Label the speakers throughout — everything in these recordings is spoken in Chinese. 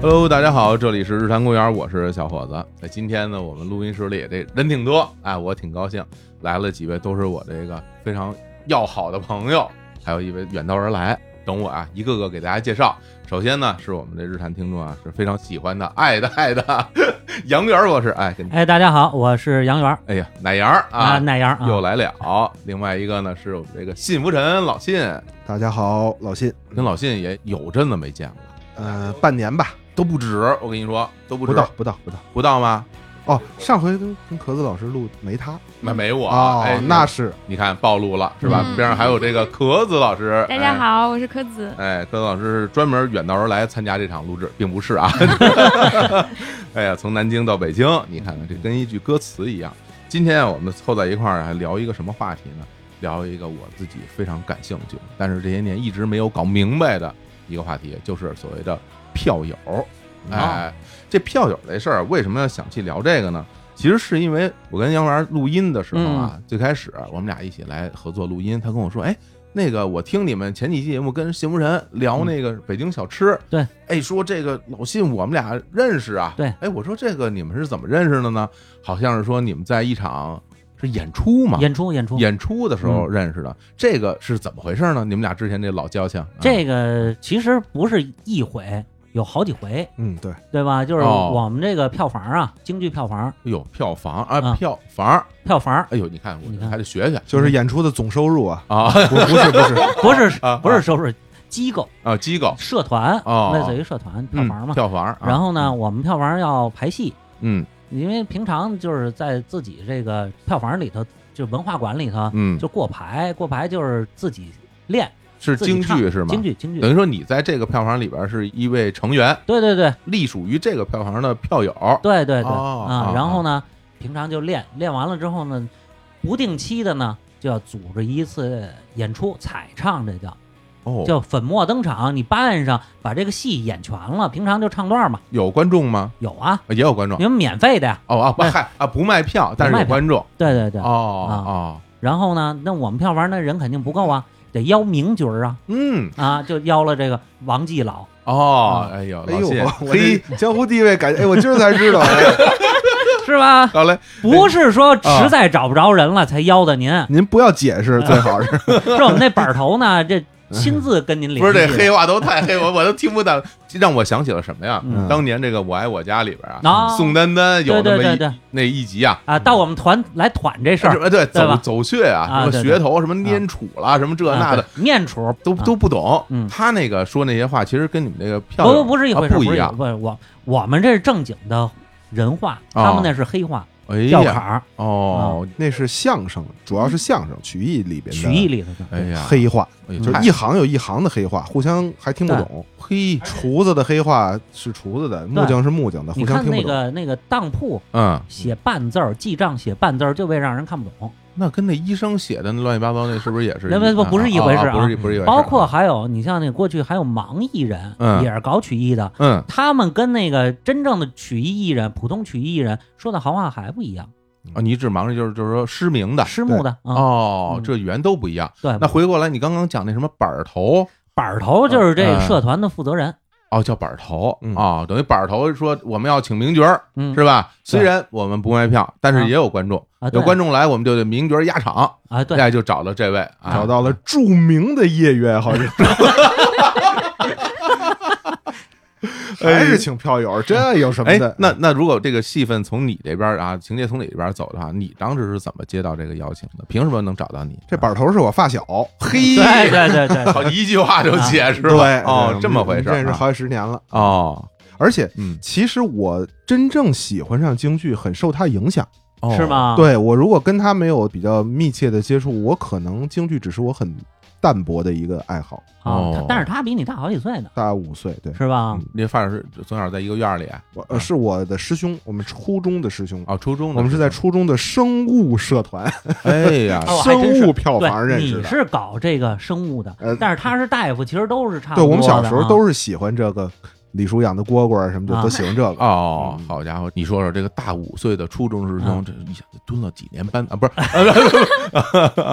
Speaker 1: Hello，大家好，这里是日坛公园，我是小伙子。那今天呢，我们录音室里这人挺多，哎，我挺高兴，来了几位都是我这个非常要好的朋友，还有一位远道而来，等我啊，一个个给大家介绍。首先呢，是我们这日坛听众啊是非常喜欢的、爱的、爱的 杨元博士，哎，跟
Speaker 2: 哎，大家好，我是杨元儿
Speaker 1: 哎呀奶羊儿
Speaker 2: 啊，
Speaker 1: 啊，
Speaker 2: 奶羊儿啊，
Speaker 1: 又来了。另外一个呢，是我们这个信福臣老信，
Speaker 3: 大家好，老信，
Speaker 1: 跟老信也有阵子没见过，
Speaker 3: 呃，半年吧，
Speaker 1: 都不止，我跟你说都哎不止，
Speaker 3: 不到不到不到。
Speaker 1: 不到吗？
Speaker 3: 哦，上回跟跟壳子老师录没他
Speaker 1: 那没我，
Speaker 3: 哦，
Speaker 1: 哎，
Speaker 3: 那是
Speaker 1: 你看暴露了是吧？
Speaker 4: 嗯
Speaker 1: 边上还有这个壳子老师，
Speaker 4: 大家好，我是柯子。
Speaker 1: 哎。哎，壳子老师是专门远道而来参加这场录制，并不是 啊。哎呀，从南京到北京，你看看这跟一句歌词一样。今天啊我们凑在一块儿还聊一个什么话题呢？聊一个我自己非常感兴趣，但是这些年一直没有搞明白的一个话题，就是所谓的票友。
Speaker 4: 哦
Speaker 1: 哎，这票友这事儿为什么要想去聊这个呢？其实是因为我跟杨元录音的时候啊，
Speaker 2: 嗯
Speaker 1: 最开始我们俩一起来合作录音，他跟我说，哎，那个我听你们前几期节目跟信福人聊那个北京小吃，
Speaker 2: 嗯对，
Speaker 1: 哎，说这个老信我们俩认识啊，
Speaker 2: 对
Speaker 1: 哎，我说这个你们是怎么认识的呢？好像是说你们在一场是演出嘛，
Speaker 2: 演出演嗯出。
Speaker 1: 演出的时候认识的，这个是怎么回事呢？你们俩之前这老交情，啊
Speaker 2: 这个其实不是一回，有好几回，
Speaker 3: 嗯对，
Speaker 2: 对吧？就是
Speaker 1: 哦
Speaker 2: 我们这个票房啊，京剧票房，
Speaker 1: 哎呦票房啊
Speaker 2: 啊
Speaker 1: 票房，
Speaker 2: 票房
Speaker 1: 哎呦你看
Speaker 2: 你
Speaker 1: 我
Speaker 2: 看
Speaker 1: 还得学学
Speaker 3: 就是演出的总收入 啊，
Speaker 1: 啊
Speaker 3: 不不是不是，
Speaker 2: 不是
Speaker 1: 啊
Speaker 2: 不是收入，机构
Speaker 1: 啊机构
Speaker 2: 社团
Speaker 1: 哦
Speaker 2: 类似于社团票
Speaker 1: 嗯
Speaker 2: 房嘛。
Speaker 1: 票房啊，
Speaker 2: 然后呢，我们票房要排戏，
Speaker 1: 嗯
Speaker 2: 因为平常就是在自己这个票房里头，就文化馆里头
Speaker 1: 嗯，
Speaker 2: 就过排，过排就是自己练，
Speaker 1: 是
Speaker 2: 自己
Speaker 1: 京
Speaker 2: 唱
Speaker 1: 剧是吗？
Speaker 2: 京剧京剧，
Speaker 1: 等于说你在这个票房里边是一位成员，
Speaker 2: 对对对。
Speaker 1: 隶属于这个票房的票友。
Speaker 2: 对对对、
Speaker 1: 哦
Speaker 2: 啊
Speaker 1: 哦，
Speaker 2: 然后呢，平常就练，练完了之后呢，不定期的呢就要组织一次演出，彩唱这叫
Speaker 1: 哦，
Speaker 2: 叫粉墨登场，你扮上把这个戏演全了，平常就唱段嘛，
Speaker 1: 有观众吗？呃
Speaker 2: 有啊，
Speaker 1: 也有观众
Speaker 2: 你。们免费的呀，
Speaker 1: 哦啊，不嗨啊，不卖票，但是有观众。
Speaker 2: 对对对，
Speaker 1: 哦
Speaker 2: 啊
Speaker 1: 哦，
Speaker 2: 然后呢，那我们票房那人肯定不够啊，得邀名角儿啊
Speaker 1: 嗯
Speaker 2: 啊，就邀了这个王季 老，啊
Speaker 1: 哦，哎呦，
Speaker 3: 哎
Speaker 1: 老
Speaker 3: 呦，
Speaker 1: 谢，
Speaker 3: 我我
Speaker 1: 嘿，
Speaker 3: 这江湖地位感觉，哎，我今儿才知道，哎
Speaker 2: 是吧？
Speaker 1: 好嘞，
Speaker 2: 不是说实在找不着人了才邀的您，
Speaker 3: 您不要 解释，最好是
Speaker 2: 是我们那板儿头呢，这亲自跟您联
Speaker 1: 不
Speaker 2: 系
Speaker 1: 是
Speaker 2: 的。
Speaker 1: 这黑话都太黑，我我都听不懂，让我想起了什么呀？
Speaker 2: 嗯
Speaker 1: 当年这个《我爱我家》里边啊，
Speaker 2: 啊，
Speaker 1: 宋丹丹有
Speaker 2: 对
Speaker 1: 那
Speaker 2: 对
Speaker 1: 么
Speaker 2: 对
Speaker 1: 一哎
Speaker 2: 对
Speaker 1: 那一集啊，
Speaker 2: 啊，到我们团来团这事
Speaker 1: 什
Speaker 2: 儿，
Speaker 1: 么对走
Speaker 2: 吧
Speaker 1: 走穴啊，
Speaker 2: 啊
Speaker 1: 什么
Speaker 2: 对
Speaker 1: 穴头，什么拈杵啦，什么这那的
Speaker 2: 啊对念处
Speaker 1: 都
Speaker 2: 啊
Speaker 1: 都不懂
Speaker 2: 嗯。
Speaker 1: 他那个说那些话，其实跟你们这个票
Speaker 2: 不
Speaker 1: 友
Speaker 2: 不不是一
Speaker 1: 啊
Speaker 2: 回事，
Speaker 1: 不
Speaker 2: 不
Speaker 1: 一
Speaker 2: 是
Speaker 1: 样
Speaker 2: 不是我我们这是正经的人话，他们那是黑话
Speaker 1: 啊哎
Speaker 2: 吊
Speaker 1: 呀
Speaker 2: 坎儿
Speaker 1: 哦，
Speaker 3: 那是相声，主要是相声曲艺里边
Speaker 2: 曲艺
Speaker 3: 的
Speaker 2: 里头的
Speaker 1: 哎呀，
Speaker 3: 黑话，
Speaker 2: 啊
Speaker 1: 哎
Speaker 3: 就是一行有一行的黑话，互相还听不懂。
Speaker 1: 嘿，
Speaker 3: 厨子的黑话是厨子的，木匠是木匠的，
Speaker 2: 你
Speaker 3: 互相
Speaker 2: 看
Speaker 3: 听
Speaker 2: 那
Speaker 3: 不懂。
Speaker 2: 个那个当铺
Speaker 1: 嗯，
Speaker 2: 写半字儿，记账写半字儿就为让人看不懂，
Speaker 1: 那跟那医生写的那乱七八糟那是不是也是一？
Speaker 2: 那不不不是一回事
Speaker 1: 啊
Speaker 2: 啊
Speaker 1: 不是一不是一回事。
Speaker 2: 包括还有你像那过去还有盲艺人
Speaker 1: 嗯，
Speaker 2: 也是搞曲艺的，
Speaker 1: 嗯，
Speaker 2: 他们跟那个真正的曲艺艺人、普通曲艺艺人说的行话还不一样，
Speaker 1: 啊，你指忙着就是就是说失明的
Speaker 2: 师母的啊，
Speaker 1: 哦，
Speaker 2: 嗯嗯
Speaker 1: 这语言都不一样。
Speaker 2: 对
Speaker 1: 哦那，回过来，你刚刚讲那什么板儿头
Speaker 2: 板儿头就是这
Speaker 1: 嗯
Speaker 2: 个社团的负责人，
Speaker 1: 哦，叫板儿头
Speaker 3: 嗯
Speaker 1: 哦，等于板儿头说我们要请名角儿
Speaker 2: 嗯
Speaker 1: 是吧？
Speaker 2: 对
Speaker 1: 虽然我们不卖票，但是也有观众，
Speaker 2: 啊，对
Speaker 1: 有观众来我们就得名角儿压场，
Speaker 2: 啊，对，
Speaker 1: 哎，就找了这位，啊
Speaker 3: 找到了著名的业余爱好者，还是请票友，这有什么
Speaker 1: 哎
Speaker 3: 的？，嗯
Speaker 1: 那那如果这个戏份从你这边儿啊，情节从你这边儿走的话，你当时是怎么接到这个邀请的？凭什么能找到你？
Speaker 3: 这板头是我发小，
Speaker 1: 嘿，
Speaker 2: 对对对 对，
Speaker 1: 好，一句话
Speaker 2: 啊
Speaker 1: 就解释了。
Speaker 3: 对，
Speaker 1: 哦
Speaker 3: 嗯，
Speaker 1: 这么回事
Speaker 3: 认识
Speaker 1: 儿啊。
Speaker 3: 好几十年了。
Speaker 1: 哦，
Speaker 3: 而且，
Speaker 1: 嗯，
Speaker 3: 其实我真正喜欢上京剧，很受他影响。
Speaker 1: 哦
Speaker 2: 是？吗？
Speaker 3: 对我，如果跟他没有比较密切的接触，我可能京剧只是我很淡薄的一个爱好，
Speaker 2: 啊，
Speaker 1: 哦嗯
Speaker 2: 他但是他比你大好几岁呢，
Speaker 3: 大概五岁。对，
Speaker 2: 是吧？
Speaker 1: 你发小是从小在一个院儿里啊
Speaker 3: 我呃是我的师兄，我们初中的师兄。
Speaker 1: 哦，初中的
Speaker 3: 我们是在初中的生物社团、
Speaker 1: 哎呀，
Speaker 2: 哦还真是
Speaker 3: 啊生物票房
Speaker 2: 对，
Speaker 3: 认识
Speaker 2: 你
Speaker 3: 的。
Speaker 2: 是搞这个生物的
Speaker 3: 呃，
Speaker 2: 但是他是大夫，其实都是差不多
Speaker 3: 对，
Speaker 2: 的啊。
Speaker 3: 我们小时候都是喜欢这个李叔养的蝈蝈什么的
Speaker 2: 啊
Speaker 3: 都喜欢这个。
Speaker 1: 哦
Speaker 3: 嗯，
Speaker 1: 好家伙，你说说这个大五岁的初中师生，
Speaker 2: 嗯
Speaker 1: 这一下子蹲了几年班啊？不是，
Speaker 3: 嗯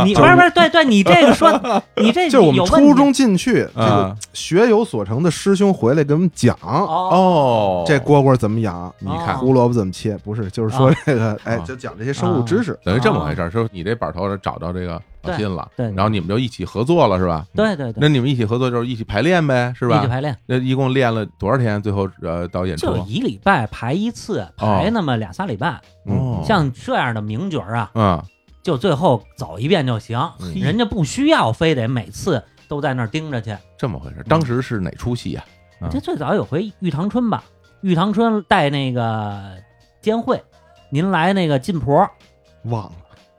Speaker 2: 你不是不是对对，你这个说你这
Speaker 3: 就是我们
Speaker 2: 有问题
Speaker 3: 初中进去，这个
Speaker 1: 啊
Speaker 3: 学有所成的师兄回来给我们讲，
Speaker 2: 哦，
Speaker 1: 哦，
Speaker 3: 这蝈蝈怎么养，
Speaker 1: 你看
Speaker 2: 哦
Speaker 3: 胡萝卜怎么切，不是，就是说
Speaker 2: 啊
Speaker 3: 这个，哎，
Speaker 1: 啊
Speaker 3: 就讲这些生
Speaker 2: 哦
Speaker 3: 物知识。
Speaker 1: 等于这么回事儿，说你这板头找到这个老
Speaker 2: 对
Speaker 1: 金了，
Speaker 2: 对
Speaker 1: 然后你们就一起合作了，是吧？
Speaker 2: 对对对，
Speaker 1: 那你们一起合作就是一起排练呗，是
Speaker 2: 一起
Speaker 1: 吧？
Speaker 2: 排练
Speaker 1: 那一共练了多少天？最后呃到演出
Speaker 2: 就一礼拜排一次，排那么俩仨礼拜。
Speaker 3: 嗯
Speaker 1: 哦，
Speaker 2: 像这样的名角儿啊，
Speaker 1: 嗯，
Speaker 2: 就最后走一遍就行，
Speaker 1: 嘿
Speaker 2: 人家不需要非得每次都在那儿盯着去。
Speaker 1: 这么
Speaker 2: 嗯
Speaker 1: 回事儿。当时是哪出戏呀？啊
Speaker 2: 这最早有回玉堂春吧，玉堂春带那个监会，您来那个进婆。
Speaker 3: 忘了，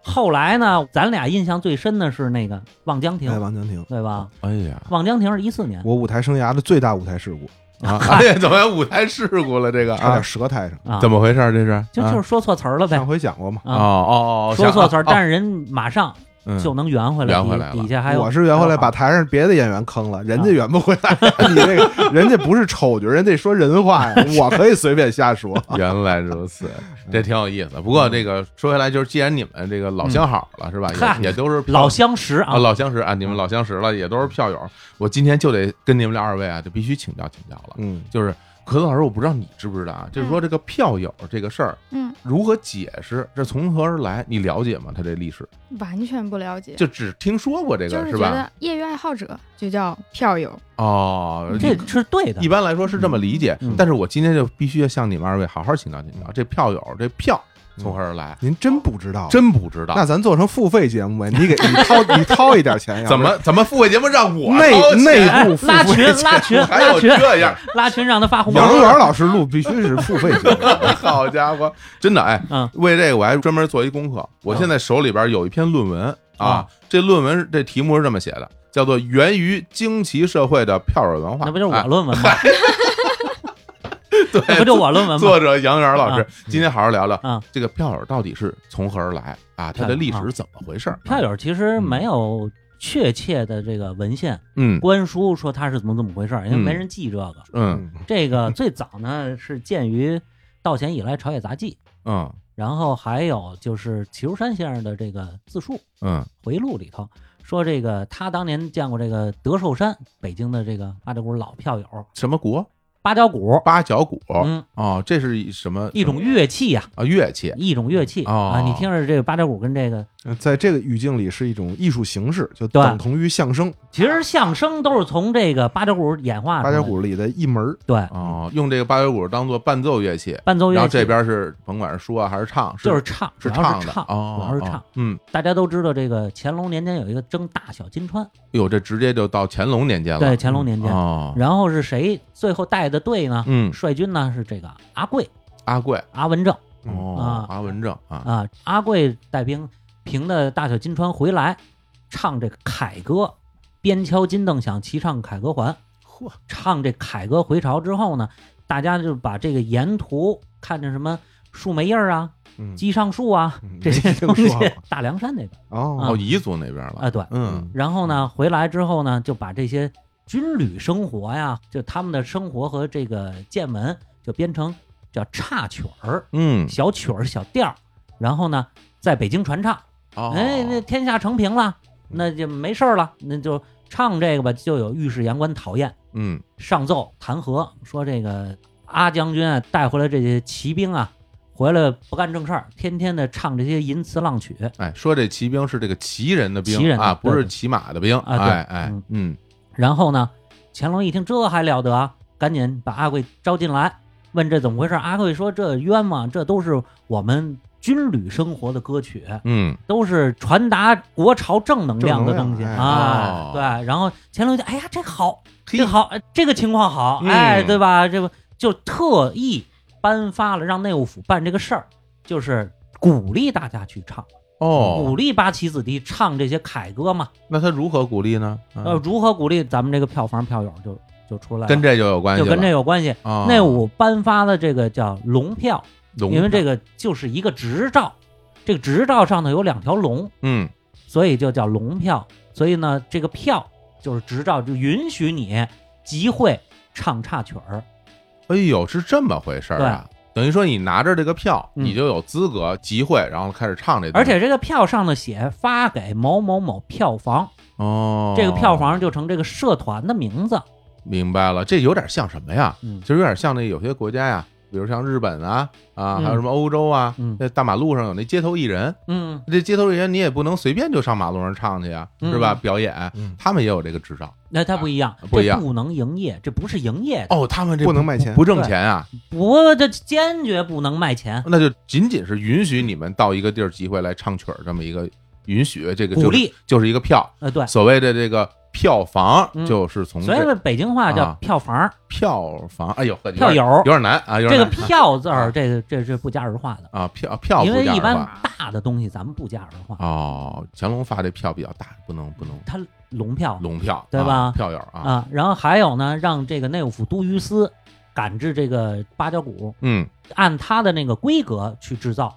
Speaker 2: 后来呢，咱俩印象最深的是那个望江
Speaker 3: 哎，
Speaker 2: 亭，
Speaker 3: 王江亭，
Speaker 2: 对吧？
Speaker 1: 哎呀
Speaker 2: 望江亭是一四年，
Speaker 3: 我舞台生涯的最大舞台事故，
Speaker 1: 啊！ 哎呀，怎么还舞台事故了？这个
Speaker 3: 差
Speaker 1: 啊
Speaker 3: 点，折台上。
Speaker 2: 啊，
Speaker 1: 怎么回事儿？这是
Speaker 2: 就就是
Speaker 1: 啊
Speaker 2: 说错词儿了呗
Speaker 3: 上，回讲过嘛，
Speaker 1: 哦哦哦，
Speaker 2: 说错词儿，但
Speaker 1: 是
Speaker 2: 是人马上就能圆回来，
Speaker 1: 圆回
Speaker 2: 底
Speaker 1: 来了
Speaker 2: 底下还有
Speaker 3: 我是圆回来把
Speaker 2: 还
Speaker 3: 台上别的演员坑了，
Speaker 1: 啊
Speaker 3: 人家圆不回来。你这个人家不是丑角，人家说人话 呀，我可以随便瞎说。
Speaker 1: 哦原来如此， 这挺有意思。不过
Speaker 2: 嗯
Speaker 1: 这个说回来，就是既然你们这个老相好了，是吧？
Speaker 2: 嗨
Speaker 1: 也也都是
Speaker 2: 有老相识啊
Speaker 1: 啊，，老相识啊，你们老相识了，也都是票友。我今天就得跟你们俩二位啊，就必须请教请教了。
Speaker 3: 嗯，
Speaker 1: 就是可子老师，我不知道你知不知道啊，就是说这个票友这个事儿
Speaker 4: 嗯，
Speaker 1: 如何解释，这从何而来？你了解吗？他这历史
Speaker 4: 完全不了解，
Speaker 1: 就只听说过这
Speaker 4: 就
Speaker 1: 个
Speaker 4: 是
Speaker 1: 是
Speaker 4: 觉
Speaker 1: 吧？
Speaker 4: 得业余爱好者就叫票友，
Speaker 1: 哦，
Speaker 2: 嗯这是对的
Speaker 1: 一。般来说是这么理解
Speaker 2: 嗯嗯，
Speaker 1: 但是我今天就必须要向你们二位好好请教请教，这票友这票从何而来？
Speaker 3: 您真不知道，啊
Speaker 2: 嗯
Speaker 1: 真不知道
Speaker 3: 那。咱做成付费节目呗？你给你掏你掏一点钱呀？
Speaker 1: 怎么怎么付费节目让我
Speaker 3: 内
Speaker 1: 掏钱啊
Speaker 3: 内
Speaker 2: 哎
Speaker 3: 部付
Speaker 2: 拉群
Speaker 3: 费？
Speaker 2: 拉群
Speaker 1: 还有
Speaker 2: 拉群
Speaker 1: 这样？
Speaker 2: 拉群，让他发红包。
Speaker 3: 杨元老师录必须是付费节目，
Speaker 1: 好家伙，真的哎，
Speaker 2: 嗯
Speaker 1: 为这个我还专门做一功课。我现在手里边有一篇论文啊
Speaker 2: 啊，
Speaker 1: 这论文是这题目是这么写的，叫做《源于惊奇社会的票友文化》，
Speaker 2: 那不就是
Speaker 1: 哎
Speaker 2: 我论文吗？那不就我论文吗？
Speaker 1: 作者杨元老师
Speaker 2: 啊，
Speaker 1: 今天好好聊聊
Speaker 2: 啊
Speaker 1: 这个票友到底是从何而来啊？它的历史是怎么回事？
Speaker 2: 票，友其实没有确切的这个文献
Speaker 1: 嗯
Speaker 2: 官书说他是怎么怎么回事儿，因为
Speaker 1: 嗯
Speaker 2: 没人记这个。
Speaker 1: 嗯
Speaker 2: 这 个最早呢是鉴于道贤以来朝野杂记，
Speaker 1: 嗯
Speaker 2: 然后还有就是齐如山先生的这个自述
Speaker 1: 嗯
Speaker 2: 回忆录里头说，这个他当年见过这个德寿山北京的这个八角谷老票友
Speaker 1: 什么鼓？
Speaker 2: 八角鼓，
Speaker 1: 八角鼓
Speaker 2: 嗯，
Speaker 1: 哦，这是一什么
Speaker 2: 一种乐器呀、
Speaker 1: 啊乐器？
Speaker 2: 一种乐器、
Speaker 1: 哦
Speaker 2: 啊。你听着，这个八角鼓跟这个
Speaker 3: 嗯在这个语境里是一种艺术形式，就
Speaker 2: 对
Speaker 3: 等同于相声。
Speaker 2: 其实相声都是从这个八角鼓演
Speaker 1: 啊
Speaker 2: 化出
Speaker 3: 八
Speaker 2: 来的
Speaker 3: 角鼓里的一门儿，
Speaker 2: 对
Speaker 1: 哦，用这个八角鼓当做伴奏乐器，
Speaker 2: 伴奏乐器，
Speaker 1: 然后这边是甭管是说啊还是唱，
Speaker 2: 就是唱，
Speaker 1: 是
Speaker 2: 主要
Speaker 1: 唱
Speaker 2: 是
Speaker 1: 的
Speaker 2: 唱，
Speaker 1: 哦，
Speaker 2: 主要是
Speaker 1: 哦
Speaker 2: 唱。。
Speaker 1: 嗯，
Speaker 2: 大家都知道，这个乾隆年间有一个征大小金川，
Speaker 1: 哟，这直接就到乾隆年间了。
Speaker 2: 对，乾隆年间。
Speaker 1: 哦，
Speaker 2: 然后是谁最后带的队呢？
Speaker 1: 嗯，
Speaker 2: 率军呢是这个阿贵、
Speaker 1: 阿贵，
Speaker 2: 阿文正
Speaker 3: 嗯
Speaker 1: 哦，
Speaker 2: 啊
Speaker 1: 阿文正啊，
Speaker 2: 啊。阿贵带兵凭的大小金川回来，唱这个凯歌，边敲金镫响，齐唱凯歌还。
Speaker 1: 嚯，
Speaker 2: 唱这凯歌回朝之后呢，大家就把这个沿途看着什么树莓叶儿啊、
Speaker 3: 嗯
Speaker 2: 鸡上树啊
Speaker 3: 嗯
Speaker 2: 这些
Speaker 3: 没听
Speaker 2: 东西
Speaker 3: 说过，
Speaker 2: 大凉山那边
Speaker 3: 哦
Speaker 1: 哦，彝族那边了。
Speaker 2: 啊，对。
Speaker 1: 嗯，
Speaker 2: 然后呢，回来之后呢，就把这些军旅生活呀，就他们的生活和这个见闻，就编成叫插曲儿、
Speaker 1: 嗯，
Speaker 2: 小曲儿、小调儿，然后呢，在北京传唱。
Speaker 1: 哦，
Speaker 2: 哎，那天下成平了，那就没事儿了，那就唱这个吧。就有御史言官讨厌，
Speaker 1: 嗯，
Speaker 2: 上奏弹劾说这个阿将军啊，带回来这些骑兵啊，回来不干正事儿，天天的唱这些淫词浪曲。
Speaker 1: 哎，说这骑兵是这个骑人的
Speaker 2: 骑
Speaker 1: 兵
Speaker 2: 人的
Speaker 1: 啊，不是
Speaker 2: 对
Speaker 1: 骑马的兵。
Speaker 2: 啊对
Speaker 1: 哎哎
Speaker 2: 嗯，
Speaker 1: 嗯，
Speaker 2: 然后呢，乾隆一听这还了得啊，赶紧把阿贵招进来，问这怎么回事。阿贵说这冤枉，这都是我们军旅生活的歌曲，
Speaker 1: 嗯，
Speaker 2: 都是传达国潮正能量的东西
Speaker 3: 正能量哎
Speaker 1: 哦。
Speaker 2: 啊对，然后乾隆就哎呀，这好，
Speaker 1: 嘿
Speaker 2: 这好，呃这个情况好，
Speaker 1: 嗯
Speaker 2: 哎，对吧？这不就特意颁发了让内务府办这个事儿，就是。鼓励大家去唱，鼓
Speaker 1: 哦，
Speaker 2: 励八旗子弟唱这些凯歌嘛。
Speaker 1: 那他如何鼓励呢？嗯
Speaker 2: 呃，如何鼓励咱们这个票房票友就就出来了？
Speaker 1: 跟这就有关系
Speaker 2: 就
Speaker 1: 了，
Speaker 2: 跟这有关系。
Speaker 1: 哦
Speaker 2: 内务颁发的这个叫龙票，
Speaker 1: 龙
Speaker 2: 因为这
Speaker 1: 票，
Speaker 2: 个就是一个执照，这个执照上头有两条龙，
Speaker 1: 嗯，
Speaker 2: 所以就叫龙票。所以呢，这个票就是执照，就允许你集会唱插曲儿。
Speaker 1: 哎呦，是这么回事儿啊！等于说你拿着这个票，
Speaker 2: 嗯
Speaker 1: 你就有资格集会，然后开始唱这东
Speaker 2: 而
Speaker 1: 西。
Speaker 2: 且这个票上头写发给某某某票房，
Speaker 1: 哦，
Speaker 2: 这个票房就成这个社团的名字。
Speaker 1: 明白了，这有点像什么呀？
Speaker 2: 嗯
Speaker 1: 其实有点像那有些国家呀，比如像日本啊啊，
Speaker 2: 嗯
Speaker 1: 还有什么欧洲啊，
Speaker 2: 嗯
Speaker 1: 那大马路上有那街头艺人，
Speaker 2: 嗯，
Speaker 1: 这街头艺人你也不能随便就上马路上唱去呀，啊
Speaker 2: 嗯
Speaker 1: 是吧？表演，
Speaker 3: 嗯，
Speaker 1: 他们也有这个执照。
Speaker 2: 那它不一样，
Speaker 1: 不一样
Speaker 2: 这不能营业，这不是营业的，
Speaker 1: 哦，他们这
Speaker 3: 不能卖钱
Speaker 1: 不挣钱啊，
Speaker 2: 不，这坚决不能卖钱，
Speaker 1: 那就仅仅是允许你们到一个地儿集会来唱曲儿这么一个允许，这个就是
Speaker 2: 鼓励。
Speaker 1: 就是一个票，
Speaker 2: 呃，对，
Speaker 1: 所谓的这个票房
Speaker 2: 嗯
Speaker 1: 就是从
Speaker 2: 所以
Speaker 1: 这
Speaker 2: 呢北京话叫
Speaker 1: 啊
Speaker 2: 票房，
Speaker 1: 票房，哎呦，呵有点
Speaker 2: 票友。
Speaker 1: 有点难啊，有
Speaker 2: 这
Speaker 1: 点
Speaker 2: 个
Speaker 1: 难
Speaker 2: 票字儿，这个这是不加儿化 的，
Speaker 1: 啊，票票
Speaker 2: 因
Speaker 1: 不
Speaker 2: 为
Speaker 1: 加
Speaker 2: 一
Speaker 1: 是
Speaker 2: 般
Speaker 1: 吧？
Speaker 2: 大的东西咱们不加儿化，
Speaker 1: 哦，乾隆发这票比较大，不能不能
Speaker 2: 它龙票
Speaker 1: 龙票，
Speaker 2: 对
Speaker 1: 啊
Speaker 2: 吧
Speaker 1: 票友啊，
Speaker 2: 啊。然后还有呢，让这个内务府都虞司赶制这个八角鼓，
Speaker 1: 嗯，
Speaker 2: 按它的那个规格去制造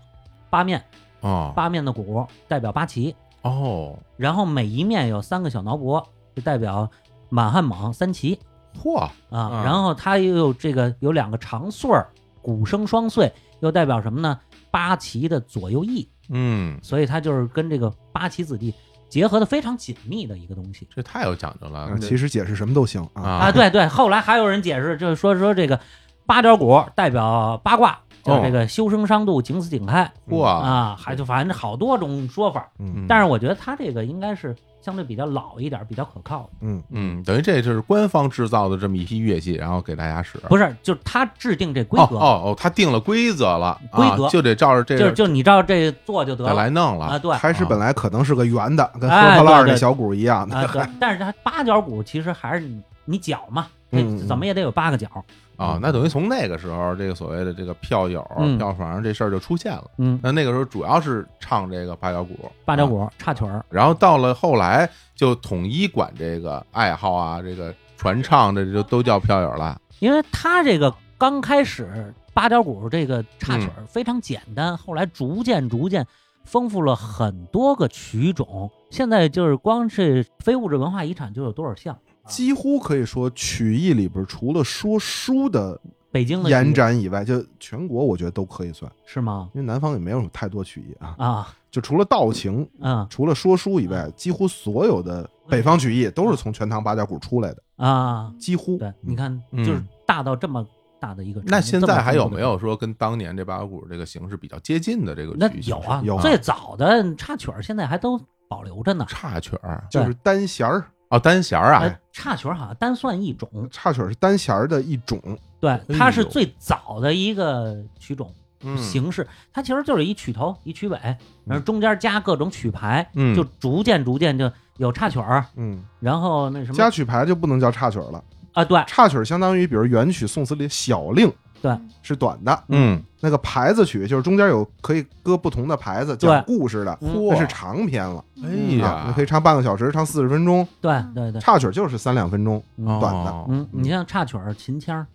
Speaker 2: 八面，
Speaker 1: 哦
Speaker 2: 八面的鼓代表八旗，
Speaker 1: 哦，
Speaker 2: 然后每一面有三个小挠脖，就代表满汉蒙三旗
Speaker 1: 嚯，
Speaker 2: 啊。
Speaker 1: 嗯
Speaker 2: 然后它又有这个有两个长穗儿，鼓声双穗，又代表什么呢？八旗的左右翼，
Speaker 1: 嗯，
Speaker 2: 所以它就是跟这个八旗子弟结合的非常紧密的一个东西。
Speaker 1: 这太有讲究了
Speaker 3: 啊，其实解释什么都行啊，
Speaker 1: 啊
Speaker 2: 啊，，对对，后来还有人解释，就是说说这个八角鼓代表八卦，叫这个修身伤度，景死景开、
Speaker 1: 嚯，
Speaker 2: 啊，还就反正好多种说法。
Speaker 3: 嗯
Speaker 2: 但
Speaker 1: 是
Speaker 2: 是我觉得他这个应该是相对比较老一点，比较可靠的。
Speaker 3: 嗯
Speaker 1: 嗯，等于这就是官方制造的这么一批乐器，然后给大家使。
Speaker 2: 不是，就是他制定这规
Speaker 1: 哦
Speaker 2: 格，
Speaker 1: 哦哦，他定了规则了，啊
Speaker 2: 规格
Speaker 1: 就得照着这
Speaker 2: 就
Speaker 1: 个
Speaker 2: 就你照这做就得
Speaker 1: 再
Speaker 2: 了
Speaker 1: 来弄了
Speaker 2: 啊，对啊
Speaker 3: 开始本来可能是个圆的，跟
Speaker 2: 哎
Speaker 3: 喝破烂
Speaker 2: 对对嗯
Speaker 3: 那小鼓 一样的，
Speaker 2: 对。啊但是他八角鼓其实还是你你脚嘛，这
Speaker 3: 嗯嗯
Speaker 2: 怎么也得有八个角，
Speaker 1: 啊、那等于从那个时候，这个所谓的这个票友、
Speaker 2: 嗯
Speaker 1: 票房这事儿就出现了。
Speaker 2: 嗯，
Speaker 1: 那那个时候主要是唱这个八角鼓，
Speaker 2: 八角
Speaker 1: 啊
Speaker 2: 鼓插曲儿，
Speaker 1: 然后到了后来就统一管这个爱好啊，这个传唱的就都叫票友了。
Speaker 2: 因为他这个刚开始八角鼓这个插曲
Speaker 1: 嗯
Speaker 2: 儿非常简单，后来逐渐逐渐丰富了很多个曲种。现在就是光是非物质文化遗产就有多少项？
Speaker 3: 几乎可以说曲艺里边除了说书的
Speaker 2: 北京的曲
Speaker 3: 延展以外，就全国我觉得都可以算，
Speaker 2: 是吗？
Speaker 3: 因为南方也没有太多曲艺啊，
Speaker 2: 啊，
Speaker 3: 就除了道情，
Speaker 2: 嗯
Speaker 3: 除了说书以外，几乎所有的北方曲艺都是从全唐八角鼓出来的，
Speaker 2: 啊，
Speaker 3: 几乎
Speaker 2: 对，你看，
Speaker 1: 嗯
Speaker 2: 就是大到这么大的一个程度。
Speaker 1: 那现
Speaker 2: 这么
Speaker 1: 在还有
Speaker 2: 丰富
Speaker 1: 没
Speaker 2: 的
Speaker 1: 有说跟当年这八角鼓这个形式比较接近的这个
Speaker 2: 那
Speaker 1: 曲形
Speaker 2: 有
Speaker 1: 式
Speaker 2: 啊，
Speaker 3: 有啊
Speaker 2: 最早的插曲儿现在还都保留着呢。
Speaker 1: 插曲儿啊
Speaker 3: 就是单弦儿，
Speaker 1: 哦，单弦儿啊
Speaker 2: 呃，插曲儿好像单算一种，
Speaker 3: 插曲儿是单弦儿的一种，
Speaker 2: 对，
Speaker 3: 哎
Speaker 2: 它是
Speaker 1: 呦
Speaker 2: 最早的一个曲种
Speaker 1: 嗯，
Speaker 2: 形式，它其实就是一曲头一曲尾，然后
Speaker 3: 嗯
Speaker 2: 中间加各种曲牌，
Speaker 1: 嗯
Speaker 2: 就逐渐逐渐就有插曲儿，
Speaker 3: 嗯，
Speaker 2: 然后那什
Speaker 3: 加
Speaker 2: 么
Speaker 3: 曲牌就不能叫插曲儿了，
Speaker 2: 啊，对，
Speaker 3: 插曲儿相当于比如元曲、宋词里小令，
Speaker 2: 对，
Speaker 3: 是短的，
Speaker 1: 嗯，
Speaker 3: 那个牌子曲就是中间有可以搁不同的牌子讲故事的，
Speaker 2: 嗯
Speaker 3: 那是长篇了，
Speaker 1: 哎
Speaker 2: 对
Speaker 3: 啊，你
Speaker 1: 呀
Speaker 3: 可，以唱半个小时，唱四十分钟，
Speaker 2: 对对对，
Speaker 3: 插曲就是三两分钟
Speaker 2: 嗯
Speaker 1: 哦
Speaker 3: 短的
Speaker 2: 嗯，你像插曲儿、秦腔儿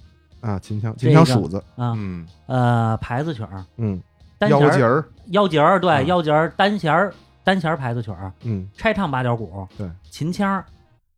Speaker 3: 啊，秦腔
Speaker 2: 这
Speaker 3: 秦
Speaker 2: 个
Speaker 3: 腔数子，
Speaker 2: 啊，
Speaker 1: 嗯，
Speaker 2: 呃，牌子曲儿、
Speaker 3: 嗯，
Speaker 2: 单弦
Speaker 3: 腰
Speaker 2: 儿
Speaker 3: 节、儿，
Speaker 2: 腰节儿，对，
Speaker 3: 嗯
Speaker 2: 腰节儿、单弦儿、单弦儿牌子曲儿、
Speaker 3: 嗯，
Speaker 2: 拆唱八角鼓、
Speaker 3: 对，
Speaker 2: 秦腔儿，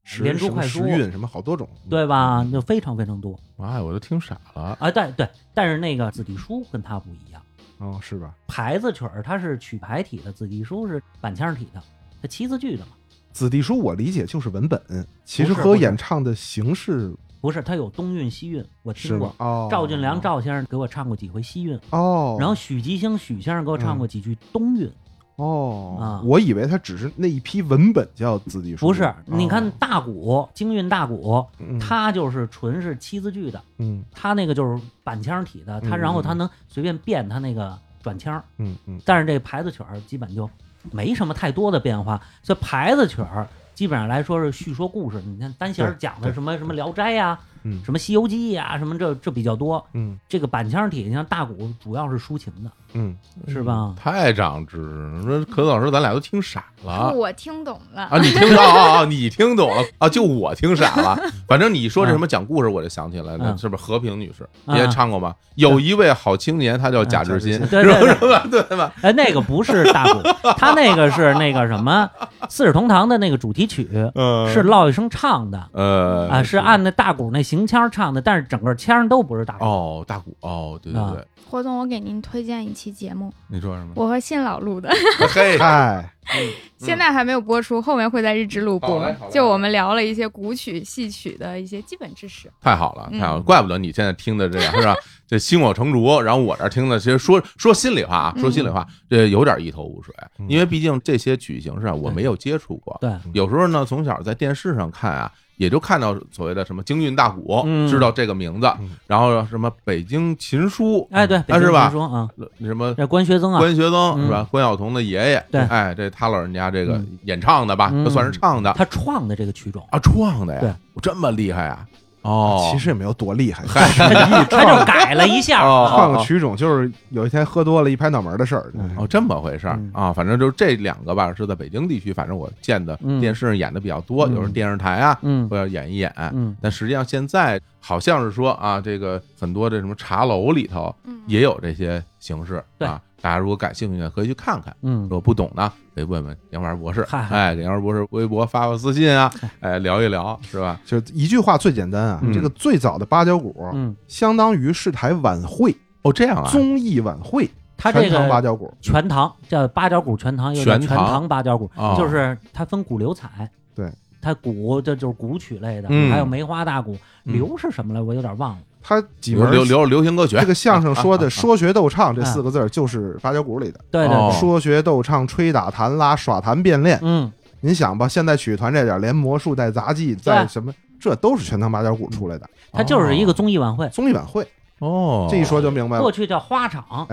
Speaker 3: 时
Speaker 2: 连珠
Speaker 3: 什么
Speaker 2: 快
Speaker 3: 时
Speaker 2: 珠
Speaker 3: 韵什么好多种，嗯
Speaker 2: 对吧？就非常非常多
Speaker 1: 哎，我都听傻了。
Speaker 2: 啊，对对，但是那个子弟书跟它不一样。
Speaker 3: 哦，是吧？
Speaker 2: 牌子曲儿它是曲牌体的，子弟书是板腔体的，它七字句的嘛，
Speaker 3: 子弟书我理解就是文本，其实
Speaker 2: 不是
Speaker 3: 和
Speaker 2: 不是
Speaker 3: 演唱的形式
Speaker 2: 不是它有东韵西韵，我
Speaker 3: 是
Speaker 2: 听
Speaker 3: 吗
Speaker 2: 过？。
Speaker 3: 哦，
Speaker 2: 赵俊良赵先生给我唱过几回西韵，
Speaker 3: 哦，嗯
Speaker 2: 然后许吉星许先生给我唱过几句东韵，
Speaker 3: 哦
Speaker 2: 啊，
Speaker 3: 我以为他只是那一批文本叫子弟书，
Speaker 2: 不是
Speaker 3: 哦？
Speaker 2: 你看大鼓京韵大鼓，
Speaker 3: 嗯
Speaker 2: 它就是纯是七字句的，
Speaker 3: 嗯
Speaker 2: 它那个就是板腔体的，它
Speaker 3: 嗯
Speaker 2: 然后它能随便变它那个转腔儿，
Speaker 3: 嗯嗯，
Speaker 2: 但是这牌子曲儿基本就没什么太多的变化，所以牌子曲儿基本上来说是叙说故事。你看单弦儿
Speaker 3: 对
Speaker 2: 讲的
Speaker 3: 对
Speaker 2: 什么什么《聊斋》呀，
Speaker 3: 嗯
Speaker 2: 什么《西游记》呀，什么这这比较多。
Speaker 3: 嗯
Speaker 2: 这个板腔体，你像大鼓主要是抒情的，
Speaker 3: 嗯，
Speaker 2: 是吧？
Speaker 1: 太长知识了，说可老师，咱俩都听傻了
Speaker 4: 是哦我听懂了，
Speaker 1: 啊！你听到啊啊，你听懂了啊？就我听傻了。反正你说这什么讲故事，我就想起来了，
Speaker 2: 嗯
Speaker 1: 是不是和平女士
Speaker 2: 嗯
Speaker 1: 也唱过吗？有一位好青年，他叫贾志新，
Speaker 3: 嗯
Speaker 2: 对
Speaker 1: 是
Speaker 2: 对
Speaker 1: 吧
Speaker 2: 对
Speaker 1: 是吧？啊对吧？
Speaker 2: 哎，那个不是大鼓，他那个是那个什么《四世同堂》的那个主题曲，
Speaker 1: 嗯
Speaker 2: 是落一声唱的
Speaker 1: 呃
Speaker 2: 啊啊，是按那大鼓那行腔唱的，但是整个腔都不是大鼓。
Speaker 1: 哦，大鼓哦，对对对，
Speaker 4: 霍总，我给您推荐一期节目，
Speaker 1: 你说什么？
Speaker 4: 我和信老录
Speaker 1: 嗯
Speaker 4: 的，
Speaker 1: 嘿，
Speaker 3: 嗨，
Speaker 4: 现在还没有播出，后面会在日志录
Speaker 1: 好
Speaker 4: 播
Speaker 1: 嘞好。嘞
Speaker 4: 就我们聊了一些古曲、戏曲的一些基本知识。
Speaker 1: 太好了，太好了，
Speaker 4: 嗯
Speaker 1: 怪不得你现在听的这样是吧？这心火成竹，然后我这儿听的，其实说说心里话啊，说心里话，这有点一头雾水，
Speaker 3: 嗯
Speaker 1: 因为毕竟这些曲型是啊，我没有接触过。
Speaker 2: 对，
Speaker 1: 有时候呢，从小在电视上看啊，也就看到所谓的什么京韵大鼓，
Speaker 2: 嗯
Speaker 1: 知道这个名字
Speaker 3: 嗯，
Speaker 1: 然后什么北京琴书，
Speaker 2: 哎对，北
Speaker 1: 啊
Speaker 2: 京
Speaker 1: 是吧
Speaker 2: 评书啊，
Speaker 1: 什么
Speaker 2: 这关学增啊，
Speaker 1: 关学增
Speaker 2: 嗯
Speaker 1: 是吧？关晓彤的爷爷，
Speaker 2: 对
Speaker 1: 哎，这他老人家这个
Speaker 2: 嗯
Speaker 1: 演唱的吧，
Speaker 2: 嗯
Speaker 1: 这算是唱的
Speaker 2: 他创的这个曲种，
Speaker 1: 啊，创的
Speaker 2: 对
Speaker 1: 呀，这么厉害啊！哦，
Speaker 3: 其实也没有多厉害，
Speaker 1: 嗨
Speaker 2: 他就改了一下。啊
Speaker 1: 哦
Speaker 3: 换个曲种就是有一天喝多了，一拍脑门的事儿。
Speaker 2: 嗯
Speaker 1: 哦，这么回事儿
Speaker 2: 嗯
Speaker 1: 啊，反正就是这两个吧，是在北京地区，反正我见的
Speaker 2: 嗯
Speaker 1: 电视上演的比较多，
Speaker 2: 嗯
Speaker 1: 有时候电视台啊，
Speaker 2: 嗯
Speaker 1: 我要演一演。
Speaker 2: 嗯，
Speaker 1: 但实际上现在好像是说啊，这个很多这什么茶楼里头
Speaker 4: 嗯，
Speaker 1: 也有这些形式
Speaker 2: 对
Speaker 1: 啊，大家如果感兴趣呢，可以去看看。
Speaker 2: 嗯
Speaker 1: 如，果不懂呢，得问问杨元博士，
Speaker 2: 嗨
Speaker 1: 哎，给杨元博士微博发发私信啊，哎，聊一聊是吧？
Speaker 3: 就一句话最简单啊，
Speaker 1: 嗯
Speaker 3: 这个最早的八角鼓
Speaker 2: 嗯，
Speaker 3: 相当于是台晚会、
Speaker 1: 哦，这样啊，
Speaker 3: 综艺晚会，
Speaker 2: 他这
Speaker 3: 全
Speaker 2: 个
Speaker 3: 场八角鼓。
Speaker 2: 全堂叫八角鼓全堂，又叫
Speaker 1: 全
Speaker 2: 全
Speaker 1: 堂
Speaker 2: 堂八角鼓
Speaker 1: 哦，
Speaker 2: 就是它分鼓流彩。
Speaker 3: 对，
Speaker 2: 它鼓这就是古曲类的，
Speaker 1: 嗯
Speaker 2: 还有梅花大鼓。
Speaker 1: 嗯
Speaker 2: 流是什么来？我有点忘了。
Speaker 3: 它几
Speaker 1: 流
Speaker 3: 门
Speaker 1: 流流流行歌曲
Speaker 3: 这，个相声说
Speaker 1: 啊啊啊
Speaker 3: 的“说学逗唱”这
Speaker 2: 啊
Speaker 3: 四个字儿就是八角鼓里的。
Speaker 2: 对对
Speaker 1: 哦
Speaker 2: 对，
Speaker 3: 说学逗唱、吹打弹拉、耍弹变练，
Speaker 2: 嗯，
Speaker 3: 您想吧，现在曲艺团这点儿，连魔术带杂技带
Speaker 2: 对啊
Speaker 3: 什么，这都是全堂八角鼓出来的
Speaker 2: 它就是一个综艺晚会，
Speaker 3: 综艺晚会。
Speaker 1: 哦，
Speaker 3: 这一说就明白
Speaker 2: 过
Speaker 3: 了，
Speaker 2: 去叫花场。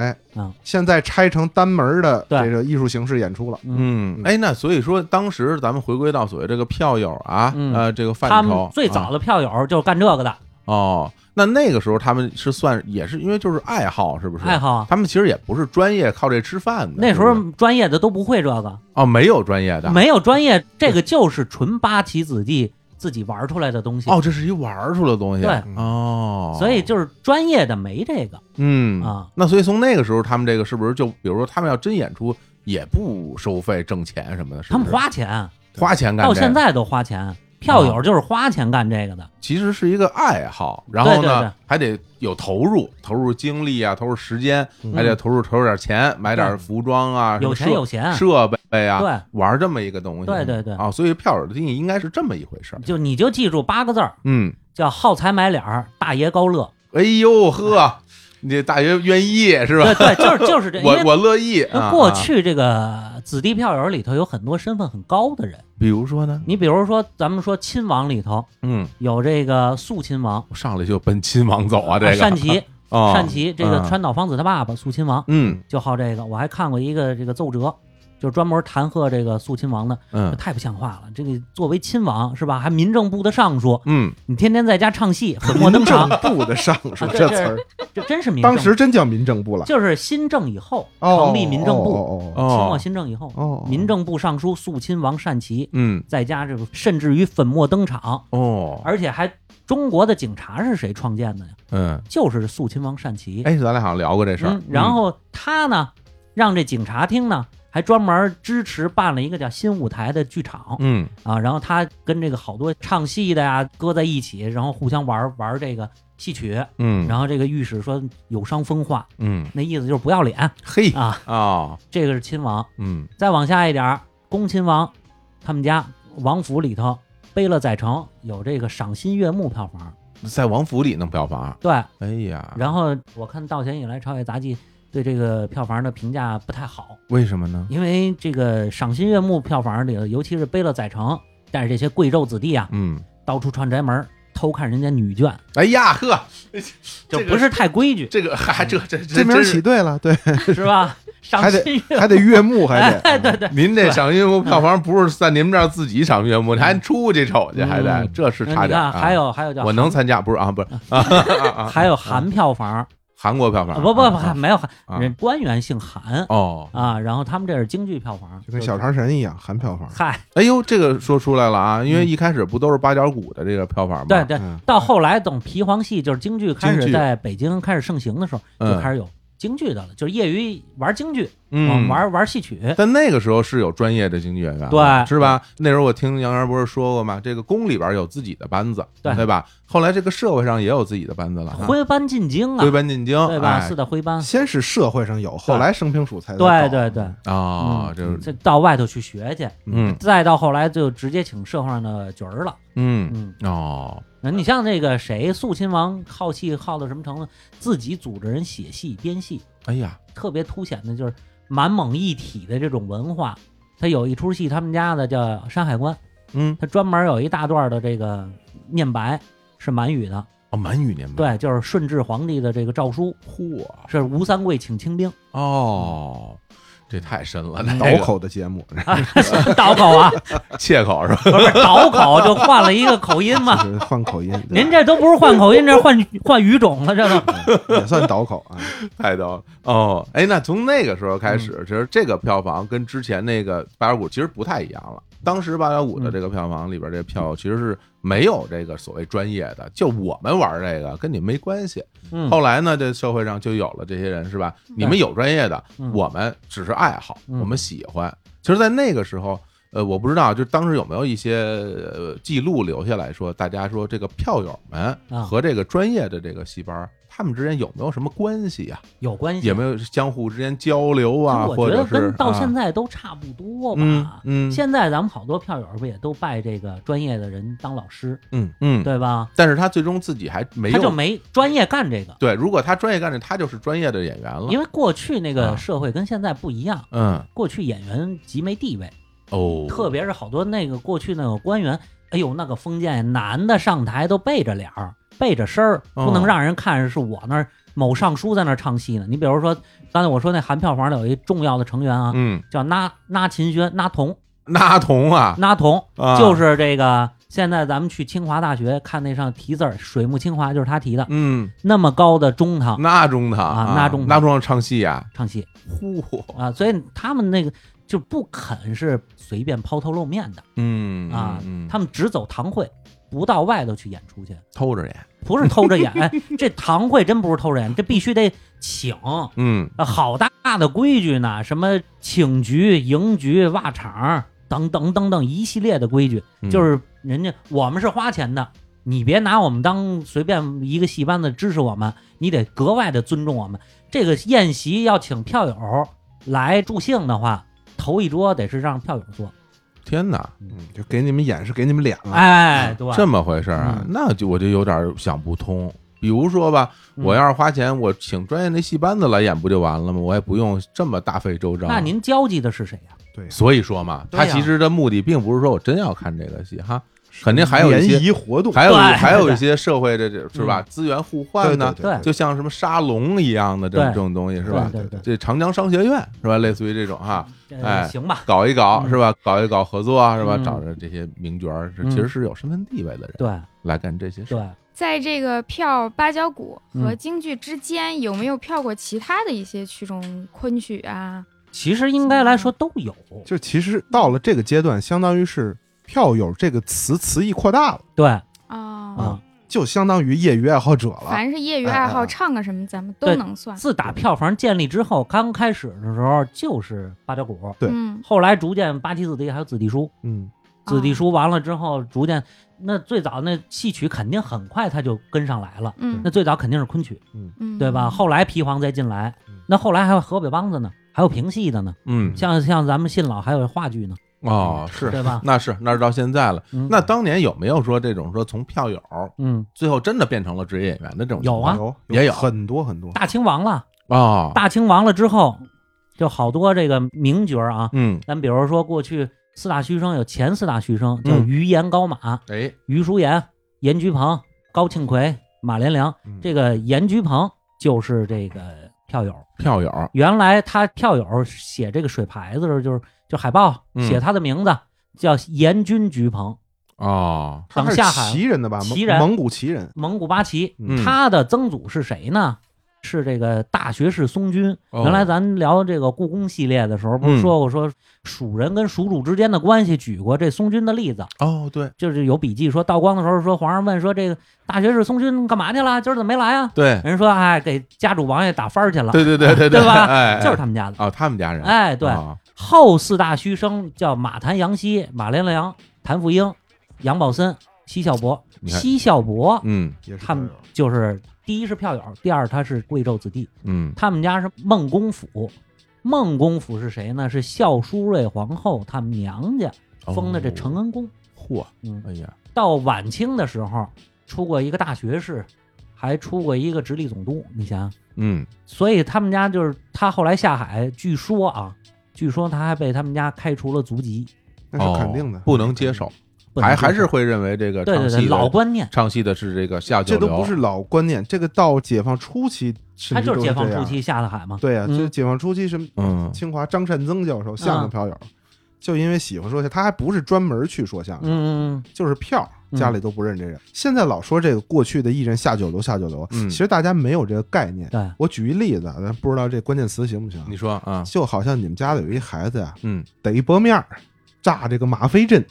Speaker 3: 现在拆成单门儿的
Speaker 2: 对
Speaker 3: 这个艺术形式演出 了。
Speaker 2: 嗯，
Speaker 1: 嗯，哎，那所以说，当时咱们回归到所谓这个票友啊，
Speaker 2: 嗯
Speaker 1: 呃，这个范
Speaker 2: 他
Speaker 1: 畴
Speaker 2: 们，最
Speaker 1: 啊
Speaker 2: 早的票友就是干这个的，
Speaker 1: 哦，那那个时候他们是算也是因为就是爱好，是不是？
Speaker 2: 爱，好啊。
Speaker 1: 他们其实也不是专业靠这吃饭的。
Speaker 2: 那时
Speaker 1: 是不是
Speaker 2: 候专业的都不会这个，
Speaker 1: 哦，没有专业的，
Speaker 2: 没有专业，这个就是纯八旗子弟自己玩出来的东西。
Speaker 1: 哦，这是一玩儿出来的东西。
Speaker 2: 对
Speaker 1: 哦，
Speaker 2: 所以就是专业的没这个
Speaker 1: 嗯
Speaker 2: 啊，
Speaker 1: 那所以从那个时候，他们这个是不是就比如说他们要真演出也不收费挣钱什么的？是
Speaker 2: 他
Speaker 1: 不是
Speaker 2: 们花钱，
Speaker 1: 花钱干、这
Speaker 2: 到
Speaker 1: 个，
Speaker 2: 现在都花钱，
Speaker 1: 嗯
Speaker 2: 票友就是花钱干这个的。
Speaker 1: 其实是一个爱好，然后呢
Speaker 2: 对对对
Speaker 1: 还得有投入，投入精力啊，投入时间，还得投入投入点钱，买点服装啊，
Speaker 2: 嗯有
Speaker 1: 什
Speaker 2: 钱
Speaker 1: 么设
Speaker 2: 有闲，
Speaker 1: 设备啊，
Speaker 2: 对，
Speaker 1: 玩这么一个东西，
Speaker 2: 对对对
Speaker 1: 啊，所以票友的定义应该是这么一回事儿。
Speaker 2: 就你就记住八个字儿，
Speaker 1: 嗯，
Speaker 2: 叫好财买脸儿，大爷高乐。
Speaker 1: 哎呦呵，你这大学愿意是吧？
Speaker 2: 对对，就是就 是这，因
Speaker 1: 我
Speaker 2: 为
Speaker 1: 我乐意。啊
Speaker 2: 过，
Speaker 1: 啊
Speaker 2: 去这个子弟票友里头有很多身份很高的人，
Speaker 1: 比如说呢，
Speaker 2: 你比如说咱们说亲王里头
Speaker 1: 嗯，
Speaker 2: 有这个肃亲王。
Speaker 1: 我上来就奔亲王走啊，这个
Speaker 2: 单骑，
Speaker 1: 啊，
Speaker 2: 单骑，这个
Speaker 1: 嗯
Speaker 2: 川岛芳子他爸爸肃亲王
Speaker 1: 嗯
Speaker 2: 就好这个，我还看过一个这个奏折，就专门弹劾这个肃亲王的，这
Speaker 1: 嗯
Speaker 2: 太不像话了。这个作为亲王是吧，还民政部的尚书，
Speaker 1: 嗯，
Speaker 2: 你天天在家唱戏，粉墨登
Speaker 3: 政
Speaker 2: 场，
Speaker 3: 部的上述
Speaker 2: 啊对这
Speaker 3: 这词儿，
Speaker 2: 这真是民政。
Speaker 3: 当时真叫民政部了。
Speaker 2: 就是新政以后
Speaker 3: 哦
Speaker 2: 成立民政部，
Speaker 3: 哦哦
Speaker 1: 哦
Speaker 2: 清末新政以后，
Speaker 3: 哦，
Speaker 2: 民政部尚书肃亲王单骑，
Speaker 1: 嗯
Speaker 2: 在家这个甚至于粉墨登场，
Speaker 1: 哦，
Speaker 2: 而且还中国的警察是谁创建的呀？
Speaker 1: 嗯，
Speaker 2: 就是肃亲王单骑。
Speaker 1: 哎，咱俩好像聊过这事儿
Speaker 2: 嗯，，然后他呢，让这警察厅呢，还专门支持办了一个叫新舞台的剧场
Speaker 1: 嗯
Speaker 2: 啊，然后他跟这个好多唱戏的呀搁在一起，然后互相玩玩这个戏曲，
Speaker 1: 嗯
Speaker 2: 然后这个御史说有伤风化，
Speaker 1: 嗯，
Speaker 2: 那意思就是不要脸
Speaker 1: 嘿
Speaker 2: 啊，
Speaker 1: 啊，
Speaker 2: 这个是亲王。
Speaker 1: 嗯
Speaker 2: 再往下一点儿，恭亲王他们家王府里头，贝勒宰城有这个赏心悦目票房，，
Speaker 1: 在王府里弄票房，
Speaker 2: 对。
Speaker 1: 哎呀，
Speaker 2: 然后我看道玄以来朝野杂技对这个票房的评价不太好，
Speaker 1: 为什么呢？
Speaker 2: 因为这个赏心悦目票房里头，尤其是贝勒宰城，带着这些贵胄子弟啊，
Speaker 1: 嗯，
Speaker 2: 到处串宅门儿偷看人家女眷，
Speaker 1: 哎呀 呵，
Speaker 2: 就
Speaker 1: 这个
Speaker 2: 不是太规矩，
Speaker 1: 这个还这这
Speaker 3: 这名儿
Speaker 1: 真
Speaker 3: 起
Speaker 1: 是
Speaker 3: 对了，对，
Speaker 2: 是吧？赏
Speaker 3: 还得
Speaker 2: 心悦目，
Speaker 3: 还得悦目，还得
Speaker 2: 哎，对对，
Speaker 1: 您这赏 月目票房不是在您们这儿自己赏月目，你还出去瞅去，
Speaker 2: 嗯
Speaker 1: 还得这是
Speaker 2: 你
Speaker 1: 差点啊。
Speaker 2: 看还有还有叫
Speaker 1: 我能参加不是啊 不是啊啊啊
Speaker 2: 还有韩票房，
Speaker 1: 韩国票
Speaker 2: 啊
Speaker 1: 房
Speaker 2: 不不
Speaker 1: 啊
Speaker 2: 不，
Speaker 1: 啊
Speaker 2: 没有韩，
Speaker 1: 啊
Speaker 2: 人官员姓韩
Speaker 1: 哦
Speaker 2: 啊，然后他们这是京剧票房，
Speaker 3: 就跟小长神一样，含票房。
Speaker 2: 嗨，
Speaker 1: 哎呦这个说出来了啊，因为
Speaker 2: 嗯
Speaker 1: 一开始不都是八角鼓的这个票房吗？
Speaker 2: 对对。
Speaker 3: 嗯
Speaker 2: 到后来，等皮黄戏就是京剧开
Speaker 1: 京
Speaker 2: 始
Speaker 1: 剧
Speaker 2: 在北京开始盛行的时候，
Speaker 1: 嗯
Speaker 2: 就开始有京剧的了，就是业余玩京剧，
Speaker 1: 嗯，
Speaker 2: 玩玩戏曲。
Speaker 1: 但那个时候是有专业的京剧演员的，
Speaker 2: 对
Speaker 1: 是吧？那时候我听杨元不是说过吗？这个宫里边有自己的班子，对
Speaker 2: 对
Speaker 1: 吧？后来这个社会上也有自己的班子了，
Speaker 2: 徽班进京啊，
Speaker 1: 徽班进京，
Speaker 2: 对吧？
Speaker 1: 哎
Speaker 2: 四大徽班，
Speaker 3: 先是社会上有，后来生平属才
Speaker 2: 对对对，
Speaker 1: 啊，
Speaker 2: 嗯
Speaker 1: 这是
Speaker 2: 这到外头去学去，
Speaker 1: 嗯
Speaker 2: 再到后来就直接请社会上的角儿了。
Speaker 1: 嗯
Speaker 2: 嗯，
Speaker 1: 哦，
Speaker 2: 那你像那个谁，肃亲王好戏好到什么程度？自己组织人写戏编戏，
Speaker 1: 哎呀，
Speaker 2: 特别凸显的就是满蒙一体的这种文化。他有一出戏，他们家的叫《山海关》，
Speaker 1: 嗯，
Speaker 2: 他专门有一大段的这个念白是满语的，
Speaker 1: 哦，满语年吧，
Speaker 2: 对，就是顺治皇帝的这个诏书，嚯，是吴三桂请清兵，
Speaker 1: 哦，这太深了，
Speaker 2: 嗯
Speaker 1: 这
Speaker 3: 倒
Speaker 1: 个
Speaker 3: 口的节目，
Speaker 2: 倒口啊，
Speaker 1: 切口是吧？
Speaker 2: 不是倒口就换了一个口音嘛。
Speaker 3: 就是换口音， 对
Speaker 2: 您这都不是换口音，这换换语种了，这都。
Speaker 3: 也算倒口啊。
Speaker 1: 太逗了哦！哎，那从那个时候开始，
Speaker 2: 嗯
Speaker 1: 其实这个票房跟之前那个八角谷其实不太一样了。当时八角谷
Speaker 2: 嗯
Speaker 1: 的这个票房里边，这票其实是没有这个所谓专业的，就我们玩这个跟你没关系。
Speaker 2: 嗯，
Speaker 1: 后来呢，这社会上就有了这些人，是吧？你们有专业的，
Speaker 2: 嗯
Speaker 1: 我们只是爱好，
Speaker 2: 嗯
Speaker 1: 我们喜欢。其实，在那个时候，呃，我不知道，就当时有没有一些呃记录留下来说，大家说这个票友们
Speaker 2: 啊
Speaker 1: 和这个专业的这个戏班儿，他们之间有没有什么关系啊呀、
Speaker 2: 有关系
Speaker 1: 也没有相互之间交流啊，
Speaker 2: 嗯其实我
Speaker 1: 或
Speaker 2: 觉
Speaker 1: 者
Speaker 2: 得
Speaker 1: 是
Speaker 2: 跟到现
Speaker 1: 啊
Speaker 2: 在都差不多吧。
Speaker 1: 嗯嗯
Speaker 2: 现在咱们好多票友不也都拜这个专业的人当老师，
Speaker 1: 嗯嗯，
Speaker 2: 对吧？
Speaker 1: 但是他最终自己还没
Speaker 2: 他就
Speaker 1: 有
Speaker 2: 没专业干这个，
Speaker 1: 对，如果他专业干这，他就是专业的演员了
Speaker 2: 因。为过去那
Speaker 1: 嗯啊
Speaker 2: 个社会跟现在不一样，
Speaker 1: 嗯
Speaker 2: 过去演员极没地位，
Speaker 1: 哦，
Speaker 2: 特别是好多那个过去那个官员，哎呦那个封建男的上台都背着脸儿。背着身儿，
Speaker 1: 哦
Speaker 2: 不能让人看着是我那儿某尚书在那儿唱戏呢。你比如说，刚才我说那韩票房里有一重要的成员啊，
Speaker 1: 嗯，
Speaker 2: 叫那那秦轩、那童、
Speaker 1: 那童啊，
Speaker 2: 那童，
Speaker 1: 啊
Speaker 2: 就是这个。现在咱们去清华大学看那上题字儿，水木清华就是他题的，
Speaker 1: 嗯，
Speaker 2: 那么高的中堂
Speaker 1: 那中堂
Speaker 2: 啊那中堂
Speaker 1: 那中堂唱戏啊，
Speaker 2: 唱戏
Speaker 1: 呼，
Speaker 2: 啊，所以他们那个就不肯是随便抛头露面的
Speaker 1: 嗯
Speaker 2: 啊
Speaker 1: 嗯，
Speaker 2: 他们只走堂会，不到外头去演出去，
Speaker 1: 偷着演，
Speaker 2: 不是偷 着演，哎，这堂会真不是偷着演，这必须得请，
Speaker 1: 嗯
Speaker 2: 啊，好大的规矩呢，什么请局、迎局、袜场等等等等一系列的规矩，
Speaker 1: 嗯
Speaker 2: 就是人家我们是花钱的，你别拿我们当随便一个戏班子支持我们，你得格外的尊重我们。这个宴席要请票友来助兴的话，头一桌得是让票友坐。
Speaker 1: 天哪，
Speaker 3: 嗯，就给你们演示，给你们
Speaker 1: 嗯
Speaker 3: 脸了。
Speaker 2: 哎，对，
Speaker 1: 这么回事儿啊？
Speaker 2: 嗯
Speaker 1: 那就我就有点想不通。比如说吧，
Speaker 2: 嗯
Speaker 1: 我要是花钱，我请专业那戏班子来演不就完了吗？我也不用这么大费周章。
Speaker 2: 那您交际的是谁呀、
Speaker 3: 对，
Speaker 1: 所以说嘛，
Speaker 2: 对啊
Speaker 1: 他
Speaker 2: 呀
Speaker 1: 其实的目的并不是说我真要看这个戏哈，肯定还有一
Speaker 3: 联
Speaker 1: 些，
Speaker 3: 谊活动，
Speaker 1: 还有
Speaker 2: 对嗯
Speaker 1: 还有一些社会的这是吧资源互换呢，
Speaker 3: 对对
Speaker 1: 就像什么沙龙一样的这
Speaker 2: 对
Speaker 1: 这种东西是吧？
Speaker 2: 对对对
Speaker 1: 这长江商学院是吧？类似于这种哈，
Speaker 2: 这
Speaker 1: 哎
Speaker 2: 呃行吧？
Speaker 1: 搞一搞
Speaker 2: 嗯
Speaker 1: 是吧？搞一搞合作啊是吧？
Speaker 2: 嗯
Speaker 1: 找着这些名角儿，是
Speaker 2: 嗯
Speaker 1: 其实是有身份地位的人
Speaker 2: 对
Speaker 1: 来干这些事儿。
Speaker 2: 对，
Speaker 4: 在这个票八角鼓和
Speaker 2: 嗯
Speaker 4: 京剧之间，有没有票过其他的一些曲种，昆曲啊？
Speaker 2: 其实应该来说都有。
Speaker 3: 就其实到了这个阶段，相当于是“票友”这个词词义扩大了，
Speaker 2: 对
Speaker 4: 啊，
Speaker 1: 嗯
Speaker 2: 啊，
Speaker 3: 就相当于业余爱好者了。
Speaker 4: 凡是业余
Speaker 3: 哎
Speaker 4: 爱
Speaker 3: 哎
Speaker 4: 好，
Speaker 3: 哎
Speaker 4: 唱个什么，咱们都
Speaker 2: 对
Speaker 4: 能算。
Speaker 2: 啊自打票房建立之后，刚开始的时候就是八角鼓，
Speaker 3: 对
Speaker 4: 嗯，
Speaker 2: 后来逐渐八旗子弟还有子弟书，
Speaker 3: 嗯，
Speaker 2: 子弟
Speaker 4: 啊，
Speaker 2: 书完了之后，逐渐那最早那戏曲肯定很快他就跟上来了，
Speaker 4: 嗯
Speaker 2: 那最早肯定是昆曲，
Speaker 4: 嗯，
Speaker 2: 对吧？后来皮黄再进来
Speaker 3: 嗯，
Speaker 2: 那后来还有河北梆子呢，还有评戏的呢，
Speaker 1: 嗯，
Speaker 2: 像像咱们信老还有话剧呢，
Speaker 1: 哦，是，
Speaker 2: 对 吧？
Speaker 1: 那是那是到现在了。
Speaker 2: 啊嗯
Speaker 1: 那当年有没有说这种说从票友
Speaker 2: 嗯，
Speaker 1: 最后真的变成了职业演员的这种情
Speaker 2: 有
Speaker 1: 况？
Speaker 2: 啊
Speaker 3: 有
Speaker 1: 也有
Speaker 3: 很多很多。
Speaker 2: 大清亡了，
Speaker 1: 哦，
Speaker 2: 大清亡了之后，就好多这个名角儿啊，
Speaker 1: 嗯，
Speaker 2: 咱比如说过去四大须生有前四大须生，叫
Speaker 1: 嗯
Speaker 2: 于岩高马，
Speaker 1: 哎，
Speaker 2: 于淑妍、严菊鹏、高庆奎、马连良。
Speaker 3: 嗯
Speaker 2: 这个严菊鹏就是这个票友，
Speaker 1: 票友，
Speaker 2: 原来他票友写这个水牌子的时候，就是就海报
Speaker 1: 嗯
Speaker 2: 写他的名字、叫严君菊鹏，
Speaker 1: 哦，
Speaker 3: 他
Speaker 2: 等
Speaker 3: 是
Speaker 2: 下海
Speaker 3: 旗人的吧？
Speaker 2: 旗
Speaker 3: 蒙
Speaker 2: 人
Speaker 3: 蒙古旗人，
Speaker 2: 蒙古八旗。
Speaker 1: 嗯
Speaker 2: 他的曾祖是谁呢？是这个大学士松君。
Speaker 1: 哦
Speaker 2: 原来咱聊这个故宫系列的时候，不
Speaker 1: 嗯
Speaker 2: 是说过说蜀人跟蜀主之间的关系，举过这松君的例子。
Speaker 1: 哦，对
Speaker 2: 就是有笔记说，道光的时候说，皇上问说这个大学士松君干嘛去了？今儿怎么没来啊？
Speaker 1: 对
Speaker 2: 人说哎，给家主王爷打幡儿去了，
Speaker 1: 对对对对
Speaker 2: 对吧
Speaker 1: 哎，
Speaker 2: 就是他们家的。
Speaker 1: 哦，他们家人，
Speaker 2: 哎，对，
Speaker 1: 哦
Speaker 2: 后四大须生叫马谭、杨希、马连良、谭富英、杨抱森、奚孝伯。
Speaker 1: 你看
Speaker 2: 奚孝伯
Speaker 1: 嗯
Speaker 3: 也是
Speaker 2: 他们就是第一是票友，第二他是贵胄子弟，
Speaker 1: 嗯
Speaker 2: 他们家是孟公府。孟公府是谁呢？是孝淑瑞皇后他们娘家封的这承恩宫。
Speaker 1: 哦嚯，
Speaker 2: 嗯，
Speaker 1: 哎呀，
Speaker 2: 到晚清的时候，出过一个大学士，还出过一个直隶总督，你想想。
Speaker 1: 嗯
Speaker 2: 所以他们家就是他后来下海，据说啊，据说他还被他们家开除了族籍，
Speaker 3: 那是肯定的，嗯
Speaker 1: 哦不能接受，
Speaker 2: 不能
Speaker 1: 还
Speaker 2: 接受
Speaker 1: 还是会认为这个
Speaker 2: 对对
Speaker 1: 唱
Speaker 2: 对
Speaker 1: 戏
Speaker 2: 老
Speaker 1: 的
Speaker 2: 观念，
Speaker 1: 唱戏的是这个下九
Speaker 3: 这
Speaker 1: 流，
Speaker 3: 都不是老观念，这个到解放初期，
Speaker 2: 他就是是解放
Speaker 3: 这
Speaker 2: 初
Speaker 3: 样。
Speaker 2: 期下的海嘛。
Speaker 3: 对呀、
Speaker 2: 嗯
Speaker 3: 这解放初期什么？
Speaker 1: 嗯
Speaker 3: 清华张善增教授相声
Speaker 2: 嗯
Speaker 3: 票友，就因为喜欢说相声，他还不是专门去说相声，
Speaker 2: 嗯嗯
Speaker 3: 就是票，
Speaker 2: 嗯
Speaker 3: 家里都不认这人。现在老说这个过去的艺人下九流下九流，
Speaker 1: 嗯
Speaker 3: 其实大家没有这个概念。
Speaker 2: 对
Speaker 3: 我举一例子啊，咱不知道这关键词行不行？
Speaker 1: 你说啊，
Speaker 3: 就好像你们家里有一孩子呀、
Speaker 1: 嗯
Speaker 3: 逮一波面儿，炸这个吗啡阵，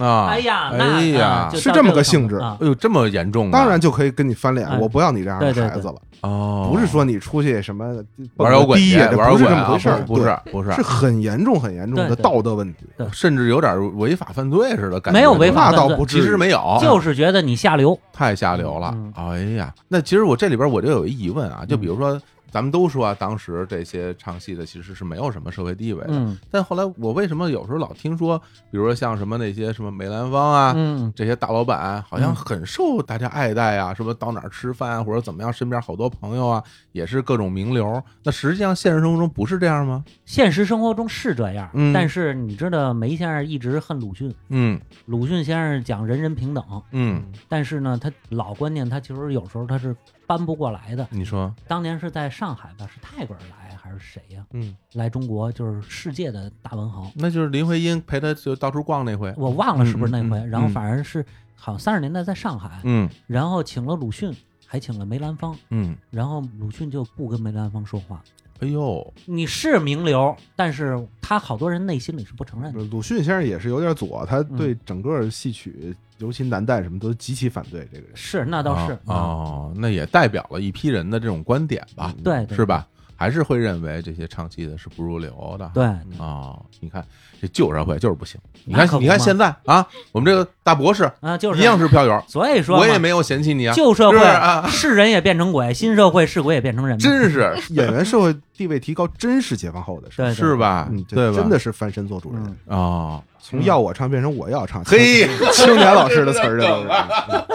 Speaker 1: 啊，
Speaker 2: 哎呀，那
Speaker 1: 哎呀
Speaker 2: 啊，就是到
Speaker 3: 这么
Speaker 2: 个
Speaker 3: 个
Speaker 2: 程
Speaker 3: 性
Speaker 2: 度
Speaker 3: 质
Speaker 2: 啊
Speaker 1: 哎呦，这么严重啊，
Speaker 3: 当然就可以跟你翻脸，
Speaker 2: 哎
Speaker 3: 我不要你这样的
Speaker 2: 对对对
Speaker 3: 孩子了。
Speaker 1: 哦，
Speaker 3: 不是说你出去什么
Speaker 1: 玩摇滚
Speaker 3: 蹦个迪
Speaker 1: 去
Speaker 3: 呀，这
Speaker 1: 玩摇
Speaker 3: 不是
Speaker 1: 滚
Speaker 3: 这
Speaker 1: 啊
Speaker 3: 么回事儿，
Speaker 1: 不是
Speaker 3: 对
Speaker 1: 不是
Speaker 3: 是很严重、很严重的
Speaker 2: 对对
Speaker 3: 道德问题。
Speaker 1: 甚至有点违法犯罪似的感觉，
Speaker 2: 没有违法犯
Speaker 3: 那倒
Speaker 2: 罪
Speaker 3: 不至
Speaker 1: 其
Speaker 3: 于，
Speaker 1: 实没有，
Speaker 2: 就是觉得你下流，
Speaker 1: 太下流了
Speaker 2: 嗯。
Speaker 1: 哎呀，那其实我这里边我就有一疑问啊，就比如说。咱们都说啊，当时这些唱戏的其实是没有什么社会地位的，
Speaker 2: 嗯
Speaker 1: 但后来我为什么有时候老听说，比如说像什么那些什么梅兰芳啊，
Speaker 2: 嗯，
Speaker 1: 这些大老板好像
Speaker 2: 嗯
Speaker 1: 很受大家爱戴啊，什么到哪儿吃饭啊或者怎么样，身边好多朋友啊，也是各种名流。那实际上现实生活中不是这样吗？
Speaker 2: 现实生活中是这样
Speaker 1: 嗯，
Speaker 2: 但是你知道梅先生一直恨鲁迅，
Speaker 1: 嗯
Speaker 2: 鲁迅先生讲人人平等，
Speaker 1: 嗯，
Speaker 2: 但是呢，他老观念他其实有时候他是搬不过来的。
Speaker 1: 你说
Speaker 2: 当年是在上海吧，是泰国人来还是谁呀、
Speaker 1: 嗯，
Speaker 2: 来中国就是世界的大文豪，
Speaker 1: 那就是林徽因陪他就到处逛那回，
Speaker 2: 我忘了是不是那回。
Speaker 1: 嗯嗯嗯
Speaker 2: 然后反正是好像三十年代在上海，
Speaker 1: 嗯
Speaker 2: 然后请了鲁迅，还请了梅兰芳，
Speaker 1: 嗯，
Speaker 2: 然后鲁迅就不跟梅兰芳说话。
Speaker 1: 哎呦，
Speaker 2: 你是名流，但是他好多人内心里是不承认的。
Speaker 3: 鲁迅先生也是有点左，他
Speaker 2: 嗯
Speaker 3: 对整个戏曲，尤其南代什么，都极其反对这个人。
Speaker 2: 是，那倒是嗯
Speaker 1: 啊，哦，那也代表了一批人的这种观点吧，
Speaker 3: 嗯
Speaker 2: 哎对对
Speaker 1: 是吧？还是会认为这些唱戏的是不入流的，
Speaker 2: 对，
Speaker 1: 哦，你看这旧社会就是不行，你
Speaker 2: 那
Speaker 1: 看
Speaker 2: 可不
Speaker 1: 你看
Speaker 2: 嘛
Speaker 1: 现在啊，我们这个大博士
Speaker 2: 啊，就是
Speaker 1: 一样是票友，
Speaker 2: 所以说嘛
Speaker 1: 我也没有嫌弃你啊，
Speaker 2: 旧社
Speaker 1: 是
Speaker 2: 会
Speaker 1: 不是啊
Speaker 2: 是人也变成鬼，新社会是鬼也变成人嘛。
Speaker 1: 真是
Speaker 3: 演员社会地位提高，真是解放后的事儿。
Speaker 2: 对
Speaker 1: 是吧
Speaker 3: 嗯，？
Speaker 1: 对
Speaker 3: 这
Speaker 1: 吧？
Speaker 3: 真的是翻身做主人，
Speaker 2: 嗯
Speaker 1: 哦，
Speaker 3: 从要我唱变成我要唱。
Speaker 1: 嘿
Speaker 3: 青 青年老师的词儿，这都是。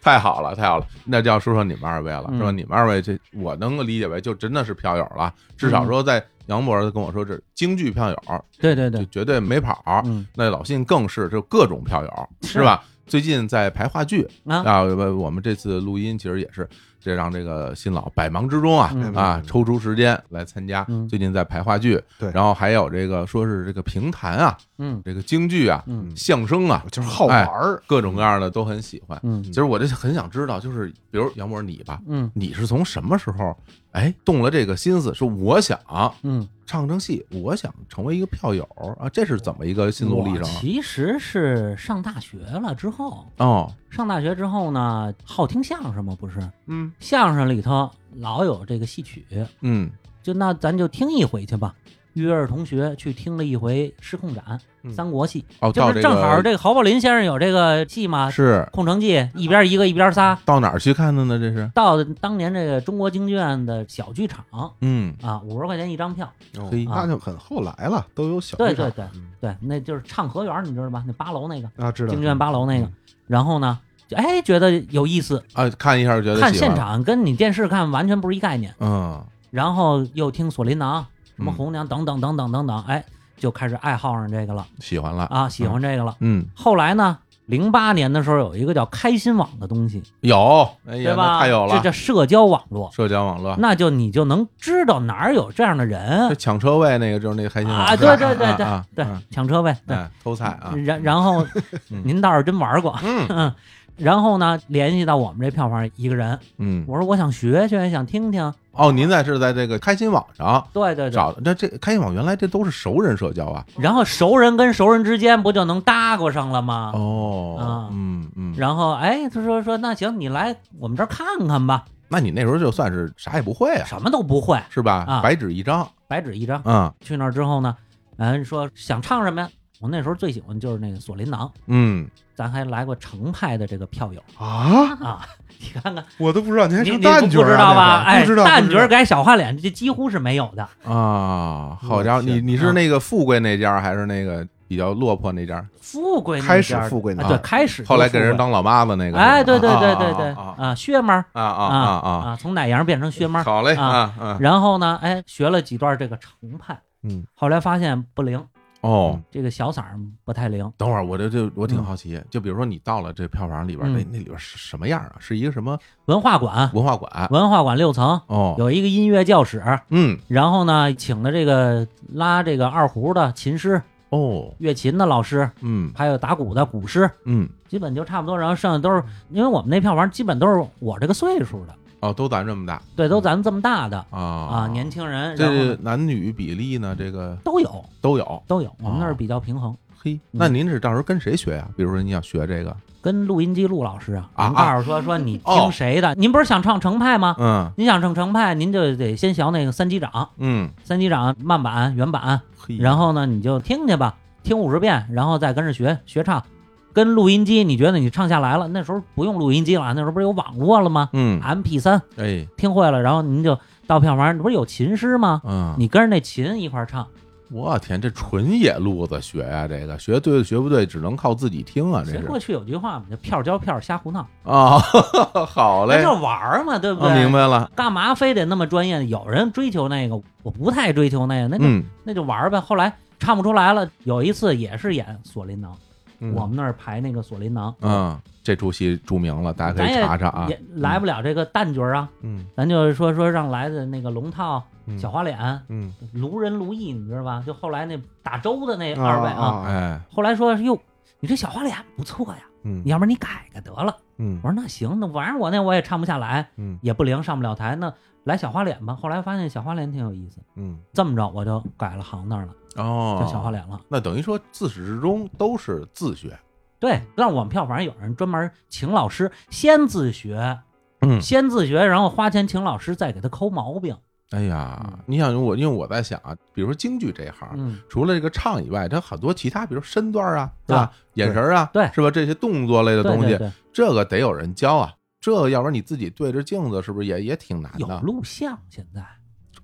Speaker 1: 太好了，太好了，那就要说说你们二位了，
Speaker 2: 嗯
Speaker 1: 是吧？你们二位这我能够理解为就真的是票友了，至
Speaker 2: 嗯
Speaker 1: 少说在杨博士跟我说这京剧票友
Speaker 2: 对对
Speaker 1: 就
Speaker 2: 对，
Speaker 1: 绝对没跑，
Speaker 2: 嗯
Speaker 1: 那老信更是就各种票友，是吧？最近在排话剧
Speaker 2: 啊，
Speaker 1: 啊，我我们这次录音其实也是这让这个新老百忙之中啊
Speaker 2: 嗯
Speaker 1: 啊抽出时间来参加，
Speaker 2: 嗯
Speaker 1: 最近在排话剧，
Speaker 3: 对
Speaker 1: 然后还有这个说是这个评弹啊，
Speaker 2: 嗯
Speaker 1: 这个京剧啊，
Speaker 2: 嗯
Speaker 1: 相声啊，
Speaker 3: 就是好玩儿，
Speaker 1: 各种各样的都很喜欢。
Speaker 2: 嗯
Speaker 1: 其实我这很想知道，就是比如杨博你吧，
Speaker 2: 嗯
Speaker 1: 你是从什么时候哎动了这个心思，说我想
Speaker 2: 嗯，
Speaker 1: 唱成戏，我想成为一个票友啊，这是怎么一个心路历
Speaker 2: 我
Speaker 1: 程啊？
Speaker 2: 其实是上大学了之后，
Speaker 1: 哦，
Speaker 2: 上大学之后呢，好听相声嘛，不是
Speaker 3: 嗯，
Speaker 2: 相声里头老有这个戏曲，
Speaker 1: 嗯
Speaker 2: 就那咱就听一回去吧。约着同学去听了一回《失控斩》
Speaker 3: 嗯
Speaker 2: 三国戏，
Speaker 1: 哦，
Speaker 2: 就
Speaker 1: 到
Speaker 2: 是
Speaker 1: 这
Speaker 2: 正好
Speaker 1: 个
Speaker 2: 这个侯宝林先生有这个戏嘛，《
Speaker 1: 是
Speaker 2: 空城计》一边一个一边仨，
Speaker 1: 到哪儿去看的呢？这是
Speaker 2: 到当年这个中国京剧院的小剧场
Speaker 1: 嗯
Speaker 2: 啊，五十块钱一张票，
Speaker 3: 哦
Speaker 1: 嘿
Speaker 3: 那就很后来了，都有小剧
Speaker 2: 对
Speaker 3: 场嗯
Speaker 2: 对对对，那就是唱和园，你知道吧？那八楼那个
Speaker 3: 啊，知道
Speaker 2: 京剧院八楼那个，然后呢，就哎觉得有意思，
Speaker 1: 啊，看一下觉得
Speaker 2: 看
Speaker 1: 喜欢
Speaker 2: 现，场跟你电视看完全不是一概念。
Speaker 1: 嗯
Speaker 2: 然后又听锁麟囊、什么
Speaker 1: 嗯
Speaker 2: 红娘等等等等等等，哎，就开始爱好上这个了
Speaker 1: 喜欢了，
Speaker 2: 啊，喜欢这个了。
Speaker 1: 嗯
Speaker 2: 后来呢，零八年的时候有一个叫开心网的东西，
Speaker 1: 有，哎呀，
Speaker 2: 对
Speaker 1: 那
Speaker 2: 吧？
Speaker 1: 太有
Speaker 2: 这嗯
Speaker 1: 了，
Speaker 2: 叫社交网络，
Speaker 1: 社交网络，
Speaker 2: 那就你就能知道哪儿有这样的
Speaker 1: 就
Speaker 2: 人，
Speaker 1: 抢车位那个就是那个开心网
Speaker 2: 啊
Speaker 1: 是吧
Speaker 2: 对对对对
Speaker 1: 啊啊
Speaker 2: 对
Speaker 1: 啊，
Speaker 2: 抢车位，对，嗯
Speaker 1: 哎，偷菜啊，
Speaker 2: 然然后
Speaker 1: 嗯
Speaker 2: 您倒是真玩过，
Speaker 1: 嗯
Speaker 2: 嗯，然后呢，联系到我们这票房一个人，
Speaker 1: 嗯，
Speaker 2: 我说我想学学，想听听。
Speaker 1: 哦，您在是在这个开心网上
Speaker 2: 对对对，
Speaker 1: 找的，那这开心网原来这都是熟人社交啊。
Speaker 2: 然后熟人跟熟人之间不就能搭过上了吗？
Speaker 1: 哦
Speaker 2: 啊，
Speaker 1: 嗯嗯，
Speaker 2: 然后哎，他说说那行，你来我们这儿看看吧，
Speaker 1: 那你那时候就算是啥也不会啊，
Speaker 2: 什么都不会，
Speaker 1: 是吧？
Speaker 2: 啊
Speaker 1: 白纸一张，
Speaker 2: 白纸一张。
Speaker 1: 嗯
Speaker 2: 去那儿之后呢，人说想唱什么呀？我那时候最喜欢就是那个《锁麟囊》，
Speaker 1: 嗯，
Speaker 2: 咱还来过程派的这个票友
Speaker 3: 啊，
Speaker 2: 啊，你看看，
Speaker 3: 我都不知道你还
Speaker 2: 你
Speaker 3: 成
Speaker 2: 你
Speaker 3: 旦
Speaker 2: 不
Speaker 3: 角
Speaker 2: 不知
Speaker 3: 儿啊
Speaker 2: 道吧？
Speaker 3: 那会儿
Speaker 2: 哎，
Speaker 3: 不知道
Speaker 2: 旦
Speaker 3: 不知
Speaker 2: 角
Speaker 3: 道
Speaker 2: 儿改小花脸，这几乎是没有的。
Speaker 1: 啊，好
Speaker 3: 我
Speaker 1: 家伙，
Speaker 3: 天
Speaker 1: 你你是
Speaker 2: 啊
Speaker 1: 那个富贵那家，还是那个比较落魄那家？
Speaker 2: 富贵那
Speaker 3: 开始
Speaker 2: 边儿
Speaker 3: 富贵
Speaker 2: 啊，
Speaker 3: 那
Speaker 2: 对，
Speaker 3: 儿
Speaker 2: 开始
Speaker 1: 后来给
Speaker 2: 就是
Speaker 1: 人
Speaker 2: 富贵
Speaker 1: 当老妈子那个？
Speaker 2: 哎，
Speaker 1: 是吧
Speaker 2: 对对对
Speaker 1: 啊
Speaker 2: 对
Speaker 1: 啊
Speaker 2: 对
Speaker 1: 啊
Speaker 2: 啊，薛妈儿
Speaker 1: 啊啊啊啊！
Speaker 2: 啊，从奶羊变成薛妈儿，
Speaker 1: 好嘞
Speaker 2: 啊
Speaker 1: 啊嗯
Speaker 2: 然后呢，哎，学了几段这个程派，
Speaker 3: 嗯，
Speaker 2: 后来发现不灵，
Speaker 1: 哦。
Speaker 2: 这个小嗓儿不太灵。
Speaker 1: 等会儿，我这就我挺
Speaker 2: 嗯
Speaker 1: 好奇，就比如说你到了这票房里边，那
Speaker 2: 嗯
Speaker 1: 那里边是什么样啊？是一个什么
Speaker 2: 文化馆，
Speaker 1: 文化馆？
Speaker 2: 文化馆六层
Speaker 1: 哦，
Speaker 2: 有一个音乐教室，
Speaker 1: 嗯，
Speaker 2: 然后呢，请的这个拉这个二胡的琴师、
Speaker 1: 哦，
Speaker 2: 乐琴的老师，
Speaker 1: 嗯
Speaker 2: 还有打鼓的鼓师，
Speaker 1: 嗯，
Speaker 2: 基本就差不多。然后剩下都是，因为我们那票房基本都是我这个岁数的，
Speaker 1: 哦，都咱这么大
Speaker 2: 对，都咱们这么大的
Speaker 1: 嗯啊
Speaker 2: 啊，年
Speaker 1: 轻。
Speaker 2: 轻人，然后
Speaker 1: 这
Speaker 2: 呢
Speaker 1: 男女比例呢？这个
Speaker 2: 都有
Speaker 1: 都有。
Speaker 2: 都有，我们那儿比较平衡。
Speaker 1: 嘿，
Speaker 2: 嗯
Speaker 1: 那您是到时候跟谁学呀、比如说你想学这
Speaker 2: 啊
Speaker 1: 个，
Speaker 2: 跟录音机录老师啊，
Speaker 1: 啊
Speaker 2: 我们告诉说说你
Speaker 1: 哦
Speaker 2: 听谁的，您不是想唱程派吗？
Speaker 1: 嗯
Speaker 2: 您想唱程派，您就得先学那个三级掌，
Speaker 1: 嗯，
Speaker 2: 三级掌慢板、原版，
Speaker 1: 嘿，
Speaker 2: 然后呢，你就听去吧，听五十遍，然后再跟着学学唱，跟录音机，你觉得你唱下来了，那时候不用录音机了，那时候不是有网络了吗
Speaker 1: 嗯，
Speaker 2: ？MP 三
Speaker 1: 哎，
Speaker 2: 听会了，然后您就到票房，不是有琴师吗？
Speaker 1: 嗯，
Speaker 2: 你跟着那琴一块儿
Speaker 1: 啊
Speaker 2: 唱，
Speaker 1: 我天，这纯野路子学呀、这个学对学不对，只能靠自己听啊，这
Speaker 2: 所以
Speaker 1: 是
Speaker 2: 过去有句话嘛，叫票交票，瞎胡闹，
Speaker 1: 啊、 好
Speaker 2: 那
Speaker 1: 嘞，
Speaker 2: 就是玩儿嘛，对不对？
Speaker 1: 啊明白了，
Speaker 2: 干嘛非得那么专业？有人追求那个，我不太追求那个，那就、
Speaker 1: 嗯，
Speaker 2: 那就玩儿呗。后来唱不出来了，有一次也是演《锁麟囊》
Speaker 1: 嗯
Speaker 2: 我们那儿排那个《锁麟囊》，
Speaker 1: 嗯，这出戏著名了，大家可以
Speaker 2: 咱也
Speaker 1: 查查啊，
Speaker 2: 也来不了这个旦角儿啊，
Speaker 1: 嗯
Speaker 2: 咱就是说说让来的那个龙套、
Speaker 1: 嗯
Speaker 2: 小花脸、
Speaker 1: 嗯，
Speaker 2: 卢人卢毅，你知道吧？就后来那打周的那
Speaker 3: 啊
Speaker 2: 二位啊，
Speaker 3: 啊
Speaker 1: 哎，
Speaker 2: 后来说哟，你这小花脸不错呀，
Speaker 1: 嗯
Speaker 2: 你要不然你改改得了。
Speaker 1: 嗯
Speaker 2: 我说那行，那反正我那我也唱不下来，
Speaker 1: 嗯
Speaker 2: 也不灵，上不了台，那来小花脸吧。后来发现小花脸挺有意思。
Speaker 1: 嗯，
Speaker 2: 这么着我就改了行当了，
Speaker 1: 哦，
Speaker 2: 叫小花脸了。
Speaker 1: 那等于说自始至终都是自学，
Speaker 2: 对，让我们票房有人专门请老师先自学，
Speaker 1: 嗯
Speaker 2: 先自学，然后花钱请老师再给他抠毛病。
Speaker 1: 哎呀
Speaker 2: 嗯，
Speaker 1: 你想我，因为我在想啊，比如说京剧这一行，
Speaker 2: 嗯，
Speaker 1: 除了这个唱以外，它很多其他，比如身段啊，是吧？
Speaker 2: 啊
Speaker 1: 眼神啊，
Speaker 2: 对
Speaker 1: 是吧？这些动作类的
Speaker 2: 对
Speaker 1: 东西，
Speaker 2: 对对，
Speaker 1: 这个得有人教啊。这要不然你自己对着镜子，是不是也也挺难
Speaker 2: 有
Speaker 1: 的？
Speaker 2: 录像现在。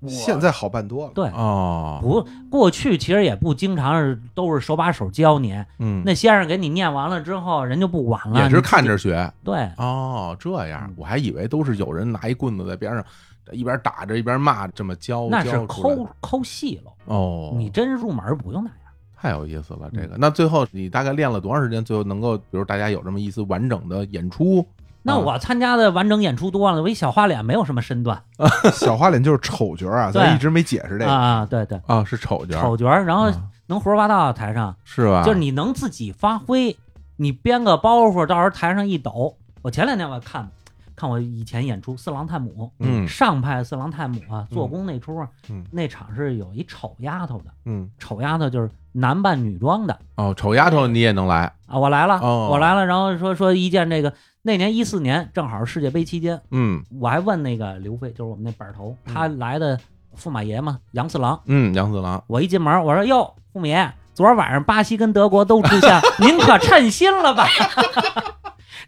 Speaker 3: 现在好办多了。
Speaker 2: 对，
Speaker 1: 哦，
Speaker 2: 啊不过去其实也不经常是都是手把手教你，
Speaker 1: 嗯，
Speaker 2: 那先生给你念完了之后，人就不管了，
Speaker 1: 也是
Speaker 2: 你自己
Speaker 1: 看着。学
Speaker 2: 对，
Speaker 1: 哦，这样
Speaker 2: 嗯
Speaker 1: 我还以为都是有人拿一棍子在边上一边打着一边骂，这么教
Speaker 2: 那
Speaker 1: 教
Speaker 2: 是
Speaker 1: 出来
Speaker 2: 抠抠细了。
Speaker 1: 哦，
Speaker 2: 你嗯真入门不用那样，
Speaker 1: 太有意思了，这个。那最后你大概练了多长时间？最后能够，比如大家有这么一次完整的演出？
Speaker 2: 那
Speaker 1: 啊
Speaker 2: 我参加的完整演出多了，我一小花脸没有什么身段
Speaker 3: 小花脸就是丑角啊，
Speaker 2: 对
Speaker 3: 咱一直没解释这个。
Speaker 2: 啊，对对，
Speaker 1: 啊，是丑角，
Speaker 2: 丑角儿，然后
Speaker 1: 啊
Speaker 2: 能胡说八道，台上
Speaker 1: 是吧？
Speaker 2: 就是你能自己发挥，你编个包袱，到时候台上一抖。我前两天我看看我以前演出《四郎探母》，
Speaker 1: 嗯
Speaker 2: 上派四郎探母啊，做工那出啊，
Speaker 1: 嗯
Speaker 2: 那场是有一丑丫头的，
Speaker 1: 嗯
Speaker 2: 丑丫头就是男扮女装的
Speaker 1: 哦，丑丫头你也能来？
Speaker 2: 啊，我来了，
Speaker 1: 哦
Speaker 2: 我来了，然后说说一见这个那年一四年正好世界杯期间，
Speaker 1: 嗯
Speaker 2: 我还问那个刘飞，就是我们那板头，他来的驸马爷嘛，杨四郎，
Speaker 1: 嗯，杨四郎，
Speaker 2: 我一进门，我说：“哟，傅敏，昨儿晚上巴西跟德国都出现，您可称心了吧？”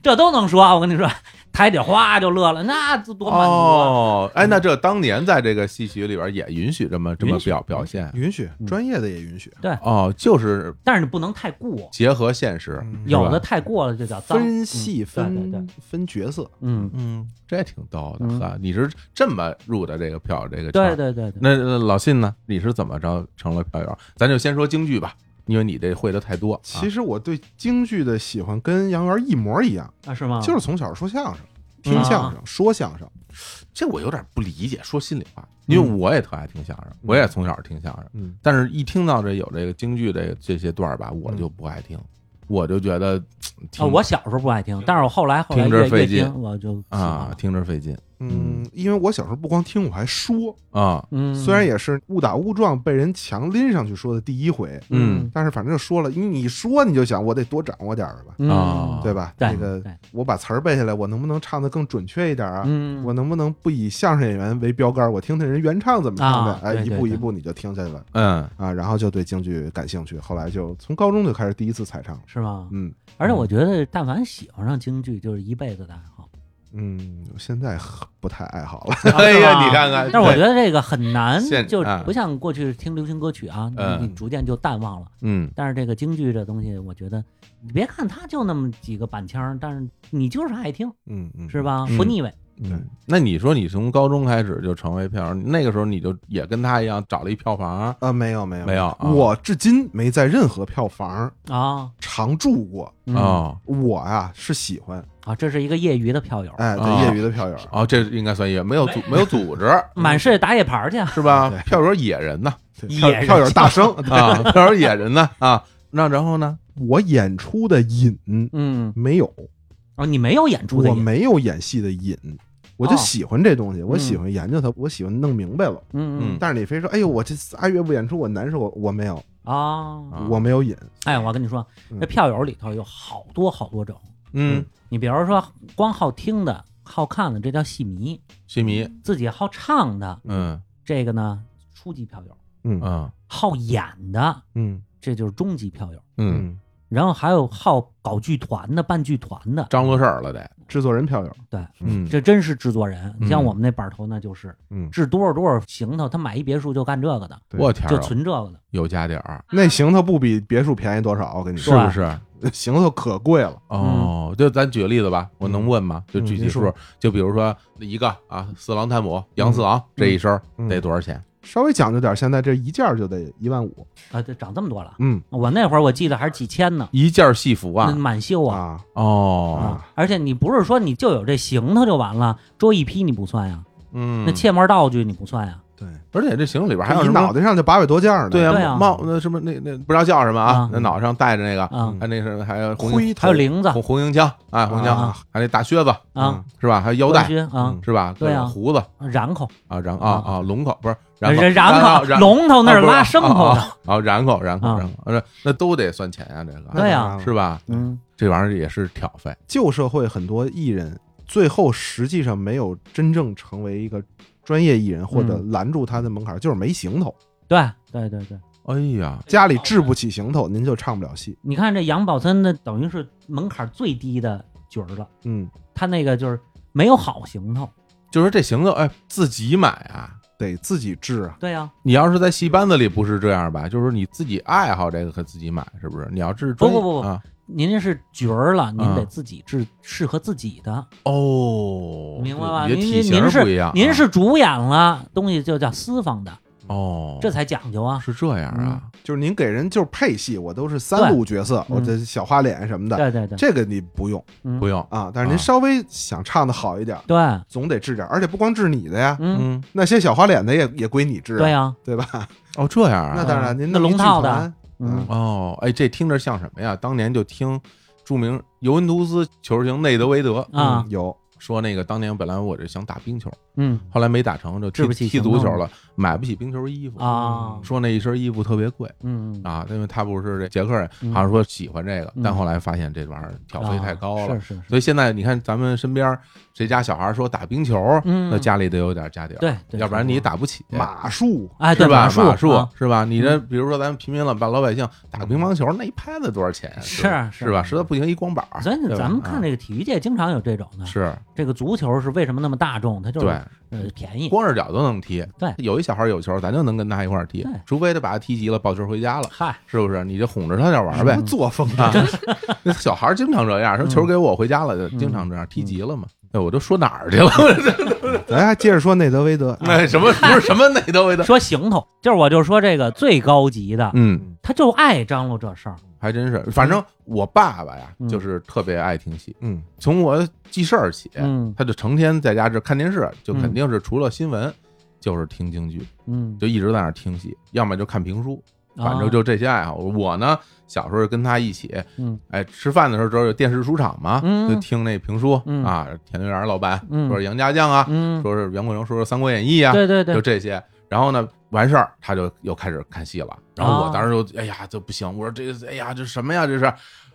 Speaker 2: 这都能说，我跟你说，台底哗就乐了，那多满足啊！
Speaker 1: 哦，哎，那这当年在这个戏曲里边也允许这么这么
Speaker 2: 允许
Speaker 1: 表表现
Speaker 3: 允许
Speaker 2: 嗯
Speaker 3: 专业的也允许，
Speaker 1: 哦，就是
Speaker 2: 但是你不能太过，
Speaker 1: 结合现实，
Speaker 3: 嗯
Speaker 1: 是吧
Speaker 2: 有的太过了就叫脏。嗯
Speaker 3: 分戏
Speaker 2: 对对
Speaker 3: 分
Speaker 2: 对
Speaker 3: 分角色，
Speaker 2: 嗯，
Speaker 1: 嗯，这挺逗的
Speaker 2: 嗯
Speaker 1: 哈。你是这么入的这个票这个圈
Speaker 2: 对
Speaker 1: 儿？
Speaker 2: 对对对，
Speaker 1: 那那老信呢？你是怎么着成了票友？咱就先说京剧吧，因为你这会的太多。啊
Speaker 3: 其实我对京剧的喜欢跟杨元一模一样，
Speaker 2: 啊是吗？
Speaker 3: 就是从小说相声、听相声、说相声。
Speaker 1: 这我有点不理解，说心里话，因为我也特爱听相声，我也从小听相声，
Speaker 3: 嗯，
Speaker 1: 嗯但是一听到这有这个京剧这这些段儿吧，我就不爱听，我就觉得嘖
Speaker 2: 啊，
Speaker 1: 听
Speaker 2: 我小时候不爱听，但是我后来后来
Speaker 1: 听着
Speaker 2: 越
Speaker 1: 费
Speaker 2: 越
Speaker 1: 劲
Speaker 2: 听我就喜欢
Speaker 1: 啊
Speaker 2: 了，
Speaker 1: 听着费劲
Speaker 3: 嗯，因为我小时候不光听，我还说，
Speaker 1: 啊，
Speaker 2: 嗯，
Speaker 3: 虽然也是误打误撞被人强拎上去说的第一回，
Speaker 1: 嗯
Speaker 3: 但是反正说了，你你说你就想我得多掌握点儿吧，
Speaker 2: 嗯
Speaker 1: 啊
Speaker 3: 对吧？
Speaker 2: 对
Speaker 3: 那个啊
Speaker 2: 对
Speaker 3: 我把词儿背下来，我能不能唱的更准确一点啊？
Speaker 2: 嗯，
Speaker 3: 我能不能不以相声演员为标杆儿，我听听人原唱怎么唱的？
Speaker 2: 啊
Speaker 3: 哎，
Speaker 2: 对
Speaker 3: 一
Speaker 2: 对
Speaker 3: 步
Speaker 2: 对
Speaker 3: 一步你就听下来了
Speaker 1: 嗯
Speaker 3: 啊，然后就对京剧感兴趣，后来就从高中就开始第一次彩唱了。
Speaker 2: 是吗？
Speaker 3: 嗯
Speaker 2: 而且我觉得，但凡喜欢上京剧，就是一辈子的爱好。
Speaker 3: 嗯，我现在很不太爱好了。
Speaker 1: 哎
Speaker 2: 啊是
Speaker 1: 呀，
Speaker 2: 吧
Speaker 1: 你看看，
Speaker 2: 但是我觉
Speaker 1: 得
Speaker 2: 得这个很难
Speaker 1: 现，
Speaker 2: 就
Speaker 1: 啊
Speaker 2: 不像过去听流行歌曲啊，
Speaker 1: 嗯
Speaker 2: 你你逐渐就淡忘了。
Speaker 1: 嗯
Speaker 2: 但是这个京剧这东西，我觉得你别看它就那么几个板腔，但是你就是爱听，
Speaker 3: 嗯嗯，
Speaker 2: 是？吧
Speaker 1: 嗯？
Speaker 2: 不腻味。
Speaker 1: 嗯，那你说你从高中开始就成为票房，那个时候你就也跟他一样找了一票房
Speaker 3: 啊，没有没有
Speaker 1: 没有啊
Speaker 3: 我至今没在任何票房
Speaker 2: 啊
Speaker 3: 常住过。
Speaker 2: 嗯
Speaker 1: 哦
Speaker 3: 我啊是喜欢，
Speaker 2: 啊，这是一个业余的票友，
Speaker 3: 哎，对
Speaker 1: 啊
Speaker 3: 业余的票友，
Speaker 1: 哦，这应该算也没有组没有组 织
Speaker 2: 满世界打野牌儿去 啊
Speaker 1: 是吧
Speaker 3: 对？
Speaker 1: 票友野人呐
Speaker 3: 对
Speaker 2: 野
Speaker 3: 票
Speaker 2: 人嗯
Speaker 3: 票 友大声。
Speaker 1: 啊，票友野人呐啊，那然后呢？
Speaker 3: 我演出的瘾
Speaker 2: 嗯，
Speaker 3: 没有，
Speaker 2: 哦，你没有演出的
Speaker 3: 我
Speaker 2: 瘾，
Speaker 3: 没有演戏的瘾，我就
Speaker 2: 哦
Speaker 3: 喜欢这东西，我
Speaker 2: 嗯
Speaker 3: 喜欢研究它，我喜欢弄明白了。
Speaker 2: 嗯
Speaker 1: 嗯
Speaker 3: 但是李飞说：“哎呦，我这仨月不演出，我难受。”我没有，
Speaker 2: 嗯啊，
Speaker 1: 啊
Speaker 3: 我没有瘾。
Speaker 2: 哎，我跟你说，这
Speaker 3: 嗯
Speaker 2: 票友里头有好多好多种，
Speaker 1: 嗯，
Speaker 2: 你比如说光好听的、好看的，这叫戏迷；
Speaker 1: 戏迷，
Speaker 2: 自己好唱的，
Speaker 1: 嗯
Speaker 2: 这个呢初级票友；
Speaker 3: 嗯
Speaker 1: 嗯
Speaker 2: 好演的，
Speaker 3: 嗯
Speaker 2: 这就是中级票友。
Speaker 1: 嗯，
Speaker 3: 嗯，
Speaker 2: 然后还有好搞剧团的、办剧团的，
Speaker 1: 张罗事儿了得，
Speaker 3: 制作人票友，
Speaker 2: 对，
Speaker 1: 嗯
Speaker 2: 这真是制作人。
Speaker 1: 嗯
Speaker 2: 像我们那板头呢，就是
Speaker 3: 嗯，
Speaker 2: 制多少多少行头，他买一别墅就干这个的，
Speaker 3: 对
Speaker 1: 我天
Speaker 2: 就
Speaker 1: 儿啊，
Speaker 2: 存这个的。
Speaker 1: 有家底儿，
Speaker 3: 那行头不比别墅便宜多少？我跟你
Speaker 1: 是啊
Speaker 3: 说，
Speaker 1: 不是？
Speaker 3: 行头可贵了。
Speaker 2: 嗯
Speaker 1: 哦，就咱举个例子吧，我能问吗？就具
Speaker 3: 嗯
Speaker 1: 体
Speaker 3: 你说
Speaker 1: 数，就比如说一个啊，四郎探母、杨四郎这一身儿
Speaker 3: 嗯
Speaker 1: 得多少钱？
Speaker 3: 稍微讲究点，现在这一件儿就得一万五。
Speaker 2: 啊，这涨这么多了。
Speaker 3: 嗯
Speaker 2: 我那会儿我记得还是几千呢，
Speaker 1: 一件戏服
Speaker 2: 那
Speaker 1: 啊，
Speaker 2: 满绣啊。
Speaker 3: 啊，
Speaker 1: 哦，
Speaker 2: 啊！而且你不是说你就有这行头就完了，桌一批你不算呀，
Speaker 1: 嗯
Speaker 2: 那，切末道具你不算呀，
Speaker 3: 对，
Speaker 1: 而且这行李里边还有
Speaker 3: 你
Speaker 1: 什
Speaker 3: 脑
Speaker 1: 么？
Speaker 3: 袋上就八百多件呢。
Speaker 1: 对
Speaker 2: 对啊
Speaker 1: 啊，帽那什么那那不知道叫什么啊
Speaker 2: 啊，
Speaker 1: 那脑上戴着那个，
Speaker 2: 啊
Speaker 3: 嗯
Speaker 1: 还那是还有红缨
Speaker 3: 灰
Speaker 2: 还有铃子
Speaker 1: 红红缨枪，哎，红枪，
Speaker 2: 啊
Speaker 1: 还有那大靴子
Speaker 3: 嗯
Speaker 2: 啊，
Speaker 1: 是吧？还有腰
Speaker 2: 冠
Speaker 1: 带嗯
Speaker 2: 军啊，
Speaker 1: 是吧？
Speaker 2: 对啊
Speaker 1: 各种胡子
Speaker 2: 然后
Speaker 1: 啊，然啊啊龙口不是，然后
Speaker 2: 呃然然
Speaker 1: 然
Speaker 2: 后龙头那儿
Speaker 1: 啊不是
Speaker 2: 拉牲口的，
Speaker 1: 啊，然后然后
Speaker 2: 啊
Speaker 1: 然后呃那都得算钱呀，这个
Speaker 2: 对
Speaker 3: 啊
Speaker 2: 呀
Speaker 1: 是吧？
Speaker 2: 嗯
Speaker 1: 这玩意儿也是挑费，
Speaker 3: 旧社会很多艺人最后实际上没有真正成为一个专业艺人，或者
Speaker 2: 嗯
Speaker 3: 拦住他的门槛儿就是没行头，
Speaker 2: 对对对对，
Speaker 1: 哎呀，
Speaker 3: 家里置不起行头，您就唱不了戏。
Speaker 2: 你看这杨宝森的等于是门槛最低的角儿了，
Speaker 3: 嗯，
Speaker 2: 他那个就是没有好行头，
Speaker 1: 就是这行头，哎，自己买啊。
Speaker 3: 得自己制啊。
Speaker 2: 对呀，
Speaker 1: 你要是在戏班子里不是这样吧？就是你自己爱好这个和自己买，是不是？你要是专
Speaker 2: 不不不不
Speaker 1: 啊，
Speaker 2: 您这是角儿了，您
Speaker 1: 啊
Speaker 2: 得自己制适合自己的，
Speaker 1: 哦，
Speaker 2: 明白吧？
Speaker 1: 你
Speaker 2: 您
Speaker 1: 的体
Speaker 2: 您
Speaker 1: 型
Speaker 2: 您
Speaker 1: 不一
Speaker 2: 是
Speaker 1: 样，啊
Speaker 2: 您是主演了，东西就叫私房的，
Speaker 1: 哦，
Speaker 2: 这才讲究啊。
Speaker 1: 是这样啊，
Speaker 3: 就是您给人就是配戏，我都是三路角色，
Speaker 2: 对嗯
Speaker 3: 我这小花脸什么的，
Speaker 2: 对对对，
Speaker 3: 这个你不用
Speaker 2: 嗯
Speaker 1: 不用，
Speaker 3: 啊。但
Speaker 1: 啊
Speaker 3: 是您稍微想唱的好一点，
Speaker 2: 对，
Speaker 3: 总得治点儿，而且不光治你的呀，
Speaker 2: 嗯，
Speaker 1: 嗯，
Speaker 3: 那些小花脸的也也归你治，
Speaker 2: 对啊呀，
Speaker 3: 对吧？
Speaker 1: 哦，这样
Speaker 3: 那
Speaker 1: 啊，
Speaker 3: 当然，您
Speaker 2: 那
Speaker 3: 弄一
Speaker 2: 龙套
Speaker 3: 剧团
Speaker 2: 的，嗯
Speaker 3: 嗯，
Speaker 1: 哦，哎，这听着像什么呀？当年就听著名尤文图斯球星内德维德
Speaker 2: 啊
Speaker 3: 嗯，有
Speaker 1: 说，那个当年本来我这想打冰球，
Speaker 2: 嗯
Speaker 1: 后来没打成，就
Speaker 2: 治
Speaker 1: 踢
Speaker 2: 不起
Speaker 1: 踢
Speaker 2: 行
Speaker 1: 足球
Speaker 2: 头
Speaker 1: 了，买不起冰球衣服
Speaker 2: 啊
Speaker 1: 说那一身衣服特别贵
Speaker 2: 嗯嗯
Speaker 1: 啊，因为他不是这捷克人，
Speaker 2: 嗯
Speaker 1: 好像说喜欢这个，但
Speaker 2: 嗯
Speaker 1: 后来发现这玩意儿挑费太高了。
Speaker 2: 啊是是是，
Speaker 1: 所以现在你看，咱们身边儿谁家小孩说打冰球，
Speaker 2: 嗯
Speaker 1: 那家里得有点家底儿，
Speaker 2: 对对
Speaker 1: 要不然你打不起。
Speaker 3: 马术，
Speaker 2: 哎，对
Speaker 1: 是吧？
Speaker 2: 马术
Speaker 1: 马术
Speaker 2: 啊
Speaker 1: 是吧？你这比如说咱们平民老百老百姓打乒乓球，那一拍子多少钱？
Speaker 2: 是啊
Speaker 1: 是吧是
Speaker 2: 是
Speaker 1: 吧？
Speaker 2: 啊
Speaker 1: 实在不行一光板儿。
Speaker 2: 所以
Speaker 1: 对吧
Speaker 2: 咱们看这个体育界经常有这种的
Speaker 1: 啊，是
Speaker 2: 这个足球是为什么那么大众？它就是
Speaker 1: 对，
Speaker 2: 呃便宜，
Speaker 1: 光着脚都能踢。
Speaker 2: 对
Speaker 1: 有一小孩有球，咱就能跟他一块儿踢
Speaker 2: 对，
Speaker 1: 除非他把他踢急了，抱球回家了，
Speaker 2: 嗨，
Speaker 1: 是不是？你就哄着他点玩儿
Speaker 3: 什
Speaker 1: 呗
Speaker 3: 么。作风
Speaker 1: 啊， 那小孩儿经常这样，说球给我，我回家了，就
Speaker 2: 嗯
Speaker 1: 经常这样，踢急了嘛。哎，我都说哪儿去了？
Speaker 3: 咱还接着说内德维德，
Speaker 1: 那什么不是什么内德 维德？
Speaker 2: 说行头，就是我就说这个最高级的，
Speaker 1: 嗯，
Speaker 2: 他就爱张罗这事儿，
Speaker 1: 还真是。反正我爸爸呀，
Speaker 2: 嗯
Speaker 1: 就是特别爱听戏，
Speaker 3: 嗯，
Speaker 1: 从我记事儿起，
Speaker 2: 嗯
Speaker 1: 他就成天在家这看电视，就
Speaker 2: 嗯
Speaker 1: 肯定是除了新闻，就是听京剧，
Speaker 2: 嗯啊
Speaker 1: 就一直在那儿听戏，要么就看评书，反正就这些爱好。我呢，小时候跟他一起，
Speaker 2: 哦嗯
Speaker 1: 哎，吃饭的时候只有电视书场嘛，
Speaker 2: 嗯
Speaker 1: 就听那评书、
Speaker 2: 嗯
Speaker 1: 啊，田园园老板、
Speaker 2: 嗯
Speaker 1: 说是杨家将啊，
Speaker 2: 嗯，
Speaker 1: 说是袁国荣说是《三国演义》啊，
Speaker 2: 对对
Speaker 1: 就
Speaker 2: 对，
Speaker 1: 这些。然后呢，完事儿他就又开始看戏了。然后
Speaker 2: 啊
Speaker 1: 我当时就哎呀，这不行，我说这哎呀这什么呀这是，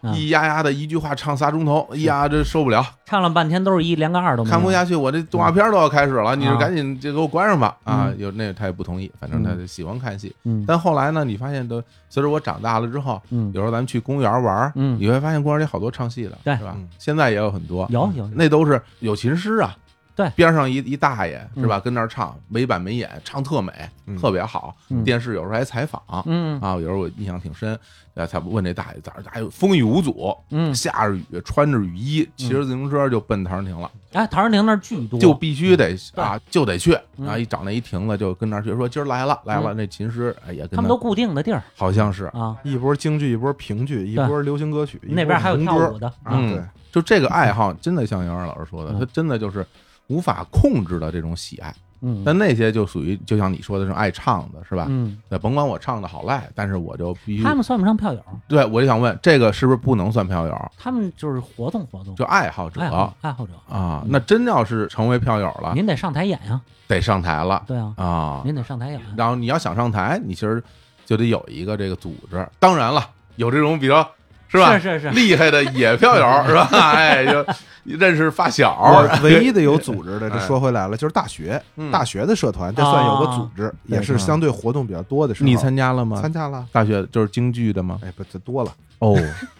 Speaker 2: 嗯
Speaker 1: 咿呀呀的一句话唱仨钟头，哎呀这受不了，
Speaker 2: 唱了半天都是一连个二都没有
Speaker 1: 看不下去，我这动画片儿都要开始了，你就
Speaker 2: 啊
Speaker 1: 赶紧就给我关上吧啊！
Speaker 2: 嗯
Speaker 1: 有那他也不同意，反正他就喜欢看戏。
Speaker 2: 嗯
Speaker 1: 但后来呢，你发现都随着我长大了之后，
Speaker 2: 嗯
Speaker 1: 有时候咱们去公园玩儿，
Speaker 2: 嗯
Speaker 1: 你会发现公园里好多唱戏的，
Speaker 2: 对
Speaker 1: 是吧
Speaker 3: 嗯？
Speaker 1: 现在也有很多，嗯
Speaker 2: 有有有
Speaker 1: 那都是有琴师啊，
Speaker 2: 对嗯
Speaker 1: 边上一一大爷是吧，跟那儿唱，没板没眼，唱特美，
Speaker 3: 嗯
Speaker 1: 特别好
Speaker 2: 嗯。
Speaker 1: 电视有时候还采访啊，
Speaker 2: 嗯
Speaker 1: 有时候我印象挺深，呃，他问这大爷咋咋风雨无阻，
Speaker 2: 嗯，
Speaker 1: 下着雨，穿着雨衣，骑着自行车就奔陶然亭了，
Speaker 2: 哎，陶然亭那儿巨多，
Speaker 1: 就必须得
Speaker 2: 对
Speaker 1: 啊，就得去
Speaker 2: 嗯
Speaker 1: 啊！一找那一亭子，就跟那儿去，说今儿来了，来了。那琴师哎也跟
Speaker 2: 他们都固定的地儿
Speaker 1: 好像是，
Speaker 2: 啊，
Speaker 3: 一波京剧，一波评剧，一波流行歌曲，一波
Speaker 2: 那边还有
Speaker 3: 红
Speaker 2: 跳
Speaker 3: 歌
Speaker 2: 舞的，
Speaker 3: 啊，
Speaker 1: 嗯
Speaker 3: 对，
Speaker 1: 就这个爱好，真的像杨二老师说的，
Speaker 2: 嗯
Speaker 1: 他真的就是无法控制的这种喜爱。
Speaker 2: 嗯，
Speaker 1: 但那些就属于就像你说的这种爱唱的是吧？
Speaker 2: 嗯，
Speaker 1: 那甭管我唱的好赖，但是我就必须
Speaker 2: 他们算不上票友，
Speaker 1: 对我就想问，这个是不是不能算票友？
Speaker 2: 他们就是活动活动，
Speaker 1: 就爱好者
Speaker 2: 爱好爱好者，
Speaker 1: 啊？那真要是成为票友了，
Speaker 2: 您得上台演呀，
Speaker 1: 得上台了
Speaker 2: 对啊，
Speaker 1: 啊！
Speaker 2: 您得上台演，
Speaker 1: 然后你要想上台，你其实就得有一个这个组织。当然了，有这种比较是吧？
Speaker 2: 是是是，
Speaker 1: 厉害的野票友是吧？哎，就认识发小，
Speaker 3: 我唯一的有组织的，这
Speaker 1: 哎
Speaker 3: 说回来了，就是大学，
Speaker 1: 哦嗯
Speaker 3: 大学的社团，这算有个组
Speaker 2: 哦
Speaker 3: 织，也是
Speaker 2: 嗯
Speaker 1: 对
Speaker 3: 相对活动比较多的时候。
Speaker 1: 你参加了吗？
Speaker 3: 参加了？
Speaker 1: 大学就是京剧的吗？
Speaker 3: 哎，不，这多了。
Speaker 1: 哦，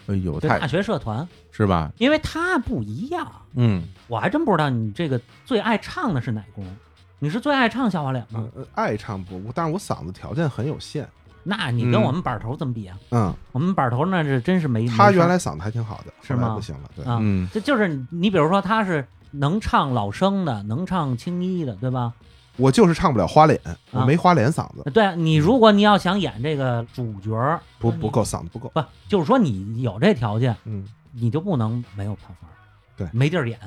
Speaker 1: 哎 呦，
Speaker 2: 对大
Speaker 3: 啊
Speaker 1: 太
Speaker 2: 学社团，
Speaker 1: 是吧？
Speaker 2: 因为他不一样，
Speaker 1: 嗯，
Speaker 2: 我还真不知道你这个最爱唱的是哪工。你是最爱唱小花脸
Speaker 1: 嗯
Speaker 2: 吗？
Speaker 3: 呃爱唱不，但是我嗓子条件很有限。
Speaker 2: 那你跟
Speaker 1: 嗯
Speaker 2: 我们板头怎么比啊？
Speaker 3: 嗯，
Speaker 2: 我们板头那是真是没
Speaker 3: 他
Speaker 2: 没声
Speaker 3: 原
Speaker 2: 儿
Speaker 3: 来嗓子还挺好的，
Speaker 2: 是
Speaker 3: 后来
Speaker 2: 吗
Speaker 3: 不行了，对，
Speaker 2: 啊，
Speaker 1: 嗯
Speaker 2: 这就是你你比如说他是能唱老生的，能唱青衣的，对吧？
Speaker 3: 我就是唱不了花
Speaker 2: 啊
Speaker 3: 脸，我没花脸嗓子，
Speaker 2: 对啊，你如果你要想演这个主角儿，
Speaker 3: 不
Speaker 2: 那你
Speaker 3: 不够，嗓子不够。
Speaker 2: 不就是说你有这条件，
Speaker 3: 嗯，
Speaker 2: 你就不能没有票房，
Speaker 3: 对
Speaker 2: 没地儿演。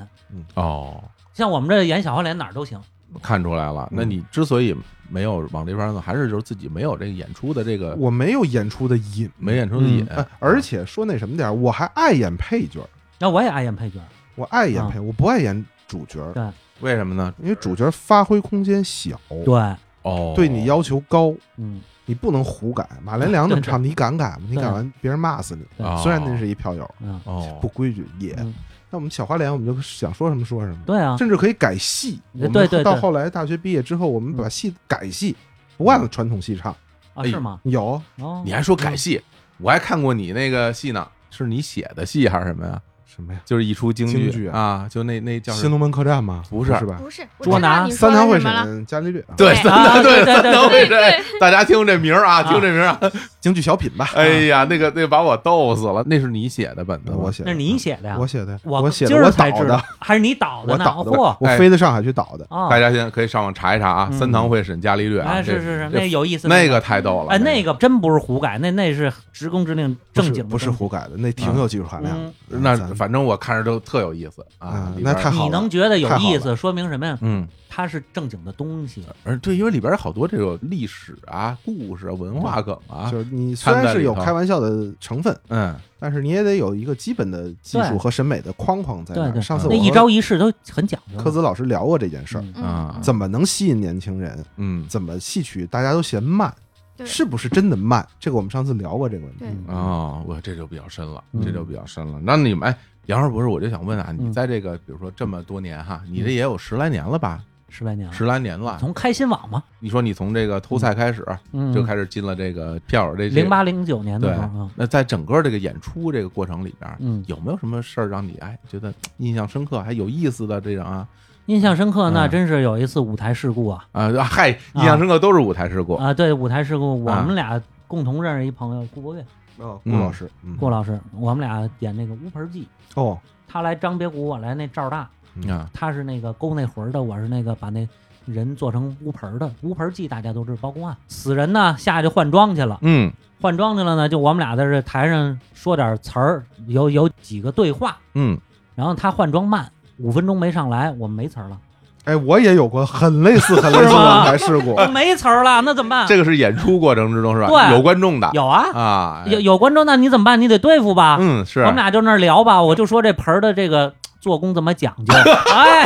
Speaker 1: 哦，
Speaker 2: 像我们这演小花脸哪儿都行，
Speaker 1: 看出来了。那
Speaker 3: 嗯
Speaker 1: 你之所以没有往这边弄，还是就是自己没有这个演出的这个
Speaker 3: 我没有演出的瘾，
Speaker 1: 没演出的瘾啊
Speaker 3: 哎，而且说那什么点儿，我还爱演配角儿，
Speaker 2: 那我也爱演配角儿，
Speaker 3: 我爱
Speaker 2: 啊
Speaker 3: 演配，我不爱演主角儿
Speaker 2: 对，
Speaker 1: 为什么呢？
Speaker 3: 因为主角儿发挥空间小，
Speaker 2: 对，
Speaker 1: 哦，
Speaker 3: 对你要求高，
Speaker 2: 嗯，
Speaker 3: 你不能胡改。马连良怎么唱，你 敢改吗？你
Speaker 2: 对
Speaker 3: 改完别人骂死你。
Speaker 2: 对
Speaker 1: 哦
Speaker 3: 虽然那是一票友，
Speaker 2: 嗯，
Speaker 1: 哦
Speaker 3: 不规矩也。
Speaker 2: 嗯
Speaker 3: 那我们小花脸，我们就想说什么说什么，
Speaker 2: 对啊，
Speaker 3: 甚至可以改戏。我
Speaker 2: 对
Speaker 3: 们
Speaker 2: 对对嗯
Speaker 3: 到后来大学毕业之后，我们把戏改戏，不按传统戏唱。
Speaker 2: 啊
Speaker 1: 哎
Speaker 2: 是吗？
Speaker 3: 有
Speaker 2: 哦
Speaker 1: 你，还说改戏，我还看过你那个戏呢，是你写的戏还是什么呀？
Speaker 3: 什么呀？
Speaker 1: 就是一出京
Speaker 3: 京剧
Speaker 1: 啊，就那那叫什
Speaker 3: 新
Speaker 1: 么？
Speaker 3: 龙门客栈吗？
Speaker 1: 不
Speaker 3: 不
Speaker 1: 是
Speaker 3: 吧？
Speaker 4: 不是我知道
Speaker 2: 捉拿
Speaker 4: 你说
Speaker 3: 三堂
Speaker 4: 的
Speaker 3: 会
Speaker 4: 什么了
Speaker 3: 审伽利略啊，
Speaker 1: 对，
Speaker 4: 对
Speaker 1: 三
Speaker 2: 啊
Speaker 1: 堂
Speaker 2: 对对
Speaker 1: 三堂
Speaker 2: 对
Speaker 1: 会
Speaker 4: 对对
Speaker 1: 这，大家听这名儿啊，
Speaker 2: 啊
Speaker 1: 听这名儿啊，
Speaker 3: 京剧小品吧。
Speaker 1: 哎呀，那个那把我逗死了，那是你写的本子
Speaker 3: 那
Speaker 1: 吗
Speaker 3: 我写
Speaker 2: 那
Speaker 3: 的，
Speaker 2: 是你写的呀？
Speaker 3: 我写的，
Speaker 2: 我
Speaker 3: 我写
Speaker 2: 今
Speaker 3: 的，
Speaker 2: 儿
Speaker 3: 我
Speaker 2: 才
Speaker 3: 导
Speaker 2: 知道
Speaker 3: 的，，
Speaker 2: 还是你导
Speaker 3: 我
Speaker 2: 的呢？
Speaker 3: 导的，我
Speaker 2: 嚯
Speaker 3: 我
Speaker 1: 哎
Speaker 3: 飞到上海去导的。
Speaker 2: 啊
Speaker 1: 大！家现在可以上网查一查啊，
Speaker 2: 嗯
Speaker 1: 三堂会审伽利略啊，
Speaker 2: 哎，
Speaker 1: 这
Speaker 2: 是是是，
Speaker 1: 这
Speaker 2: 那有意思，
Speaker 1: 那个太逗了，
Speaker 2: 哎，那个真不是胡改，那那是职工指令
Speaker 3: 不是
Speaker 2: 正经的
Speaker 3: 不是
Speaker 2: 东西
Speaker 3: 胡改的，那挺有技术含量的
Speaker 2: 嗯。
Speaker 3: 嗯
Speaker 1: 那
Speaker 3: 咱
Speaker 1: 反正我看着都特有意思啊
Speaker 3: 啊，
Speaker 1: 里边
Speaker 3: 那太好了
Speaker 2: 你能觉得有
Speaker 3: 太好
Speaker 2: 意
Speaker 3: 了
Speaker 2: 思，说明什么呀？
Speaker 1: 嗯，
Speaker 2: 它是正经的东西，
Speaker 1: 而对，因为里边有好多这种历史啊、故事、啊、文化梗啊，
Speaker 3: 就是你虽
Speaker 1: 掺
Speaker 3: 然
Speaker 1: 在
Speaker 3: 是
Speaker 1: 里
Speaker 3: 有
Speaker 1: 头
Speaker 3: 开玩笑的成分，
Speaker 1: 嗯，
Speaker 3: 但是你也得有一个基本的技
Speaker 2: 对
Speaker 3: 术和审美的框框在那
Speaker 2: 对对
Speaker 3: 儿。上次
Speaker 2: 那
Speaker 3: 我
Speaker 2: 一
Speaker 3: 和
Speaker 2: 招一式都很讲究。
Speaker 3: 科子老师聊过这件事儿，
Speaker 2: 嗯
Speaker 4: 嗯
Speaker 1: 啊
Speaker 3: 怎么能吸引年轻人？
Speaker 1: 嗯
Speaker 3: 怎么戏曲大家都嫌慢，
Speaker 4: 对
Speaker 3: 是不是真的慢？这个我们上次聊过这个问题
Speaker 4: 对。
Speaker 2: 嗯
Speaker 3: 啊
Speaker 1: 哦，我这就比较深了，
Speaker 2: 嗯
Speaker 1: 这就比较深了。那你们哎，杨二博士，我就想问啊，
Speaker 2: 嗯
Speaker 1: 你在这个比如说这么多年哈，你这也有十来年了吧？
Speaker 2: 十来年了，
Speaker 1: 十来年了，
Speaker 2: 从开心网嘛，
Speaker 1: 你说你从这个偷菜开始
Speaker 2: 嗯，
Speaker 1: 就开始进了这个票友这
Speaker 2: 零八零九年的
Speaker 1: 对
Speaker 2: 时候啊，，
Speaker 1: 那在整个这个演出这个过程里边。
Speaker 2: 嗯，
Speaker 1: 有没有什么事儿让你哎觉得印象深刻还有意思的这种啊
Speaker 2: 印象深刻
Speaker 3: 哎
Speaker 2: 那
Speaker 1: 嗯
Speaker 2: 真是有一次舞台事故啊
Speaker 1: 啊嗨印象深刻都是舞台事故
Speaker 2: 啊，对舞台事故，我
Speaker 1: 啊
Speaker 2: 们俩共同认识一朋友顾博岳
Speaker 3: 哦，
Speaker 1: 嗯
Speaker 3: 顾老师，嗯
Speaker 2: 顾老师，我们俩演那个乌盆记，
Speaker 3: 哦，
Speaker 2: 他来张别谷，我来那赵大，
Speaker 1: 啊
Speaker 2: 他是那个勾那魂儿的，我是那个把那人做成乌盆儿的。乌盆儿记大家都知道，包公案死人呢下去换装去了，
Speaker 1: 嗯
Speaker 2: 换装去了呢，就我们俩在这台上说点词儿，有有几个对话，
Speaker 1: 嗯
Speaker 2: 然后他换装慢，五分钟没上来，我们没词儿了。
Speaker 3: 哎，我也有过很类似、很类似
Speaker 2: 是
Speaker 3: 的
Speaker 2: 吗
Speaker 3: 舞台事故。
Speaker 2: 我 没词儿了，那怎么办？
Speaker 1: 这个是演出过程之中是吧？
Speaker 2: 啊对
Speaker 1: 有观众的
Speaker 2: 有啊，
Speaker 1: 啊，
Speaker 2: 有有观众，那你怎么办？你得对付吧。
Speaker 1: 嗯是
Speaker 2: 我们俩就那儿聊吧，我就说这盆儿的这个做工怎么讲 究，哎。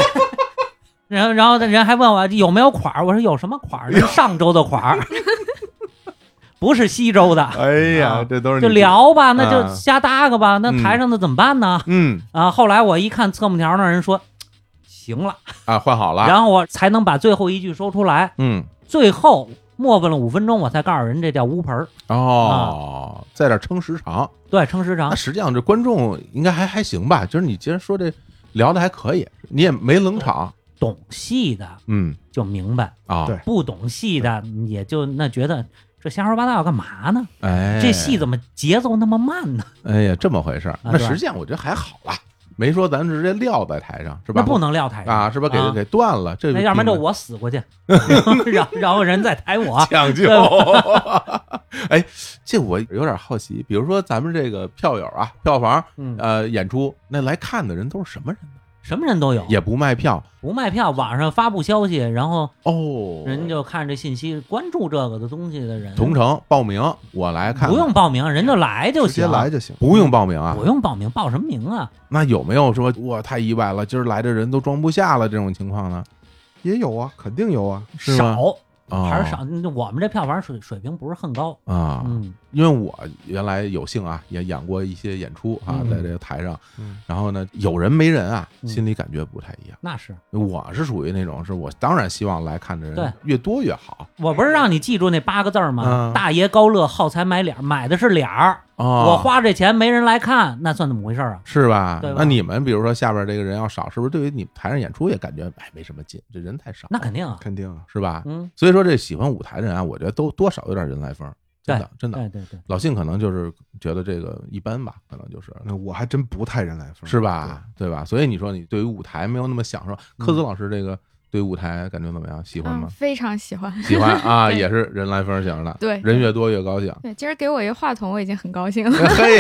Speaker 2: 然后，然后人还问我有没有款儿，我说有什么款儿？这是上周的 款儿，不是西周的，
Speaker 1: 哎呀，
Speaker 2: 啊
Speaker 1: 这都是
Speaker 2: 就
Speaker 1: 你
Speaker 2: 聊吧，那
Speaker 1: 啊
Speaker 2: 就瞎搭个吧。那
Speaker 1: 嗯
Speaker 2: 台上的怎么办呢？
Speaker 1: 嗯
Speaker 2: 啊，后来我一看侧幕条那人说行了，
Speaker 1: 啊换好了，
Speaker 2: 然后我才能把最后一句说出来。
Speaker 1: 嗯
Speaker 2: 最后磨叽了五分钟，我才告诉人这叫乌盆儿，啊
Speaker 1: 哦，在这儿撑时长，
Speaker 2: 对，称时
Speaker 1: 那
Speaker 2: 长。
Speaker 1: 实际上这观众应该还还行吧，就是你既然说这聊的还可以，你也没冷场，
Speaker 2: 懂戏的
Speaker 1: 嗯
Speaker 2: 就明白，
Speaker 1: 啊，
Speaker 3: 对
Speaker 2: 不懂戏的也就那觉得这瞎说八道干嘛呢？
Speaker 1: 哎，
Speaker 2: 这戏怎么节奏那么慢呢？
Speaker 1: 哎呀这么回事儿，
Speaker 2: 啊
Speaker 1: 那
Speaker 2: 对吧
Speaker 1: 实际上我觉得还好啦，没说咱直接撂在台上是吧？
Speaker 2: 那不能撂台上
Speaker 1: 啊，是吧？给
Speaker 2: 啊
Speaker 1: 给断了，这
Speaker 2: 那要不然就
Speaker 1: 并。
Speaker 2: 我死过去，然后然后人再抬我
Speaker 1: 抢救
Speaker 2: 对。
Speaker 1: 哎，这我有点好奇，比如说咱们这个票友啊，票房
Speaker 2: 嗯，
Speaker 1: 呃演出那来看的人都是什么人呢？
Speaker 2: 什么人都有，
Speaker 1: 也不卖票
Speaker 2: 不卖票，网上发布消息，然后
Speaker 1: 哦，
Speaker 2: 人就看这信息，关注这个的东西的人，
Speaker 1: 同城报名，我来看看，
Speaker 2: 不用报名，人就来就
Speaker 3: 直接
Speaker 2: 行，
Speaker 3: 来就行。
Speaker 1: 不用报名啊
Speaker 2: 啊不？用报名，报什么名啊？
Speaker 1: 那有没有说哇太意外了，今儿来的人都装不下了这种情况呢？
Speaker 3: 也有啊，肯定有啊。
Speaker 1: 是吗
Speaker 2: 少
Speaker 1: 啊，
Speaker 2: 还是少，那我们这票房水水平不是很高，
Speaker 1: 啊？
Speaker 2: 嗯，
Speaker 1: 因为我原来有幸啊，也演过一些演出啊，
Speaker 2: 嗯
Speaker 1: 在这个台上，
Speaker 3: 嗯，
Speaker 1: 然后呢，有人没人啊，
Speaker 2: 嗯
Speaker 1: 心里感觉不太一样。
Speaker 2: 那是，
Speaker 1: 我是属于那种，是我当然希望来看的
Speaker 2: 对
Speaker 1: 人越多越好
Speaker 2: 我不是让你记住那八个字儿吗
Speaker 3: 啊
Speaker 1: 嗯？
Speaker 2: 大爷高乐好财买脸儿，买的是脸儿，
Speaker 1: 啊，
Speaker 2: 我花这钱没人来看，那算怎么回事儿啊？
Speaker 1: 是吧？
Speaker 2: 对吧
Speaker 1: 那你们比如说下边这个人要少，是不是对于你们台上演出也感觉哎没什么劲，这人太少，
Speaker 2: 那肯定啊，
Speaker 3: 肯定啊。
Speaker 1: 是吧？
Speaker 2: 嗯，
Speaker 1: 所以说这喜欢舞台的人啊，我觉得都多少有点人来疯，真的真的。
Speaker 2: 对对对，
Speaker 1: 老信可能就是觉得这个一般吧，可能就是
Speaker 3: 那我还真不太人来疯，
Speaker 1: 是吧？对吧？所以你说你对于舞台没有那么享受，科子老师这个对舞台感觉怎么样？喜欢
Speaker 4: 嗯，
Speaker 1: 吗？
Speaker 4: 非常喜欢。
Speaker 1: 喜欢啊，
Speaker 4: 对
Speaker 1: 也是人来疯型的，
Speaker 4: 对
Speaker 1: 人越多越高兴。
Speaker 4: 对，今儿给我一个话筒，我已经很高兴了。
Speaker 1: 嘿，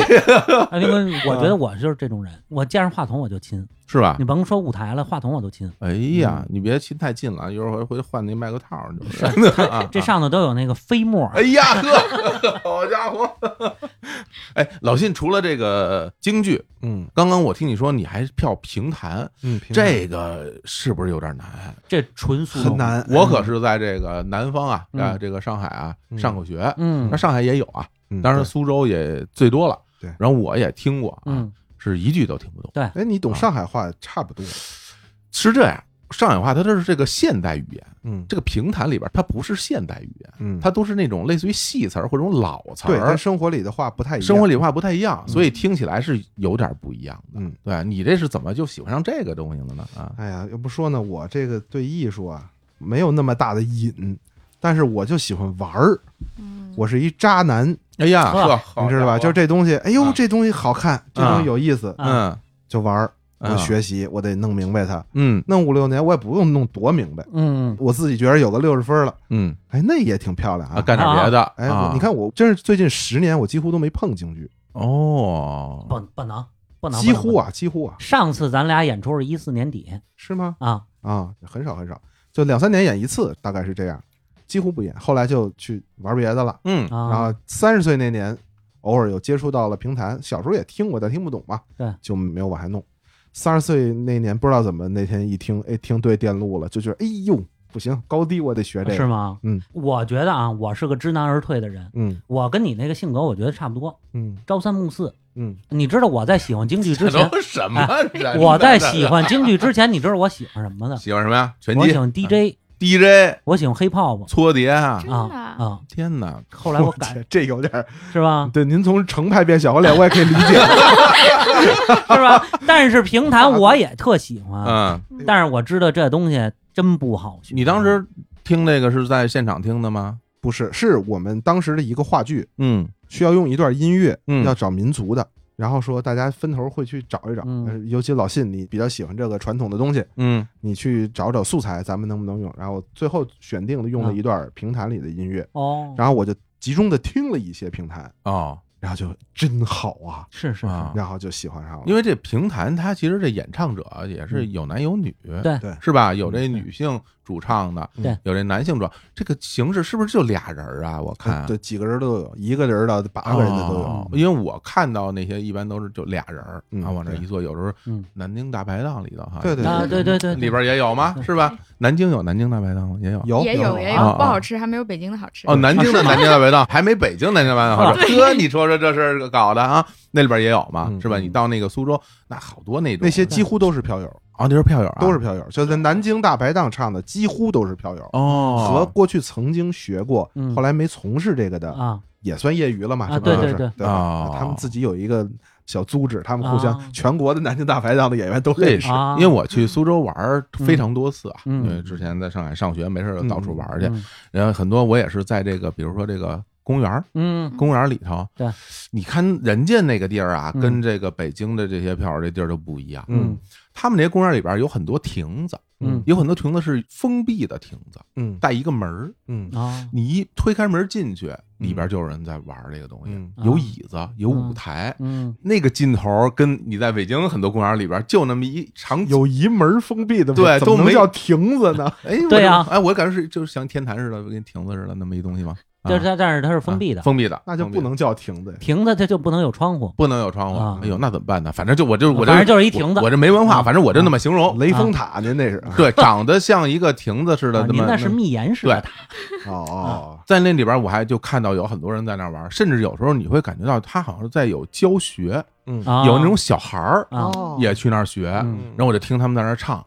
Speaker 2: 啊，因为我觉得我就是这种
Speaker 3: 啊
Speaker 2: 人，我见着话筒我就亲，
Speaker 1: 是吧
Speaker 2: 你？甭说舞台了，话筒我都
Speaker 3: 啊
Speaker 2: 亲。
Speaker 1: 哎呀，你别亲太近了，一会儿回回换那麦克套儿就是 啊。
Speaker 2: 这上头都有那个飞沫，
Speaker 1: 哎呀呵，好家伙！ 哎，老信除了这个京剧，
Speaker 3: 嗯
Speaker 1: 刚刚我听你说你还票评弹，
Speaker 3: 嗯，
Speaker 1: 这个是不是有点难？
Speaker 2: 这纯素
Speaker 3: 很。难。
Speaker 1: 我可是在这个南方啊，
Speaker 2: 嗯
Speaker 1: 啊，这个上海啊
Speaker 3: 嗯
Speaker 1: 上过学，
Speaker 2: 嗯
Speaker 1: 那上海也有啊，
Speaker 3: 嗯，
Speaker 1: 当然
Speaker 3: 对
Speaker 1: 苏州也最多了。
Speaker 3: 对
Speaker 1: 然后我也听过啊，
Speaker 2: 嗯，
Speaker 1: 是一句都听不懂。
Speaker 3: 哎，你懂
Speaker 1: 啊
Speaker 3: 上海话差不多。
Speaker 1: 是这样，上海话它这是这个现代语言，
Speaker 3: 嗯，
Speaker 1: 这个评弹里边它不是现代语言，
Speaker 3: 嗯，
Speaker 1: 它都是那种类似于戏词儿或者那种老词
Speaker 3: 对
Speaker 1: 儿
Speaker 3: 跟，生活里的话不太一样。
Speaker 1: 生活里话不太一样，
Speaker 3: 嗯
Speaker 1: 所以听起来是有点不一样的。
Speaker 3: 嗯，
Speaker 1: 对你这是怎么就喜欢上这个东西了呢？啊，
Speaker 3: 哎呀，要不说呢，我这个对艺术啊没有那么大的瘾，但是我就喜欢玩儿。
Speaker 4: 嗯，
Speaker 3: 我是一渣男，
Speaker 1: 哎呀，
Speaker 2: 呵
Speaker 1: 呵，好
Speaker 3: 你知道吧？
Speaker 1: 家伙
Speaker 3: 就是这东西，哎呦
Speaker 1: 啊，
Speaker 3: 这东西好看，这东
Speaker 1: 啊
Speaker 3: 西有意思，
Speaker 2: 啊
Speaker 1: 嗯
Speaker 3: 就玩儿。我
Speaker 1: 嗯
Speaker 3: 学习，我得弄明白它。
Speaker 1: 嗯
Speaker 3: 弄五六年，我也不用弄多明白，
Speaker 2: 嗯，
Speaker 3: 我自己觉得有个六十分了，
Speaker 1: 嗯
Speaker 3: 哎，那也挺漂亮
Speaker 1: 啊，
Speaker 3: 啊。
Speaker 1: 干点别的。
Speaker 3: 哎，
Speaker 1: 啊
Speaker 3: 我你看我真是最近十年，我几乎都没碰京剧，
Speaker 1: 哦
Speaker 2: 不，不能不能，
Speaker 3: 几
Speaker 2: 不
Speaker 3: 乎
Speaker 2: 能。
Speaker 3: 啊，几乎啊，
Speaker 2: 上次咱俩演出是一四年底
Speaker 3: 是吗？
Speaker 2: 啊，
Speaker 3: 啊，很少很少，就两三年演一次，大概是这样，几乎不演。后来就去玩别的了。
Speaker 1: 嗯
Speaker 2: 然
Speaker 3: 然后三十岁那年，偶尔有接触到了评弹，小时候也听过，但听不懂嘛，
Speaker 2: 对
Speaker 3: 就没有往下弄。三十岁那年，不知道怎么那天一听，哎，听对电路了，就觉得哎呦不行，高低我得学这
Speaker 2: 啊是
Speaker 3: 个。
Speaker 2: 吗？
Speaker 3: 嗯，
Speaker 2: 我觉得啊，我是个知难而退的人，
Speaker 3: 嗯
Speaker 2: 我跟你那个性格我觉得差不多，
Speaker 3: 嗯
Speaker 2: 朝三暮四。
Speaker 3: 嗯，
Speaker 2: 你知道我在喜欢京剧 之前，
Speaker 1: 都什么人？
Speaker 2: 哎我在喜欢京剧之前，你知道我喜欢什么呢？
Speaker 1: 喜欢什么呀？拳
Speaker 2: 我
Speaker 1: 击
Speaker 2: 喜、欢 DJ，
Speaker 1: DJ、
Speaker 2: 我喜欢黑泡泡
Speaker 1: 搓碟啊！
Speaker 4: 真的
Speaker 2: 啊
Speaker 4: 啊
Speaker 2: 啊！
Speaker 1: 天哪，
Speaker 2: 后来我啊
Speaker 3: 这
Speaker 2: 改
Speaker 3: 这有点儿
Speaker 2: 是吧？
Speaker 3: 对，您从成派变小花脸，我也可以理解。
Speaker 2: 是吧？但是 评弹我也特喜欢，
Speaker 1: 嗯，
Speaker 2: 但是我知道这东西真不好学。
Speaker 1: 你当时听这个是在现场听的吗？
Speaker 3: 不是，是我们当时的一个话剧，
Speaker 1: 嗯
Speaker 3: 需要用一段音乐，
Speaker 1: 嗯
Speaker 3: 要找民族的，然后说大家分头会去找一找，
Speaker 2: 嗯
Speaker 3: 呃尤其老信，你比较喜欢这个传统的东西，
Speaker 1: 嗯
Speaker 3: 你去找找素材，咱们能不能用？然后最后选
Speaker 1: 嗯
Speaker 3: 定了用了一段评弹里的音乐，
Speaker 2: 哦，
Speaker 3: 然后我就集中的听了一些评弹，
Speaker 1: 哦，
Speaker 3: 然后就真好啊，
Speaker 2: 是是
Speaker 1: 啊
Speaker 3: 然后就喜欢上了。
Speaker 1: 因为这评弹，它其实这演唱者啊也是有男有女，
Speaker 2: 对
Speaker 3: 嗯对
Speaker 1: 是吧？有这女性主唱的，
Speaker 2: 对
Speaker 1: 有这男性主唱，这个形式是不是就俩人儿啊？我看
Speaker 3: 对，几个人都有，一个人的、八个人的都有。
Speaker 1: 哦因为我看到那些一般都是就俩人儿
Speaker 3: 嗯
Speaker 1: 啊，往这一坐，有时候
Speaker 2: 嗯
Speaker 1: 南京大排档里头哈，
Speaker 3: 对对
Speaker 2: 啊，对对对，嗯
Speaker 1: 里边也有吗？是吧？南京有南京大排档吗？也有。
Speaker 3: 有
Speaker 4: 也
Speaker 3: 有
Speaker 4: 也有
Speaker 1: 啊，
Speaker 4: 不
Speaker 1: 啊
Speaker 4: 好吃，还没有北京的好吃。
Speaker 1: 哦，南京的南京大排档还没北京南京大排档好吃。呵，你说说这事儿搞的啊？那里边也有嘛，
Speaker 3: 嗯
Speaker 1: 是吧？你到那个苏州，那好多那种
Speaker 3: 那些几乎都是票友，
Speaker 1: 啊，那是票友啊，
Speaker 3: 都是票友，就在南京大排档唱的几乎都是票友，
Speaker 1: 哦
Speaker 3: 和过去曾经学过，
Speaker 2: 嗯
Speaker 3: 后来没从事这个的，
Speaker 2: 啊，
Speaker 3: 也算业余了嘛，
Speaker 2: 啊
Speaker 3: 相当于
Speaker 2: 对
Speaker 3: 是
Speaker 2: 对对
Speaker 3: 吧
Speaker 1: 哦
Speaker 3: 他们自己有一个小组织，他们互
Speaker 2: 啊
Speaker 3: 相全国的南京大排档的演员都认
Speaker 1: 认
Speaker 3: 识。
Speaker 1: 识
Speaker 2: 啊，
Speaker 1: 因为我去苏州玩儿非常多次啊，
Speaker 2: 嗯
Speaker 1: 因为之前在上海上学，没事儿就到处玩儿去，
Speaker 2: 嗯
Speaker 1: 然后很多我也是在这个，比如说这个公园儿。
Speaker 2: 嗯，
Speaker 1: 公园儿里头，
Speaker 2: 对，
Speaker 1: 你看人家那个地儿啊，
Speaker 2: 嗯
Speaker 1: 跟这个北京的这些票友这地儿就不一样。
Speaker 3: 嗯
Speaker 1: 他们这公园里边儿有很多亭子，
Speaker 2: 嗯
Speaker 1: 有很多亭子是封闭的亭子，
Speaker 3: 嗯
Speaker 1: 带一个门儿，
Speaker 3: 嗯
Speaker 2: 啊，
Speaker 1: 你一推开门进去，里边就有人在玩这个东西，
Speaker 3: 嗯
Speaker 1: 有椅子，有舞台。
Speaker 2: 嗯啊嗯，
Speaker 1: 那个尽头跟你在北京很多公园里边就那么一长
Speaker 3: 有一门封闭的，
Speaker 1: 对
Speaker 3: 怎
Speaker 1: 都
Speaker 3: 么
Speaker 1: 没
Speaker 3: 能叫亭 子呢？
Speaker 1: 哎，我
Speaker 2: 对啊呀
Speaker 1: 就哎，我感觉是就是像天坛似的，跟亭子似的那么一东西吗？啊
Speaker 2: 就是它，但是它是封闭的
Speaker 1: 啊，封闭的，
Speaker 3: 那就
Speaker 1: 封
Speaker 3: 不
Speaker 1: 闭的
Speaker 3: 能叫亭子呀。
Speaker 2: 亭子它就不能有窗户，
Speaker 1: 不能有窗户。
Speaker 2: 啊
Speaker 1: 哎呦，那怎么办呢？反正就我就我这
Speaker 2: 反正就是一亭子
Speaker 1: 我我这没文化，
Speaker 2: 啊
Speaker 1: 反正我就那么形容。
Speaker 3: 雷峰塔，您那是？
Speaker 1: 对，长得像一个亭子似的，
Speaker 2: 啊
Speaker 1: 那
Speaker 2: 您
Speaker 1: 么
Speaker 2: 那是密啊檐式的塔，
Speaker 3: 哦哦，
Speaker 1: 在那里边，我还就看到有很多人在那玩，甚至有时候你会感觉到他好像是在有教学，
Speaker 3: 嗯
Speaker 2: 啊
Speaker 1: 有那种小孩儿
Speaker 2: 啊，
Speaker 3: 哦
Speaker 1: 也去那儿学，
Speaker 2: 嗯
Speaker 1: 然后我就听他们在那儿唱，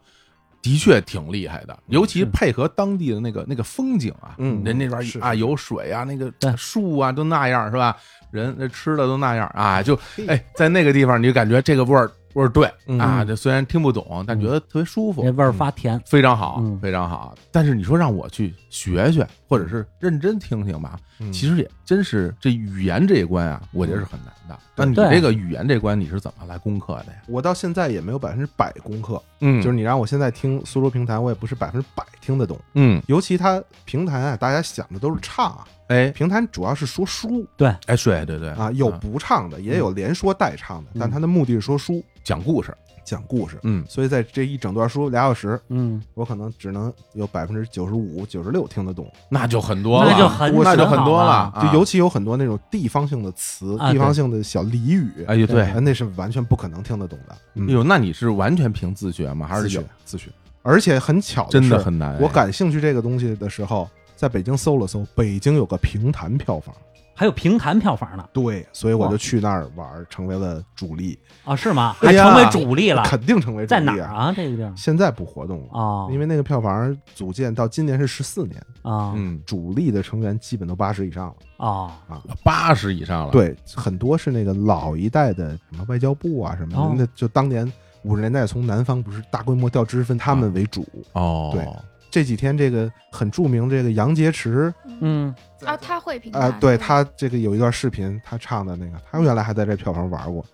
Speaker 1: 的确挺厉害的，尤其
Speaker 2: 嗯
Speaker 1: 配合当地的那个那个风景啊，
Speaker 3: 嗯
Speaker 1: 人那边
Speaker 3: 是
Speaker 1: 啊
Speaker 3: 是
Speaker 1: 有水啊，那个
Speaker 2: 对
Speaker 1: 树啊都那样是吧？人那吃的都那样啊，就哎在那个地方你就感觉这个味儿味儿对啊，
Speaker 3: 嗯
Speaker 1: 这虽然听不懂，但觉
Speaker 2: 嗯
Speaker 1: 得特别舒服
Speaker 2: 那，味儿发甜，
Speaker 1: 非常好
Speaker 2: 嗯，
Speaker 1: 非常好。但是你说让我去学学，或者是认真听听吧，
Speaker 3: 嗯
Speaker 1: 其实也真是这语言这一关啊，我觉得是很难的。
Speaker 3: 嗯
Speaker 1: 那你
Speaker 2: 对
Speaker 1: 这个语言这关你是怎么来攻克的呀？
Speaker 3: 我到现在也没有百分之百攻克，
Speaker 1: 嗯
Speaker 3: 就是你让我现在听苏州评弹，我也不是百分之百听得懂。
Speaker 1: 嗯，
Speaker 3: 尤其他评弹啊，大家想的都是唱啊，
Speaker 1: 哎
Speaker 3: 评弹主要是说书
Speaker 1: 哎，对对对
Speaker 3: 啊，有不唱的，也有连说带唱的，但他的目的是说书、
Speaker 1: 讲故事，
Speaker 3: 讲故事。
Speaker 1: 嗯
Speaker 3: 所以在这一整段书俩小时，
Speaker 2: 嗯，
Speaker 3: 我可能只能有百分之九十五、九十六听得懂，
Speaker 1: 那就很多了，
Speaker 2: 那就很
Speaker 1: 那就很多了，
Speaker 2: 了，
Speaker 1: 啊
Speaker 3: 就尤其有很多那种地方性的词、
Speaker 2: 啊
Speaker 3: 地方性的小俚语，
Speaker 1: 哎呦对，
Speaker 3: 哎
Speaker 1: 哎
Speaker 3: 那是完全不可能听得懂的。嗯
Speaker 1: 呦，那你是完全凭自学吗？还
Speaker 3: 自
Speaker 1: 是有
Speaker 3: 学自学，而且很巧的是，
Speaker 1: 真的很哎难？
Speaker 3: 我感兴趣这个东西的时候，在北京搜了搜，北京有个评弹票房，
Speaker 2: 还有评弹票房呢，
Speaker 3: 对，所以我
Speaker 2: 哇
Speaker 3: 就去那儿玩儿，成为了主力，
Speaker 2: 啊，是吗？
Speaker 3: 哎
Speaker 2: 还
Speaker 3: 呀
Speaker 2: 成为主力了，
Speaker 3: 肯定成为主
Speaker 2: 在
Speaker 3: 力、
Speaker 2: 哪儿？啊？这个地儿
Speaker 3: 现在不活动了，
Speaker 2: 哦，
Speaker 3: 因为那个票房组建到今年是十四年，
Speaker 2: 啊
Speaker 1: 嗯，
Speaker 3: 主力的成员基本都八十以上了。
Speaker 2: 啊
Speaker 1: 八十以上了，，
Speaker 3: 对，很多是那个老一代的什么外交部啊什么的，
Speaker 2: 哦
Speaker 3: 那就当年五十年代从南方不是大规模调知识分他们为主。
Speaker 2: 啊
Speaker 1: 哦，
Speaker 3: 对这几天这个很著名，这个杨洁篪
Speaker 2: 嗯
Speaker 4: 啊，他会评
Speaker 3: 啊、
Speaker 4: 弹
Speaker 3: 对
Speaker 4: 是吧
Speaker 3: 他这个有一段视频，他唱的那个，他原来还在这票房玩过，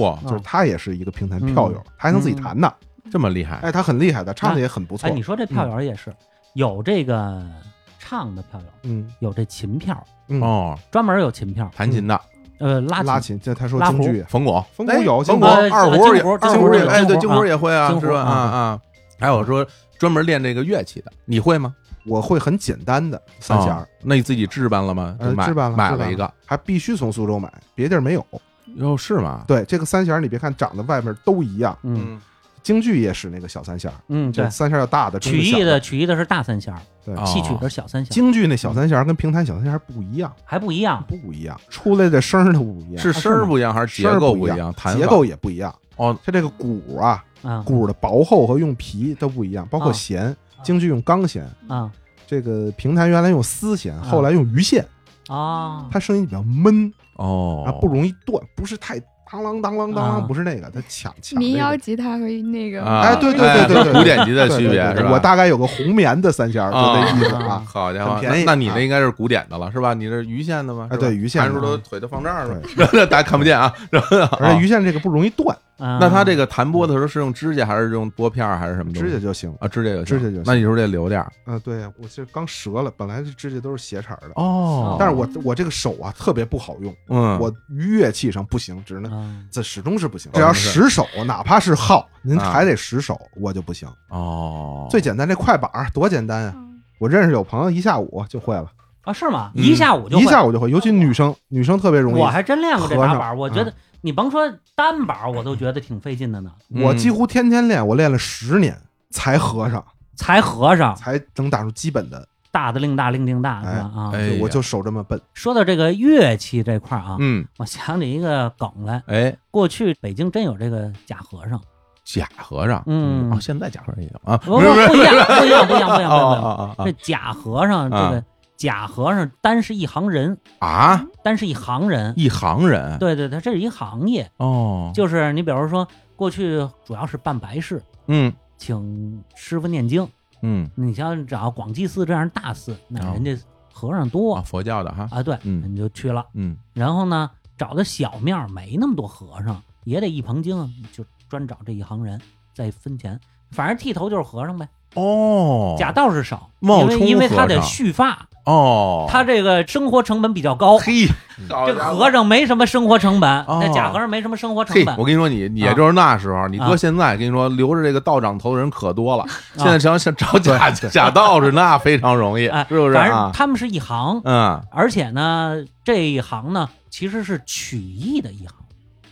Speaker 1: 哇，
Speaker 3: 就是
Speaker 2: 啊
Speaker 3: 他也是一个评弹票
Speaker 2: 嗯
Speaker 3: 友，他还能自己弹呢，
Speaker 1: 这么厉害，
Speaker 3: 哎，他很厉害的，唱的也很不错。
Speaker 2: 哎，你说这票友也是有这个唱的票友，
Speaker 3: 嗯
Speaker 2: 有这琴票，
Speaker 3: 嗯，
Speaker 1: 哦，
Speaker 2: 专门有琴票，
Speaker 1: 弹琴的
Speaker 2: 呃，拉
Speaker 3: 拉
Speaker 2: 琴
Speaker 3: 琴，这他说
Speaker 2: 拉
Speaker 3: 京
Speaker 2: 胡
Speaker 3: 剧，
Speaker 1: 冯巩，
Speaker 3: 冯巩有
Speaker 1: 哎冯
Speaker 3: 京
Speaker 1: 巩
Speaker 3: 胡
Speaker 2: 呃
Speaker 1: 二胡也
Speaker 2: 京胡
Speaker 1: 二
Speaker 2: 京胡
Speaker 1: 也
Speaker 2: 有
Speaker 1: 哎，对，
Speaker 2: 京胡
Speaker 1: 也会啊，
Speaker 2: 京胡
Speaker 1: 是吧？啊
Speaker 2: 啊
Speaker 1: 啊，还有说专门练这个乐器的，你会吗？
Speaker 3: 我会很简单的三
Speaker 2: 啊
Speaker 3: 弦儿
Speaker 1: 哦，那你自己置办了吗？
Speaker 3: 呃
Speaker 1: 就买
Speaker 3: 置办了
Speaker 1: 买
Speaker 3: 置办
Speaker 1: 了一个，
Speaker 3: 还必须从苏州买，别地儿没有。
Speaker 1: 哟，是吗？
Speaker 3: 对，这个三弦儿你别看长得外面都一样，
Speaker 2: 嗯，
Speaker 3: 京剧也使那个小三弦儿，
Speaker 2: 嗯，
Speaker 3: 这
Speaker 2: 对，
Speaker 3: 三弦儿要大的，中
Speaker 2: 曲
Speaker 3: 小
Speaker 2: 艺的曲艺的是大三弦儿，
Speaker 3: 对
Speaker 1: 哦
Speaker 2: 戏曲的是小三弦儿，
Speaker 3: 京剧那小三弦儿跟平弹小三弦儿不一样，
Speaker 2: 还不一样。
Speaker 3: 不一样，出来的声儿都不一样，
Speaker 1: 是声儿不一样还是
Speaker 3: 声
Speaker 1: 结
Speaker 3: 儿
Speaker 1: 构
Speaker 3: 不
Speaker 1: 一
Speaker 3: 一
Speaker 1: 样？弹
Speaker 3: 结
Speaker 1: 法
Speaker 3: 构也不一样。
Speaker 1: 哦，
Speaker 3: 它这个鼓啊，
Speaker 2: 啊
Speaker 3: 鼓的薄厚和用皮都不一样，包括
Speaker 2: 啊
Speaker 3: 弦，京剧用钢弦，
Speaker 2: 啊
Speaker 3: 这个评弹原来用丝弦，后来用鱼线，
Speaker 2: 啊
Speaker 3: 它声音比较闷
Speaker 1: 哦
Speaker 3: 啊，不容易断，不是太当啷当啷当
Speaker 2: 啊
Speaker 3: 啷，不是那个，它抢抢
Speaker 4: 民
Speaker 3: 那
Speaker 4: 谣
Speaker 3: 个。
Speaker 4: 吉他和那个
Speaker 1: 啊，
Speaker 3: 哎对对对对
Speaker 1: 和
Speaker 3: 对
Speaker 1: 古典级的
Speaker 3: 对对
Speaker 1: 区别
Speaker 3: 对
Speaker 1: 是吧？
Speaker 3: 我大概有个红棉的三弦儿，就那意思 啊。
Speaker 1: 好家伙，
Speaker 3: 很便宜
Speaker 1: 那那你那
Speaker 3: 啊
Speaker 1: 应该是古典的了，是吧？你这是鱼线的吗？
Speaker 3: 啊
Speaker 1: 是吧
Speaker 3: 对鱼线 的
Speaker 1: 弹出都腿都放这儿了，
Speaker 3: 对，
Speaker 1: 大家看不见啊。然后
Speaker 3: 而且鱼线这个不容易断，
Speaker 2: 啊
Speaker 1: 那他这个弹拨的时候是用指甲还是用拨片儿还是什么东西？
Speaker 3: 指甲就行。
Speaker 1: 啊，指甲有
Speaker 3: 指甲
Speaker 1: 行
Speaker 3: 就
Speaker 1: 那你是不是得留点儿？
Speaker 3: 啊，对我这刚折了，本来这指甲都是斜茬儿的，
Speaker 1: 哦
Speaker 3: 但是我我这个手啊特别不好用，
Speaker 1: 嗯，
Speaker 3: 我乐器上不行，只能
Speaker 2: 啊
Speaker 3: 这始终是不行。
Speaker 1: 哦
Speaker 3: 只要实手，哪怕是号，您
Speaker 1: 啊
Speaker 3: 还得实手，我就不行。
Speaker 1: 哦，
Speaker 3: 最简单这快板儿多简单啊！
Speaker 4: 嗯
Speaker 3: 我认识有朋友一下午就会了，
Speaker 2: 啊是吗？
Speaker 1: 嗯
Speaker 2: 一下午就
Speaker 3: 一
Speaker 2: 会
Speaker 3: 下午就会，尤
Speaker 4: 哦
Speaker 3: 其女生，女生特别容易
Speaker 2: 我。还真练过这
Speaker 3: 合
Speaker 2: 打
Speaker 3: 上
Speaker 2: 板，我觉得你甭说单板，我都觉得挺费劲的呢。
Speaker 3: 我几
Speaker 1: 乎
Speaker 3: 乎天天练，我练了十年才合上，
Speaker 2: 才和尚
Speaker 3: 才能打出基本的。
Speaker 2: 大的令大令令大是吧？啊，
Speaker 1: 哎呀，
Speaker 3: 我就手这么笨。
Speaker 2: 说到这个乐器这块儿啊，
Speaker 1: 嗯，
Speaker 2: 我想起一个梗来，
Speaker 1: 哎，
Speaker 2: 过去北京真有这个假和尚，
Speaker 1: 假和尚，
Speaker 2: 嗯
Speaker 1: 哦，现在假和尚也有啊，
Speaker 2: 不不
Speaker 1: 没有没有
Speaker 2: 不一样，不一样，不一样，不
Speaker 1: 啊
Speaker 2: 一样，不一样不一样。
Speaker 1: 啊啊
Speaker 2: 这假和尚，这个假和尚单是一行人，
Speaker 1: 啊啊！
Speaker 2: 单是一行人。
Speaker 1: 一行人，
Speaker 2: 对对，他这是一行业，
Speaker 1: 哦，
Speaker 2: 就是你比如说过去主要是办白事，
Speaker 1: 嗯
Speaker 2: 请师傅念经，
Speaker 1: 嗯
Speaker 2: 你像找广济寺这样大寺，那
Speaker 1: 哦
Speaker 2: 人家和尚多
Speaker 1: 啊，佛教的哈，
Speaker 2: 啊，对，
Speaker 1: 嗯
Speaker 2: 你就去了。
Speaker 1: 嗯
Speaker 2: 然后呢，找的小庙儿没那么多和尚，也得一捧经，就专找这一行人再分钱。反正剃头就是和尚呗，
Speaker 1: 哦，
Speaker 2: 假道士少，
Speaker 1: 冒
Speaker 2: 因为
Speaker 1: 充
Speaker 2: 因为他
Speaker 1: 和
Speaker 2: 得
Speaker 1: 尚
Speaker 2: 蓄发，
Speaker 1: 哦，
Speaker 2: 他这个生活成本比较高。
Speaker 1: 嘿，
Speaker 2: 这
Speaker 1: 这
Speaker 2: 和尚没什么生活成本，
Speaker 1: 哦
Speaker 2: 那假和尚没什么生活成
Speaker 1: 嘿
Speaker 2: 本，
Speaker 1: 我。跟你说，你你
Speaker 2: 啊
Speaker 1: 也就是那时候，你
Speaker 2: 啊
Speaker 1: 搁现在跟你说，留着这个道长头的人可多了。 现在想想找假
Speaker 3: 对
Speaker 1: 假道士那非常容易，
Speaker 2: 哎
Speaker 1: 是不是
Speaker 2: 反正
Speaker 1: 啊？
Speaker 2: 他们是一行，
Speaker 1: 嗯，
Speaker 2: 而且呢，这一行呢其实是曲艺的一行，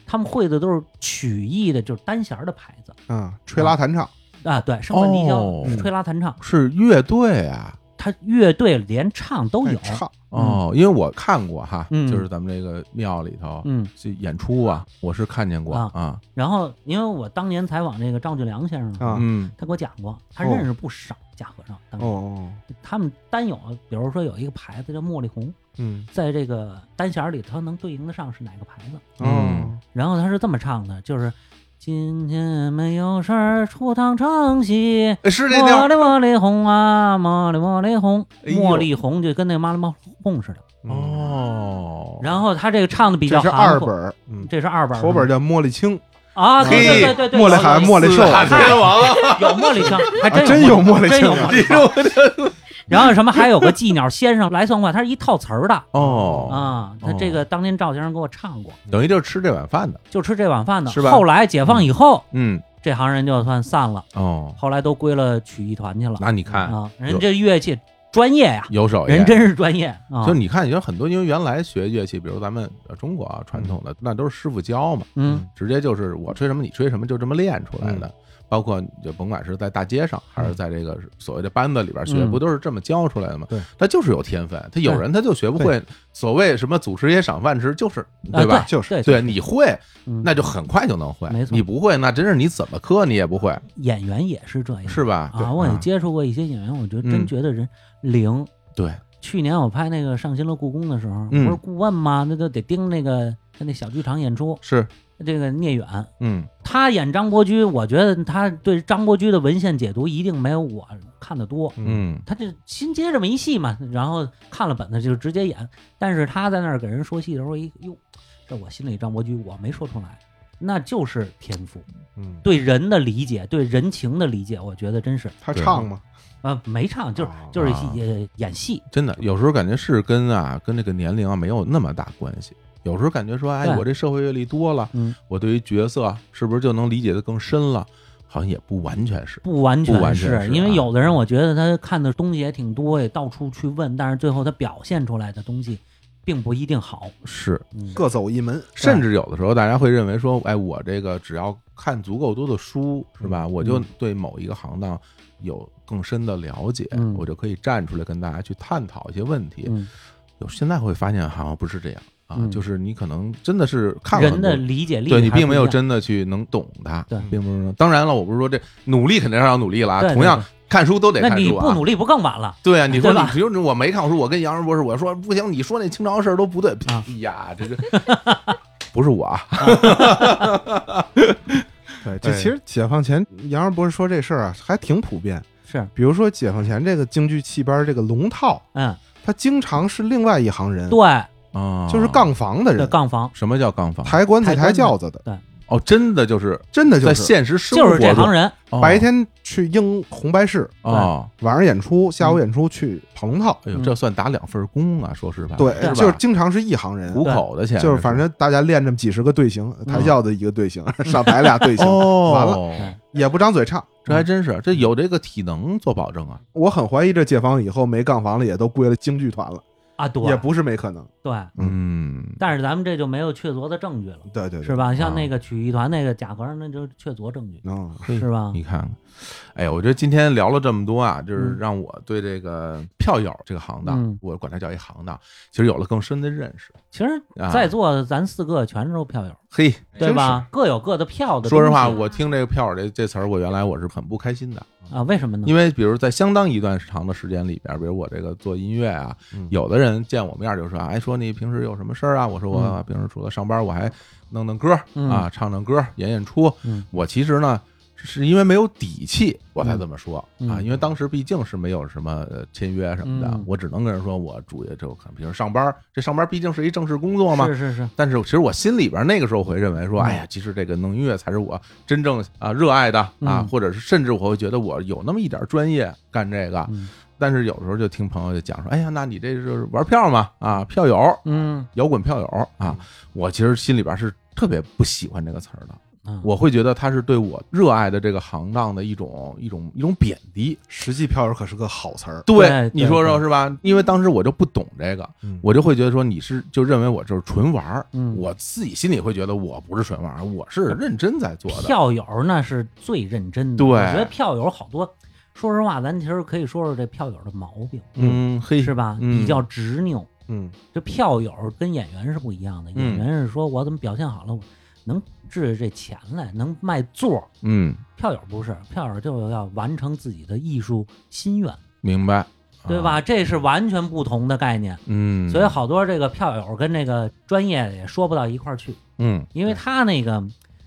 Speaker 2: 他们会的都是曲艺的，就是单弦儿的牌子
Speaker 3: 嗯，吹拉弹唱，
Speaker 2: 啊。对，生管笛
Speaker 1: 哦
Speaker 2: 箫、吹拉弹唱，
Speaker 1: 是乐队啊。
Speaker 2: 他乐队连唱都有
Speaker 3: 爱。唱，
Speaker 1: 哦，因为我看过哈，
Speaker 2: 嗯
Speaker 1: 就是咱们这个庙里头
Speaker 2: 嗯，
Speaker 1: 这演出啊，我是看见过
Speaker 2: 啊
Speaker 1: 啊，
Speaker 2: 然后因为我当年采访这个赵俊良先生嘛，
Speaker 3: 啊
Speaker 1: 嗯
Speaker 2: 他给我讲过，他
Speaker 3: 哦
Speaker 2: 认识不少假和尚。当
Speaker 3: 哦
Speaker 2: 时、
Speaker 3: 哦，
Speaker 2: 他们单有，比如说有一个牌子叫茉莉红，
Speaker 3: 嗯，
Speaker 2: 在这个单弦儿里，他能对应得上是哪个牌子。
Speaker 3: 哦，
Speaker 2: 然后他是这么唱的，就是今天没有事儿出趟城西，
Speaker 1: 哎 是这
Speaker 2: 茉
Speaker 1: 调
Speaker 2: 莉茉莉红啊，茉莉茉莉红，
Speaker 1: 哎呦
Speaker 2: 茉莉红就跟那个妈妈妈红似的。
Speaker 3: 嗯，
Speaker 1: 哦，
Speaker 2: 然后他这个唱的比较
Speaker 3: 这是
Speaker 2: 含
Speaker 3: 二本
Speaker 2: 糊，
Speaker 3: 儿，嗯，
Speaker 2: 这是二本儿，
Speaker 3: 头本儿叫茉莉青，
Speaker 2: 啊，对对
Speaker 1: 嘿
Speaker 2: 对对对，
Speaker 3: 茉莉
Speaker 2: 有有
Speaker 3: 海茉莉
Speaker 1: 四
Speaker 3: 兽
Speaker 1: 大天王啊，
Speaker 2: 有茉 莉香，还
Speaker 3: 啊，
Speaker 2: 哎真
Speaker 3: 真有
Speaker 2: 茉
Speaker 3: 茉莉
Speaker 2: 真
Speaker 3: 青啊哎
Speaker 2: 有茉莉香。然后什么还有个寄鸟先生来算卦，它是一套词 儿的
Speaker 1: 哦，
Speaker 2: 啊。他这个当年赵先生给我唱过，
Speaker 1: 等于就是吃这碗饭的，
Speaker 2: 就吃这碗饭的。
Speaker 1: 是吧
Speaker 2: 后来解放以后，
Speaker 1: 嗯，
Speaker 2: 这行人就算散了，
Speaker 1: 哦，
Speaker 2: 后来都归了曲艺团去了
Speaker 1: 那你
Speaker 3: 嗯
Speaker 1: 看
Speaker 2: 啊。人这乐器专业呀，
Speaker 1: 有
Speaker 3: 哦哎
Speaker 1: 手艺，
Speaker 2: 人真是专业啊
Speaker 1: 就。你看，有很多，因为原来学乐器，比如咱们呃中国啊传统的，那都是师傅教嘛，
Speaker 2: 嗯，
Speaker 1: 直接就是我吹什么你吹什么，就这么练出来的。包括就甭管是在大街上，还是在这个所谓的班子里边学，
Speaker 2: 嗯
Speaker 1: 不都是这么教出来的吗？
Speaker 3: 对，
Speaker 1: 他就是有天分，他有人他就学不会。所谓什么祖师爷赏饭吃，就是
Speaker 2: 啊
Speaker 1: 吧？
Speaker 3: 就是
Speaker 2: 对
Speaker 1: 对，你会，
Speaker 2: 嗯
Speaker 1: 那就很快就能会。
Speaker 2: 没错
Speaker 1: 你不会，那真是你怎么磕你也不会，
Speaker 2: 演员也是这样，
Speaker 1: 是吧？
Speaker 2: 啊。我也接触过一些演员，我觉得真
Speaker 1: 嗯
Speaker 2: 觉得人灵。
Speaker 1: 对，
Speaker 2: 去年我拍那个上新乐故宫的时候，
Speaker 1: 嗯
Speaker 2: 不是顾问吗？那就得盯那个在那小剧场演出，
Speaker 1: 是，
Speaker 2: 这个聂远，
Speaker 1: 嗯，
Speaker 2: 他演张伯驹，我觉得他对张伯驹的文献解读一定没有我看的多。
Speaker 1: 嗯，
Speaker 2: 他这新接这么一戏嘛，然后看了本子就直接演。但是他在那儿给人说戏的时候，一哟，这我心里张伯驹我没说出来，那就是天赋，
Speaker 3: 嗯，
Speaker 2: 对人的理解，对人情的理解，我觉得真是
Speaker 3: 他唱嘛，
Speaker 2: 啊，没唱就是
Speaker 3: 啊
Speaker 2: 就是
Speaker 1: 啊
Speaker 2: 演演戏，
Speaker 1: 真的，有时候感觉是跟啊跟这个年龄啊没有那么大关系。有时候感觉说，哎
Speaker 2: 对，
Speaker 1: 我这社会阅历多了，
Speaker 2: 嗯，
Speaker 1: 我对于角色啊是不是就能理解的更深了？好像也不完全是。
Speaker 2: 不完
Speaker 1: 不完
Speaker 2: 是
Speaker 1: 全是
Speaker 2: 因为
Speaker 1: 啊
Speaker 2: 有的人，我觉得他看的东西也挺多，也到处去问，但是最后他表现出来的东西并不一定好。
Speaker 1: 是，
Speaker 2: 嗯，
Speaker 3: 各走一门，
Speaker 1: 甚至有的时候大家会认为说，哎，我这个只要看足够多的书，是吧？我就
Speaker 2: 嗯
Speaker 1: 对某一个行当有更深的了解，
Speaker 2: 嗯
Speaker 1: 我就可以站出来跟大家去探讨一些问题。
Speaker 2: 嗯
Speaker 1: 有现在会发现好像不是这样啊，
Speaker 2: 嗯
Speaker 1: 就是你可能真的是看了
Speaker 2: 人
Speaker 1: 很多
Speaker 2: 的理解力还
Speaker 1: 对
Speaker 2: 是不一
Speaker 1: 你
Speaker 2: 样，
Speaker 1: 并没有真的去能懂它，
Speaker 2: 对
Speaker 1: 并不是说。当然了，我不是说这努力肯定是要努力了啊，
Speaker 2: 对对
Speaker 1: 同样
Speaker 2: 对
Speaker 1: 看书都得
Speaker 2: 那
Speaker 1: 看
Speaker 2: 你
Speaker 1: 书啊。
Speaker 2: 不努力不更晚了？
Speaker 1: 对啊，你说
Speaker 2: 对
Speaker 1: 你
Speaker 2: 吧
Speaker 1: 比如你我没看过书，我跟杨仁博士我说不行，你说那清朝事儿都不对。
Speaker 2: 啊
Speaker 1: 哎呀，这这不是我 啊，
Speaker 3: 哎对，这其实解放前杨二博士说这事儿啊，还挺普遍。
Speaker 2: 是，
Speaker 3: 比如说解放前这个京剧戏班儿这个龙套，
Speaker 2: 嗯，
Speaker 3: 他经常是另外一行人，
Speaker 2: 对，
Speaker 1: 啊
Speaker 3: 就是杠房的
Speaker 2: 对
Speaker 3: 人，
Speaker 2: 杠房，
Speaker 1: 什么叫杠房？
Speaker 3: 抬棺材、抬轿子的，
Speaker 2: 对，
Speaker 1: 哦，真的就是
Speaker 3: 真的
Speaker 1: 在
Speaker 3: 就是
Speaker 1: 现实生
Speaker 2: 就是
Speaker 1: 活
Speaker 2: 这
Speaker 1: 中
Speaker 2: 行人，
Speaker 1: 哦
Speaker 3: 白天去应红白事，
Speaker 1: 哦，
Speaker 3: 晚上演出，下午演出去跑龙套，
Speaker 1: 哎呦，
Speaker 2: 嗯
Speaker 1: 这算打两份工啊！说实话，
Speaker 3: 对
Speaker 1: 是吧，
Speaker 3: 就是经常是一行人
Speaker 1: 糊，口的钱，
Speaker 3: 就是反正大家练这么几十个队形， 抬轿子一个队形，上台俩队
Speaker 1: 这是
Speaker 3: 形，完了
Speaker 1: 嗯哦，
Speaker 2: 哎
Speaker 3: 也不张嘴唱。
Speaker 1: 这还真是，这有这个体能做保证啊！
Speaker 3: 我很怀疑这解放以后没杠房了，也都归了京剧团了，
Speaker 2: 啊，对
Speaker 3: 也不是没可能。
Speaker 2: 对，
Speaker 1: 嗯，
Speaker 2: 但是咱们这就没有确凿的证据了，
Speaker 3: 对对对，
Speaker 2: 是吧？像
Speaker 1: 啊
Speaker 2: 那个曲艺团那个贾和尚，那就是确凿证据，
Speaker 3: 嗯，
Speaker 2: 是吧？
Speaker 1: 你看看，哎呀，我觉得今天聊了这么多啊，就是让我对这个票友这个行当，
Speaker 2: 嗯
Speaker 1: 我管它叫一行当，其实有了更深的认识。
Speaker 2: 其实
Speaker 1: 啊
Speaker 2: 在座咱四个全是票友，
Speaker 1: 嘿，
Speaker 2: 对吧？各有各的票的东西。
Speaker 1: 哎说实话，我听这个票友这这词儿，我原来我是很不开心的。
Speaker 2: 啊，为什么呢？
Speaker 1: 因为比如在相当一段长的时间里边，比如我这个做音乐啊，
Speaker 3: 嗯
Speaker 1: 有的人见我面就说，哎，说你平时有什么事儿啊？我说我
Speaker 2: 嗯
Speaker 1: 平时除了上班，我还弄弄歌儿
Speaker 2: 嗯
Speaker 1: 啊，唱唱歌儿，演演出。
Speaker 2: 嗯
Speaker 1: 我其实呢。是因为没有底气，我才这么说、
Speaker 2: 嗯
Speaker 1: 啊！因为当时毕竟是没有什么呃签约什么的，
Speaker 2: 嗯
Speaker 1: 我只能跟人说我主业就看，比如上班，这上班毕竟是一正式工作嘛，
Speaker 2: 是是是，
Speaker 1: 但是其实我心里边那个时候会认为说，
Speaker 2: 嗯
Speaker 1: 哎呀，其实这个弄音乐才是我真正啊热爱的啊
Speaker 2: 嗯，
Speaker 1: 或者是甚至我会觉得我有那么一点专业干这个。
Speaker 2: 嗯
Speaker 1: 但是有时候就听朋友就讲说，哎呀，那你这就是玩票嘛啊，票友，
Speaker 2: 嗯
Speaker 1: 摇滚票友啊。我其实心里边是特别不喜欢这个词儿的，
Speaker 2: 啊
Speaker 1: 我会觉得它是对我热爱的这个行当的一种一种一种贬低。
Speaker 3: 实际票友可是个好词儿。
Speaker 2: 对
Speaker 1: 你说说是吧？因为当时我就不懂这个，
Speaker 3: 嗯
Speaker 1: 我就会觉得说你是就认为我就是纯玩儿，
Speaker 2: 嗯
Speaker 1: 我自己心里会觉得我不是纯玩儿，我是认真在做的。
Speaker 2: 票友那是最认真的。
Speaker 1: 对
Speaker 2: 我觉得票友好多，说实话，咱其实可以说说这票友的毛病，
Speaker 1: 嗯，嘿，
Speaker 2: 是吧？
Speaker 1: 嗯
Speaker 2: 比较执拗。
Speaker 3: 嗯，
Speaker 2: 这票友跟演员是不一样的，
Speaker 1: 嗯
Speaker 2: 演员是说我怎么表现好了，我能挣这钱来，能卖座儿。
Speaker 1: 嗯，
Speaker 2: 票友不是，票友就要完成自己的艺术心愿，
Speaker 1: 明白，
Speaker 2: 对吧？
Speaker 1: 啊？
Speaker 2: 这是完全不同的概念。
Speaker 1: 嗯，
Speaker 2: 所以好多这个票友跟这个专业也说不到一块儿去，
Speaker 1: 嗯
Speaker 2: 因为他那个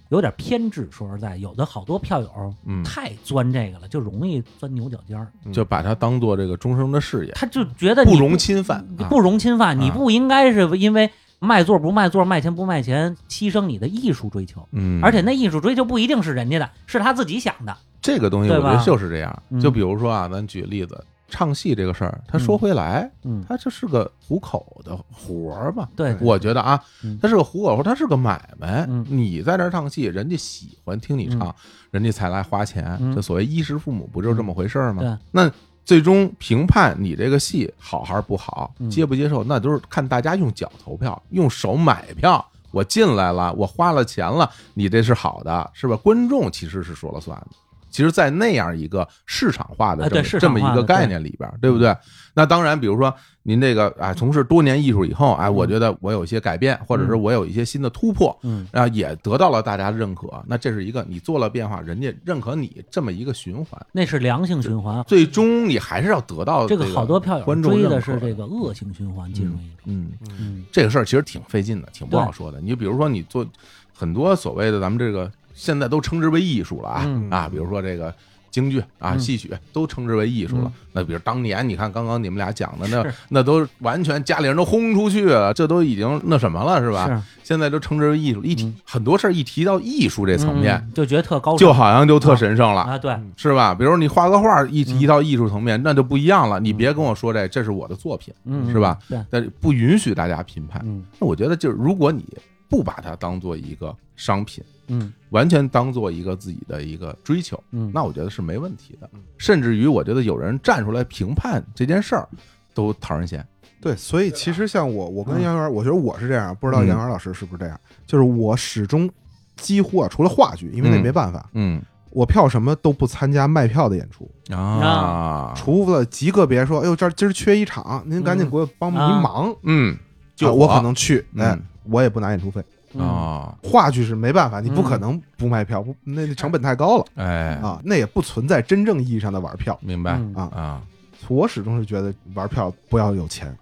Speaker 2: 有点偏执。说实在，有的好多票友
Speaker 1: 嗯，
Speaker 2: 太钻这个了，就容易钻牛角尖儿，
Speaker 1: 就把它当做这个终生的事业，
Speaker 2: 他就觉得你
Speaker 1: 不容侵犯，
Speaker 2: 你
Speaker 1: 啊
Speaker 2: 不容侵犯，你
Speaker 1: 啊
Speaker 2: 不应该是因为卖座不卖座、卖钱不卖钱，牺牲你的艺术追求。
Speaker 1: 嗯，
Speaker 2: 而且那艺术追求不一定是人家的，是他自己想的。
Speaker 1: 这个东西我觉
Speaker 2: 对
Speaker 1: 得
Speaker 2: 吧
Speaker 1: 就是这样
Speaker 2: 嗯。
Speaker 1: 就比如说啊，咱举例子，唱戏这个事儿，他说回来，
Speaker 2: 嗯，
Speaker 1: 他就是个糊口的活儿嘛。
Speaker 2: 对，
Speaker 1: 我觉得啊
Speaker 2: 嗯，
Speaker 1: 它是个糊口，它是个买卖
Speaker 2: 嗯。
Speaker 1: 你在那儿唱戏，人家喜欢听你唱，人家才来花钱
Speaker 2: 嗯。
Speaker 1: 这所谓衣食父母，不就是这么回事儿
Speaker 2: 对
Speaker 1: 吗？那最终评判你这个戏好还是不好
Speaker 2: 嗯，
Speaker 1: 接不接受，那都是看大家用脚投票，用手买票。我进来了，我花了钱了，你这是好的，是吧？观众其实是说了算的。其实，在那样一个市场化的
Speaker 2: 啊
Speaker 1: 这么、
Speaker 2: 对市
Speaker 1: 这
Speaker 2: 场化
Speaker 1: 么一
Speaker 2: 的
Speaker 1: 个概
Speaker 2: 对
Speaker 1: 念里边儿，对不对？那当然，比如说您这个啊，从事多年艺术以后，哎，我觉得我有一些改变，或者是我有一些新的突破，
Speaker 2: 嗯
Speaker 1: 啊，也得到了大家认可。那这是一个你做了变化，人家认可你这么一个循环，
Speaker 2: 那是良性循环。
Speaker 1: 最终你还是要得到
Speaker 2: 这
Speaker 1: 个
Speaker 2: 个好多票友
Speaker 1: 观众
Speaker 2: 追
Speaker 1: 认可
Speaker 2: 的是这个恶性循环金融艺术。
Speaker 1: 嗯，
Speaker 2: 嗯
Speaker 1: 这个事儿其实挺费劲的，挺不
Speaker 2: 对
Speaker 1: 好说的。你比如说，你做很多所谓的咱们这个现在都称之为艺术了啊、
Speaker 2: 嗯
Speaker 1: 啊，比如说这个京剧啊、
Speaker 2: 嗯
Speaker 1: 戏曲都称之为艺术了。
Speaker 2: 嗯
Speaker 1: 那比如当年你看刚刚你们俩讲的那
Speaker 2: 是
Speaker 1: 那都完全家里人都轰出去了，这都已经那什么了是吧？
Speaker 2: 是
Speaker 1: 现在都称之为艺术，一提、
Speaker 2: 嗯
Speaker 1: 很多事儿一提到艺术这层面，
Speaker 2: 嗯就觉得特高尚
Speaker 1: 就好像就特神圣了。
Speaker 2: 啊，对，
Speaker 1: 是吧？比如你画个画，一
Speaker 2: 嗯
Speaker 1: 提到艺术层面，那就不一样了。你别跟我说这，这是我的作品，
Speaker 2: 嗯
Speaker 1: 是吧？啊
Speaker 2: 对，
Speaker 1: 但是不允许大家评判。
Speaker 2: 嗯
Speaker 1: 那我觉得就是，如果你不把它当做一个商品，
Speaker 2: 嗯
Speaker 1: 完全当做一个自己的一个追求，
Speaker 2: 嗯，
Speaker 1: 那我觉得是没问题的
Speaker 3: 嗯。
Speaker 1: 甚至于，我觉得有人站出来评判这件事儿，都讨人嫌。
Speaker 3: 对，所以其实像我，我跟
Speaker 2: 嗯
Speaker 3: 杨元，我觉得我是这样，不知道
Speaker 1: 嗯
Speaker 3: 杨元老师是不是这样，就是我始终几乎啊，除了话剧，因为那
Speaker 1: 嗯
Speaker 3: 没办法，
Speaker 1: 嗯
Speaker 3: 我票什么都不参加卖票的演出，
Speaker 1: 啊，
Speaker 3: 除了极个别说，哎呦，这儿今儿缺一场，您赶紧给我帮一
Speaker 2: 啊
Speaker 3: 忙，
Speaker 1: 嗯，就
Speaker 3: 啊我可能去，哎
Speaker 1: 嗯，
Speaker 3: 我也不拿演出费。
Speaker 2: 嗯
Speaker 1: 啊，
Speaker 3: 话剧是没办法，你不
Speaker 2: 嗯
Speaker 3: 可能不卖票，不那那成本太高了
Speaker 1: 哎，
Speaker 3: 啊，那也不存在真正意义上的玩票
Speaker 1: 明白
Speaker 2: 嗯
Speaker 3: 啊。
Speaker 1: 啊，
Speaker 3: 我始终是觉得玩票不要有钱，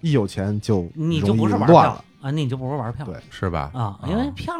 Speaker 3: 一有钱就
Speaker 2: 你就
Speaker 3: 容易
Speaker 2: 不是玩
Speaker 3: 乱
Speaker 2: 票
Speaker 3: 了。
Speaker 2: 啊，你就不是玩票
Speaker 3: 对
Speaker 1: 是吧？
Speaker 2: 啊，因为票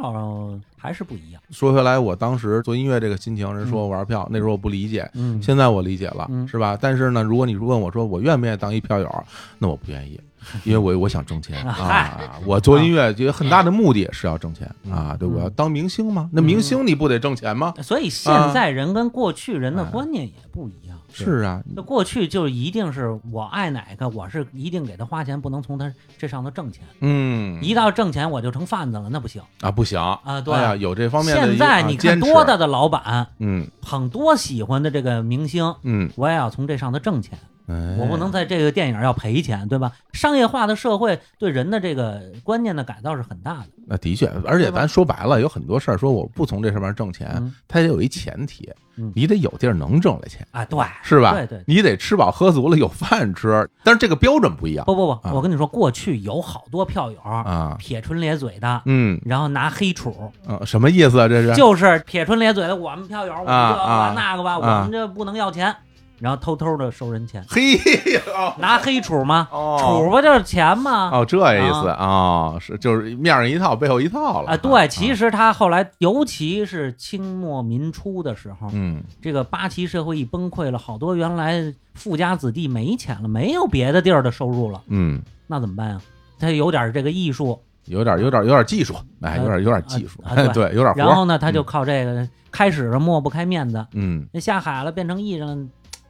Speaker 2: 还是不一样。
Speaker 1: 说回来，我当时做音乐这个心情，人说我玩票，那时候我不理解，
Speaker 2: 嗯
Speaker 1: 现在我理解了，
Speaker 2: 嗯
Speaker 1: 是吧？但是呢，如果你问我说我愿不愿意当一票友，那我不愿 意，因为我我想挣钱啊。我做音乐有很大的目的是要挣钱啊，对，我
Speaker 2: 嗯
Speaker 1: 要当明星嘛，那明星你不得挣钱吗？
Speaker 2: 所以现在人跟过去人的观念也不一样。
Speaker 1: 啊哎是啊，
Speaker 2: 那过去嗯就是一定是我爱哪个，我是一定给他花钱，不能从他这上头挣钱。
Speaker 1: 嗯，
Speaker 2: 一到挣钱我就成贩子了，那不行。
Speaker 1: 啊不行
Speaker 2: 啊对
Speaker 1: 哎呀，有这方面的一
Speaker 2: 现在
Speaker 1: 啊
Speaker 2: 你
Speaker 1: 坚
Speaker 2: 看
Speaker 1: 持
Speaker 2: 多大的老板，
Speaker 1: 嗯
Speaker 2: 很多喜欢的这个明星，
Speaker 1: 嗯，
Speaker 2: 我也要从这上头挣钱，
Speaker 1: 哎
Speaker 2: 我不能在这个电影要赔钱，对吧？商业化的社会对人的这个观念的改造是很大的。
Speaker 1: 那的确，而且
Speaker 2: 对吧
Speaker 1: 咱说白了，有很多事儿说我不从这上面挣钱，
Speaker 2: 嗯
Speaker 1: 它也有一前提
Speaker 2: 嗯，
Speaker 1: 你得有地儿能挣来钱，
Speaker 2: 啊，对，
Speaker 1: 是吧？
Speaker 2: 对对对
Speaker 1: 你得吃饱喝足了有饭吃，但是这个标准不一样
Speaker 2: 不不不，
Speaker 1: 啊
Speaker 2: 我跟你说，过去有好多票友
Speaker 1: 啊。
Speaker 2: 撇唇咧嘴的，
Speaker 1: 嗯、
Speaker 2: 然后拿黑杵，
Speaker 1: 呃什么意思啊？这是
Speaker 2: 就是撇唇咧嘴的，我们票友，我们这个
Speaker 1: 啊
Speaker 2: 吧那个吧，
Speaker 1: 啊
Speaker 2: 我们这不能要钱，然后偷偷的收人钱，
Speaker 1: 嘿 哦
Speaker 2: 拿黑杵吗？杵
Speaker 1: 哦
Speaker 2: 不就是钱吗？
Speaker 1: 哦，这意思啊、哦，是就是面上一套背后一套了
Speaker 2: 啊，对，其
Speaker 1: 实
Speaker 2: 实他后来，尤其是清末民初的时候，
Speaker 1: 嗯
Speaker 2: 这个八旗社会一崩溃了，好多原来富家子弟没钱了，没有别的地儿的收入了，
Speaker 1: 嗯，
Speaker 2: 那怎么办呀？啊他有点这个艺术，
Speaker 1: 有点有点有点技术，哎，有
Speaker 2: 呃
Speaker 1: 点有点技术，
Speaker 2: 啊啊
Speaker 1: 对，有点活
Speaker 2: 然
Speaker 1: 儿，
Speaker 3: 嗯
Speaker 2: 后呢，他就靠这个开始了抹不开面子，
Speaker 1: 嗯，
Speaker 2: 那下海了变成艺人了，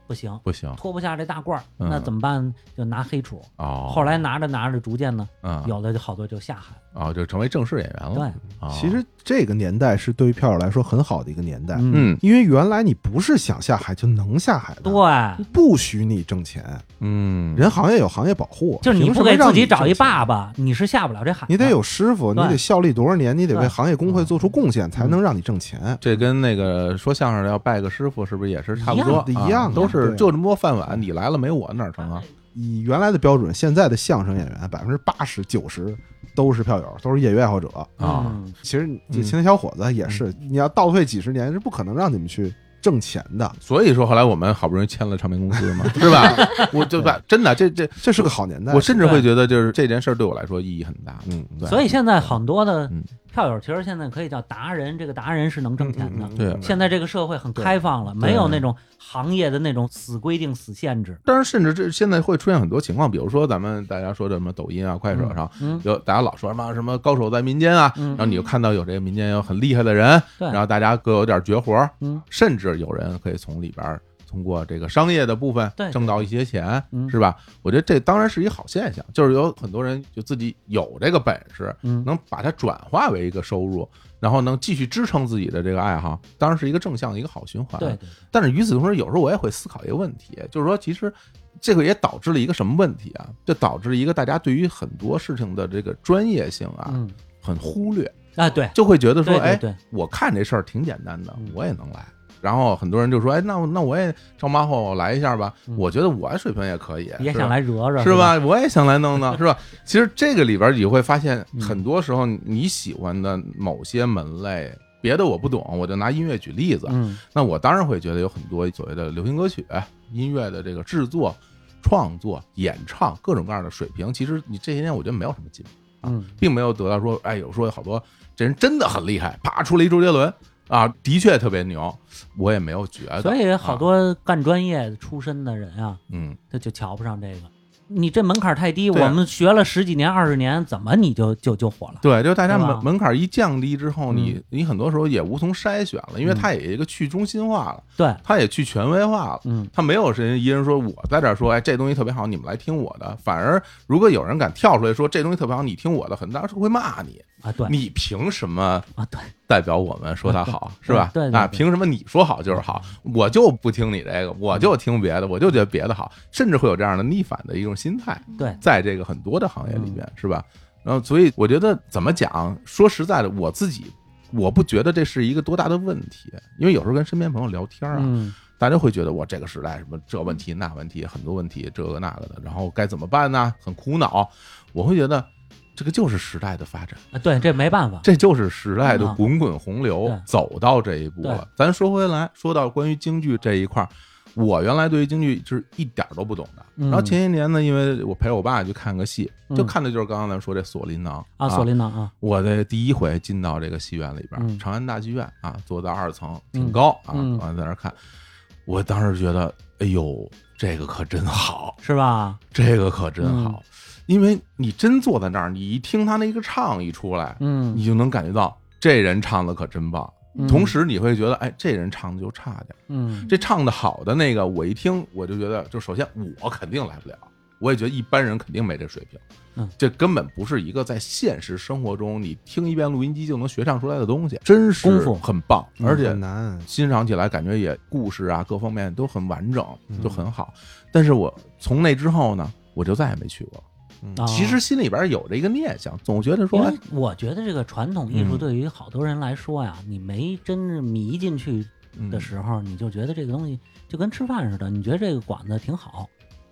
Speaker 2: 不行，
Speaker 1: 不行
Speaker 2: 脱不下这大褂儿，
Speaker 1: 嗯
Speaker 2: 那怎么办？就拿黑杵。
Speaker 1: 哦，
Speaker 2: 后来拿着拿着，逐渐呢，
Speaker 3: 啊
Speaker 1: 嗯
Speaker 2: 有的就好多就下海了。
Speaker 1: 哦，就成为正式演员了。
Speaker 2: 对，
Speaker 1: 哦
Speaker 3: 其实这个年代是对于票友来说很好的一个年代，
Speaker 2: 嗯，
Speaker 1: 嗯
Speaker 3: 因为原来你不是想下海就能下海的，
Speaker 2: 对，
Speaker 3: 不许你挣钱，
Speaker 1: 嗯，
Speaker 3: 人行业有行业保护，啊
Speaker 2: 就是你
Speaker 3: 凭什
Speaker 2: 不
Speaker 3: 么
Speaker 2: 给
Speaker 3: 让
Speaker 2: 自
Speaker 3: 你
Speaker 2: 己找一
Speaker 3: 挣钱
Speaker 2: 爸爸，你是下不了这海的。
Speaker 3: 你得有师傅，你
Speaker 2: 对
Speaker 3: 得效力多少年，你得为
Speaker 2: 对
Speaker 3: 行业工
Speaker 1: 嗯
Speaker 3: 会做出贡献，才能让你挣钱。
Speaker 1: 这跟那个说相声的要拜个师傅，是不是也是差不多
Speaker 3: 一样的
Speaker 1: 啊
Speaker 3: 一样的
Speaker 1: 都是
Speaker 3: 对
Speaker 1: 就这么多饭碗，你来了没我哪儿成啊？
Speaker 3: 以原来的标准，现在的相声演员百分之八十九十都是票友，都是业余爱好者。
Speaker 1: 啊，
Speaker 2: 嗯
Speaker 3: 其实
Speaker 1: 嗯
Speaker 3: 这青年小伙子也是，你要倒退几十年是不可能让你们去挣钱的，
Speaker 1: 所以说后来我们好不容易签了唱片公司 嘛，是吧？我就把真的这这，
Speaker 3: 这是个好年代。
Speaker 1: 我甚至会觉得就是这件事儿对我来说意义很大。
Speaker 3: 嗯，
Speaker 1: 对
Speaker 2: 所以现在很多的
Speaker 1: 嗯
Speaker 2: 票友，其实现在可以叫达人，这个达人是能挣钱的
Speaker 3: 嗯嗯嗯。
Speaker 1: 对
Speaker 2: 现在这个社会很开放了，没有那种行业的那种死规定、死限制。
Speaker 1: 当然，甚至这这现在会出现很多情况，比如说咱们大家说的什么抖音啊、快手上，
Speaker 2: 嗯，
Speaker 1: 有大家老说什么什么高手在民间啊，
Speaker 2: 嗯
Speaker 1: 然后你就看到有这个民间有很厉害的人，
Speaker 2: 对
Speaker 1: 然后大家各有点绝活儿，
Speaker 2: 嗯
Speaker 1: 甚至有人可以从里边儿通过这个商业的部分
Speaker 2: 对对
Speaker 1: 挣到一些钱，
Speaker 2: 嗯
Speaker 1: 是吧？我觉得这当然是一好现象，就是有很多人就自己有这个本事，
Speaker 2: 嗯，
Speaker 1: 能把它转化为一个收入，然后能继续支撑自己的这个爱好，当然是一个正向的一个好循环。
Speaker 2: 对对，对
Speaker 1: 但是与此同时，有时候我也会思考一个问题，就是说，其实这个也导致了一个什么问题啊？就导致了一个大家对于很多事情的这个专业性啊，
Speaker 2: 嗯
Speaker 1: 很忽略，
Speaker 2: 啊对，
Speaker 1: 就会觉得说，
Speaker 2: 对对
Speaker 1: 哎，
Speaker 2: 对，
Speaker 1: 我看这事儿挺简单的
Speaker 2: 嗯，
Speaker 1: 我也能来。然后很多人就说，哎，那我那我也张八后我来一下吧，
Speaker 2: 嗯
Speaker 1: 我觉得我水平也可以，
Speaker 2: 也
Speaker 1: 是吧
Speaker 2: 想来惹惹，
Speaker 1: 是
Speaker 2: 吧？
Speaker 1: 吧？我也想来弄 弄，是吧？其实这个里边你会发现，很多时候你喜欢的某些门类，别的我不懂，我就拿音乐举例子。
Speaker 2: 嗯，
Speaker 1: 那我当然会觉得有很多所谓的流行歌曲、啊音乐的这个制作、创作、演唱各种各样的水平，其实你这些年我觉得没有什么进步，
Speaker 2: 嗯，
Speaker 1: 并没有得到说，哎，有说好多这人真的很厉害，啪出了一周杰伦啊，的确特别牛，我也没有觉得。
Speaker 2: 嗯所以好
Speaker 1: 啊、
Speaker 2: 多干专业出身的人啊，
Speaker 1: 嗯，
Speaker 2: 他就瞧不上这个。你这门槛儿太低，
Speaker 1: 对啊
Speaker 2: 我们学了十几年、二十年，怎么你就就就火了？
Speaker 1: 对，就大家
Speaker 2: 对吧
Speaker 1: 门门槛一降低之后，
Speaker 2: 嗯
Speaker 1: 你你很多时候也无从筛选了，因为它也一个去中心化了，
Speaker 2: 对，
Speaker 1: 它也去权威化了。
Speaker 2: 嗯，
Speaker 1: 他没有谁一人说我在这儿说，哎，这东西特别好，你们来听我的。反而如果有人敢跳出来说这东西特别好，你听我的，很多人是会骂你，
Speaker 2: 啊，对，
Speaker 1: 你凭什么
Speaker 2: 啊，对，
Speaker 1: 代表我们说他 好，是吧？
Speaker 2: 对对对
Speaker 1: 啊，凭什么你说好就是好，我就不听你这个，我就听别的，我就觉得别的好，甚至会有这样的逆反的一种心态，
Speaker 2: 对，
Speaker 1: 在这个很多的行业里边，是吧？然后，所以我觉得怎么讲，说实在的，我自己我不觉得这是一个多大的问题，因为有时候跟身边朋友聊天啊，
Speaker 2: 嗯，
Speaker 1: 大家会觉得我这个时代什么这问题那问题很多问题这个那个的，然后该怎么办呢？很苦恼。我会觉得这个就是时代的发展，
Speaker 2: 啊，对，这没办法，
Speaker 1: 这就是时代的
Speaker 2: 嗯啊
Speaker 1: 滚滚洪流
Speaker 2: 对
Speaker 1: 走到这一步了。咱说回来，说到关于京剧这一块儿，我原来对于京剧是一点儿都不懂的。
Speaker 2: 嗯
Speaker 1: 然后前些年呢，因为我陪我爸去看个戏，
Speaker 2: 嗯
Speaker 1: 就看的就是刚刚咱说这《锁麟囊》
Speaker 2: 啊，锁麟囊啊，
Speaker 1: 我的第一回进到这个戏院里边，
Speaker 2: 嗯
Speaker 1: 长安大剧院啊，坐到二层，
Speaker 2: 嗯
Speaker 1: 挺高啊，
Speaker 2: 嗯
Speaker 1: 完、在那儿看，我当时觉得，哎呦，这个可真好，
Speaker 2: 是吧？
Speaker 1: 这个可真好，
Speaker 2: 嗯
Speaker 1: 因为你真坐在那儿，你一听他那个唱一出来，
Speaker 2: 嗯，
Speaker 1: 你就能感觉到这人唱的可真棒。
Speaker 2: 嗯
Speaker 1: 同，时你会觉得，哎，这人唱的就差点儿，
Speaker 2: 嗯
Speaker 1: 这唱的好的那个，我一听我就觉得，就首先我肯定来不了，我也觉得一般人肯定没这水平。
Speaker 2: 嗯，
Speaker 1: 这根本不是一个在现实生活中你听一遍录音机就能学唱出来的东西，真是
Speaker 2: 功夫嗯
Speaker 1: 很棒，而且
Speaker 3: 很难，
Speaker 1: 欣赏起来感觉也故事啊各方面都很完整，
Speaker 3: 嗯
Speaker 1: 就很好。但是我从那之后呢，我就再也没去过了。
Speaker 3: 嗯
Speaker 2: 啊
Speaker 1: 其实心里边有这个念想，总觉得
Speaker 2: 因
Speaker 1: 说，哎
Speaker 2: 为我觉得这个传统艺术
Speaker 1: 嗯
Speaker 2: 对于好多人来说呀，你没真是迷进去
Speaker 1: 嗯
Speaker 2: 的时候，你就觉得这个东西就跟吃饭似的，你觉得这个馆子挺好，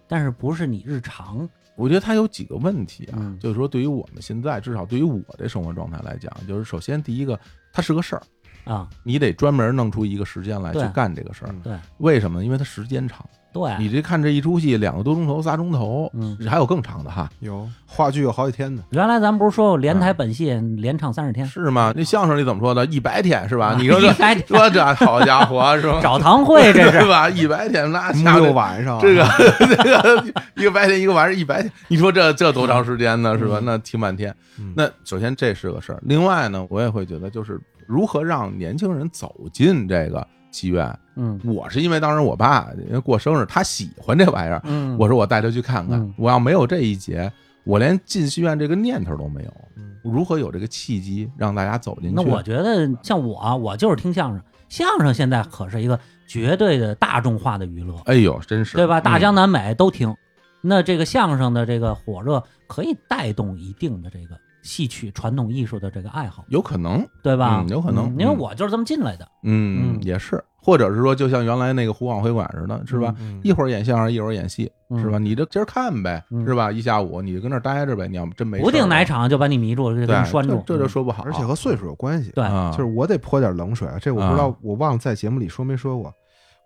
Speaker 2: 但是不是你日常，
Speaker 1: 我觉得它有几个问题啊，
Speaker 2: 嗯
Speaker 1: 就是说对于我们现在，至少对于我这生活状态来讲，就是首先第一个，它是个事儿，
Speaker 2: 啊，
Speaker 1: 你得专门弄出一个时间来去
Speaker 2: 对
Speaker 1: 干这个事儿。
Speaker 3: 嗯
Speaker 2: 对
Speaker 1: 为什么呢？因为它时间长，你
Speaker 2: 对，啊
Speaker 1: 这看这一出戏两个多钟头、仨钟头，
Speaker 2: 嗯，
Speaker 1: 还有更长的哈，
Speaker 3: 有话剧有好几天呢，
Speaker 2: 原来咱们不是说过连台
Speaker 1: 嗯
Speaker 2: 本戏连唱三十天，啊
Speaker 1: 是吗？那相声里怎么说的？一百天是吧？你 说
Speaker 2: 嗯一
Speaker 1: 这
Speaker 2: 百天
Speaker 1: 说这好家伙是吧？
Speaker 2: 找堂会 这
Speaker 1: 是
Speaker 2: 是，
Speaker 1: 吧？一百天那下
Speaker 3: 六
Speaker 1: 的
Speaker 3: 晚
Speaker 2: 啊
Speaker 3: 上啊
Speaker 1: 这个 这个一个白天一个晚上一百天，你说这这多长时间呢？是吧？
Speaker 2: 嗯
Speaker 1: 那听半天
Speaker 3: 嗯。
Speaker 1: 那首先这是个事儿，另外呢，我也会觉得就是如何让年轻人走进这个戏院。
Speaker 2: 嗯
Speaker 1: 我是因为当时我爸因为过生日，他喜欢这玩意儿，
Speaker 2: 嗯，
Speaker 1: 我说我带他去看看
Speaker 2: 嗯。
Speaker 1: 我要没有这一节，我连进戏院这个念头都没有。
Speaker 3: 嗯
Speaker 1: 如何有这个契机让大家走进去？
Speaker 2: 那我觉得像我啊，我就是听相声，相声现在可是一个绝对的大众化的娱乐，
Speaker 1: 哎呦，真是
Speaker 2: 对吧？大
Speaker 1: 嗯
Speaker 2: 江南北都听。那这个相声的这个火热，可以带动一定的这个戏曲传统艺术的这个爱好，
Speaker 1: 有可能，
Speaker 2: 对吧？
Speaker 1: 嗯有可能
Speaker 2: 嗯因为
Speaker 1: 嗯
Speaker 2: 我就是这么进来的。
Speaker 1: 嗯，
Speaker 2: 嗯
Speaker 1: 也是，或者是说，就像原来那个湖广会馆似的，是吧？
Speaker 3: 嗯
Speaker 1: 一会儿演相声，一会儿演戏，
Speaker 2: 嗯
Speaker 1: 是吧？你就今儿看呗，
Speaker 2: 嗯
Speaker 1: 是吧？一下午你就跟那儿待着呗，你要真没事儿
Speaker 2: 不定哪场就把你迷住，
Speaker 1: 对
Speaker 2: 就给你拴住。嗯
Speaker 1: 这这就说不好，
Speaker 3: 而且和岁数有关系，
Speaker 2: 对
Speaker 1: 啊，
Speaker 3: 就是我得泼点冷水啊，这我不知道，我忘了在节目里说没说过。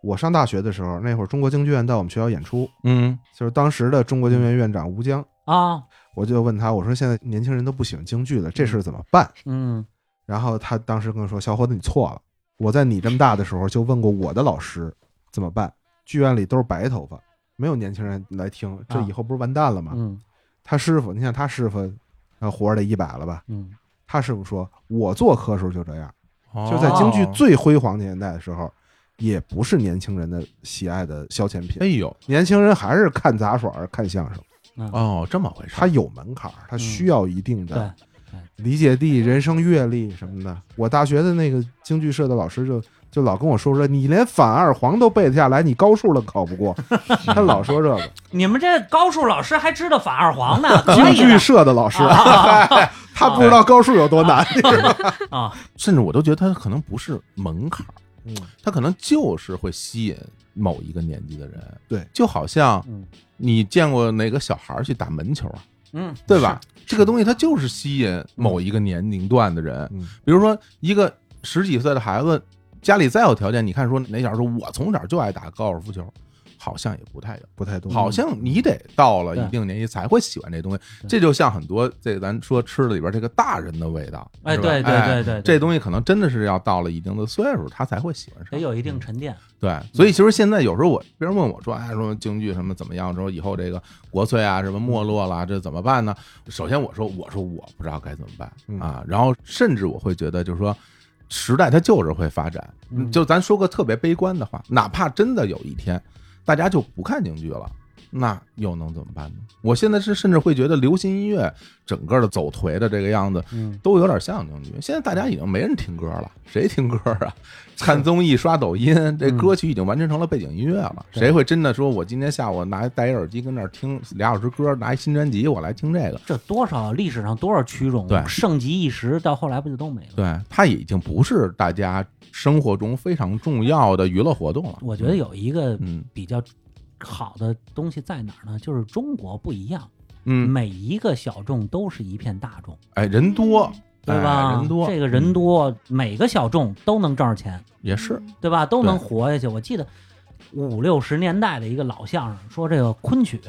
Speaker 3: 我上大学的时候，那会儿中国京剧院到我们学校演出，
Speaker 1: 嗯
Speaker 3: 就是当时的中国京剧院院长吴江，
Speaker 2: 啊，
Speaker 3: 我就问他，我说现在年轻人都不喜欢京剧了，这事儿怎么办？
Speaker 2: 嗯
Speaker 3: 然后他当时跟我说：“小伙子，你错了，我在你这么大的时候就问过我的老师怎么办，剧院里都是白头发，没有年轻人来听，这
Speaker 1: 啊
Speaker 3: 以后不是完蛋了吗？”
Speaker 2: 嗯
Speaker 3: 他师傅，你想他师傅，呃，活着得一百了吧？
Speaker 2: 嗯，
Speaker 3: 他师傅说：“我做科时候就这样，
Speaker 1: 哦
Speaker 3: 就在京剧最辉煌的年代的时候，也不是年轻人的喜爱的消遣
Speaker 1: 哎
Speaker 3: 品，
Speaker 1: 呦
Speaker 3: 年轻人还是看杂耍、看相声，
Speaker 1: 哦，这么回事
Speaker 3: 他
Speaker 1: 儿，
Speaker 3: 有门槛儿，他需要一定的
Speaker 2: 嗯对，
Speaker 3: 理解力、人生阅历什么的。我大学的那个京剧社的老师就就老跟我说说，你连反二黄都背得下来，你高数都考 不过。他老说这个
Speaker 2: 你们这高数老师还知道反二黄 呢，可
Speaker 3: 京
Speaker 2: 以的
Speaker 3: 剧社的老师，
Speaker 2: 啊
Speaker 3: 他不知道高数有多 难。你知道吗
Speaker 2: 啊，
Speaker 1: 甚至我都觉得他可能不是门槛儿，
Speaker 3: 嗯
Speaker 1: 他可能就是会吸引某一个年纪的人，
Speaker 3: 对，
Speaker 1: 就好像
Speaker 2: 嗯
Speaker 1: 你见过哪个小孩儿去打门球啊，
Speaker 2: 嗯
Speaker 1: 对吧？这个东西它就是吸引某一个年龄段的人，
Speaker 3: 嗯
Speaker 1: 比如说一个十几岁的孩子，家里再有条件，你看说哪小孩说我从小就爱打高尔夫球，好像也不太有，
Speaker 3: 不太懂，
Speaker 1: 好像你得到了
Speaker 2: 对
Speaker 1: 一定年纪才会喜欢这东西。
Speaker 2: 对
Speaker 1: 这就像很多这个咱说吃的里边这个大人的味道，
Speaker 2: 哎，
Speaker 1: 是吧
Speaker 2: 对对对
Speaker 1: 哎
Speaker 2: 对，对
Speaker 1: 这东西可能真的是要到了一定的岁数，他才会喜欢
Speaker 2: 得
Speaker 1: 上。
Speaker 2: 哎有一定沉淀。
Speaker 1: 对，所以其实现在有时候我别人问我说，哎，说京剧什么怎么样？说以后这个国粹啊什么没落了，这怎么办呢？首先我说，我说我不知道该怎么办
Speaker 3: 嗯
Speaker 1: 啊。然后甚至我会觉得，就是说，时代它就是会发展
Speaker 2: 嗯。
Speaker 1: 就咱说个特别悲观的话，哪怕真的有一天大家就不看京剧了。那又能怎么办呢？我现在是甚至会觉得流行音乐整个的走颓的这个样子，
Speaker 2: 嗯
Speaker 1: 都有点像京剧。现在大家已经没人听歌了， 谁听歌啊？看综艺、刷抖音，这歌曲已经完全成了背景音乐了。
Speaker 2: 对
Speaker 1: 谁会真的说我今天下午拿戴一耳机跟那儿听俩小时歌，拿一新专辑我来听这个？
Speaker 2: 这多少历史上多少曲种，
Speaker 1: 对
Speaker 2: 盛极一时，到后来不就都没了？
Speaker 1: 对，它已经不是大家生活中非常重要的娱乐活动了。
Speaker 2: 我觉得，有一个
Speaker 1: 嗯
Speaker 2: 比较好的东西在哪儿呢？就是中国不一样，
Speaker 1: 嗯，
Speaker 2: 每一个小众都是一片大众，
Speaker 1: 哎，人多，
Speaker 4: 嗯
Speaker 2: 对吧？
Speaker 1: 哎人多嗯
Speaker 2: 这个人多，每个小众都能挣着钱，
Speaker 1: 也是，
Speaker 2: 对吧？都能
Speaker 1: 对
Speaker 2: 活下去。我记得五六十年代的一个老相声，说这个昆曲，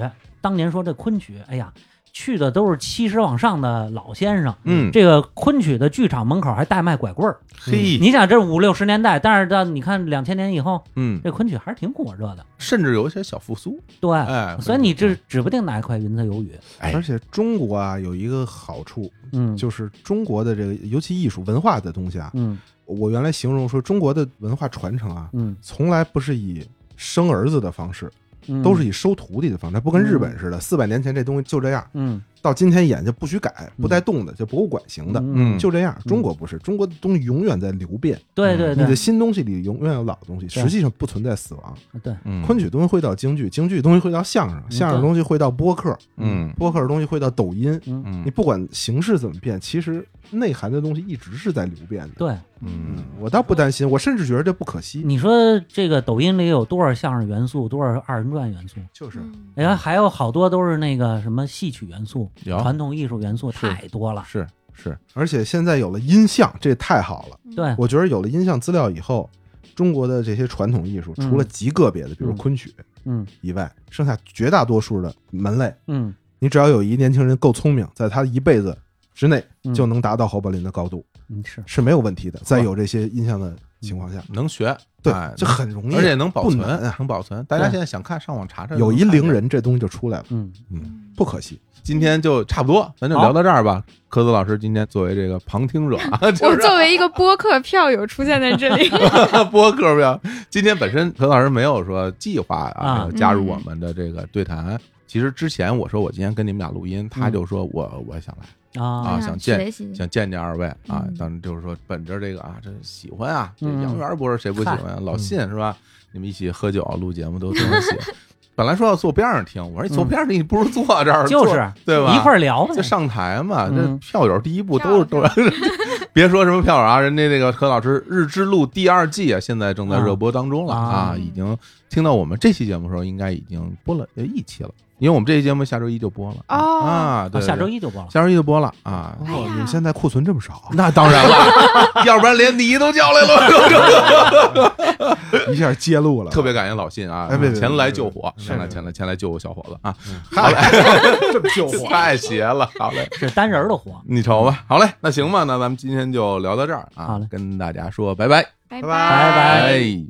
Speaker 2: 当年说这昆曲，哎呀，去的都是七十往上的老先生。
Speaker 1: 嗯，
Speaker 2: 这个昆曲的剧场门口还带卖拐棍儿，
Speaker 1: 嘿，
Speaker 2: 你想这五六十年代，但是到你看两千年以后，
Speaker 1: 嗯，
Speaker 2: 这昆曲还是挺火热的。
Speaker 1: 甚至有一些小复苏，
Speaker 2: 对，
Speaker 1: 哎，
Speaker 2: 所以你这指不定哪一块云彩有雨。
Speaker 1: 哎
Speaker 3: 而且中国啊有一个好处，
Speaker 2: 嗯，
Speaker 3: 就是中国的这个，尤其艺术文化的东西啊，
Speaker 2: 嗯
Speaker 3: 我原来形容说中国的文化传承啊，
Speaker 2: 嗯，
Speaker 3: 从来不是以生儿子的方式，
Speaker 2: 嗯
Speaker 3: 都是以收徒弟的方式，它不跟日本似的，四百年前这东西就这样，
Speaker 2: 嗯
Speaker 3: 到今天演就不许改，
Speaker 2: 嗯
Speaker 3: 不带动的，就博物馆型的，
Speaker 1: 嗯
Speaker 3: 就这样。中国不是，中国的东西永远在流变，
Speaker 2: 对对
Speaker 3: 你的
Speaker 2: 对
Speaker 3: 新东西里永远有老东西，
Speaker 2: 对
Speaker 3: 实际上不存在死亡。
Speaker 2: 对，
Speaker 1: 嗯
Speaker 3: 昆曲东西会到京剧，京剧东西会到相声，相
Speaker 2: 对
Speaker 3: 声东西会到播客，
Speaker 1: 嗯
Speaker 3: 播客的东西会到抖音。
Speaker 2: 嗯
Speaker 1: 嗯
Speaker 3: 你不管形式怎么变，其实内涵的东西一直是在流变的。
Speaker 2: 对。嗯
Speaker 3: 嗯
Speaker 1: 嗯，
Speaker 3: 我倒不担心，我甚至觉得这不可惜。
Speaker 2: 你说这个抖音里有多少相声元素，多少二人转元素？
Speaker 3: 就是
Speaker 4: 嗯
Speaker 2: 哎呀，还有好多都是那个什么戏曲元素、
Speaker 1: 有
Speaker 2: 传统艺术元素，太多了。
Speaker 1: 是是，
Speaker 3: 而且现在有了音像，这太好了。
Speaker 2: 对，
Speaker 3: 我觉得有了音像资料以后，中国的这些传统艺术，
Speaker 2: 嗯
Speaker 3: 除了极个别的，比如
Speaker 2: 嗯
Speaker 3: 昆曲
Speaker 2: 嗯
Speaker 3: 以外，剩下绝大多数的门类，
Speaker 2: 嗯，
Speaker 3: 你只要有一年轻人够聪明，在他一辈子之内
Speaker 2: 嗯
Speaker 3: 就能达到侯宝林的高度，
Speaker 2: 嗯是，
Speaker 3: 是没有问题的。在有这些音像的情况下，
Speaker 1: 能学，
Speaker 3: 对
Speaker 1: 嗯哎，
Speaker 3: 这很容易。
Speaker 1: 而且能保存哎
Speaker 3: 不难啊，
Speaker 1: 能保存。大家
Speaker 2: 对
Speaker 1: 现在想看，上网查查。
Speaker 3: 有一
Speaker 1: 能看见
Speaker 3: 伶，人，这东西就出来了，
Speaker 2: 嗯
Speaker 4: 嗯
Speaker 3: 不可惜。
Speaker 1: 今天就差不多，咱就
Speaker 2: 好
Speaker 1: 聊到这儿吧。科子老师今天作为这个旁听者啊，就
Speaker 4: 我
Speaker 1: 是
Speaker 4: 作为一个播客票友出现在这里，
Speaker 1: 播客表，今天本身何老师没有说计划啊
Speaker 2: 啊
Speaker 1: 要加入我们的这个对谈。其实之前我说我今天跟你们俩录音，他就说我我想来
Speaker 2: 啊
Speaker 1: 啊，想见
Speaker 4: 嗯学习
Speaker 1: 想见见二位啊
Speaker 4: 嗯，
Speaker 1: 当然就是说本着这个啊，这喜欢啊，这
Speaker 2: 嗯
Speaker 1: 杨元博士谁不喜欢啊？老信是吧？你们一起喝酒啊录节目都挺喜欢。 本来说要坐边上听，我说你坐边上听，你不如坐这儿，
Speaker 2: 啊就
Speaker 1: 坐
Speaker 2: 是
Speaker 1: 对吧？
Speaker 2: 一块儿聊呗
Speaker 1: 就。上台嘛，这
Speaker 2: 嗯
Speaker 1: 票友第一步都是都
Speaker 4: 票
Speaker 1: 是， 别说什么票友啊，人家那个何老师《日之路》第二季啊，现在正在热播当中了啊，
Speaker 2: 啊
Speaker 1: 已经听到我们这期节目的时候，应该已经播了呃一期了，因为我们这期节目下周一就播了啊
Speaker 4: 哦
Speaker 1: 啊，对，
Speaker 2: 啊下周
Speaker 1: 一
Speaker 2: 一就播了。
Speaker 1: 下周一就播了啊。
Speaker 3: 哦，
Speaker 4: 哎呀
Speaker 3: 你们现在库存这么少，
Speaker 1: 那当然了，要不然连你都叫来了，
Speaker 3: 一下揭露了，
Speaker 1: 特别感谢老信啊
Speaker 3: 哎别别，别
Speaker 1: 前来救火，
Speaker 3: 是
Speaker 1: 前来前来前来救我小伙子 啊，
Speaker 3: 好嘞，嗯这么 救我。
Speaker 1: 太邪了，好 嘞。
Speaker 2: 是单人儿的活。
Speaker 1: 你瞅吧，好嘞，那行吧，那咱们今天就聊到这儿啊，
Speaker 2: 好嘞
Speaker 1: 跟大家说拜拜，
Speaker 4: 拜拜
Speaker 3: 拜
Speaker 2: 拜
Speaker 1: 哎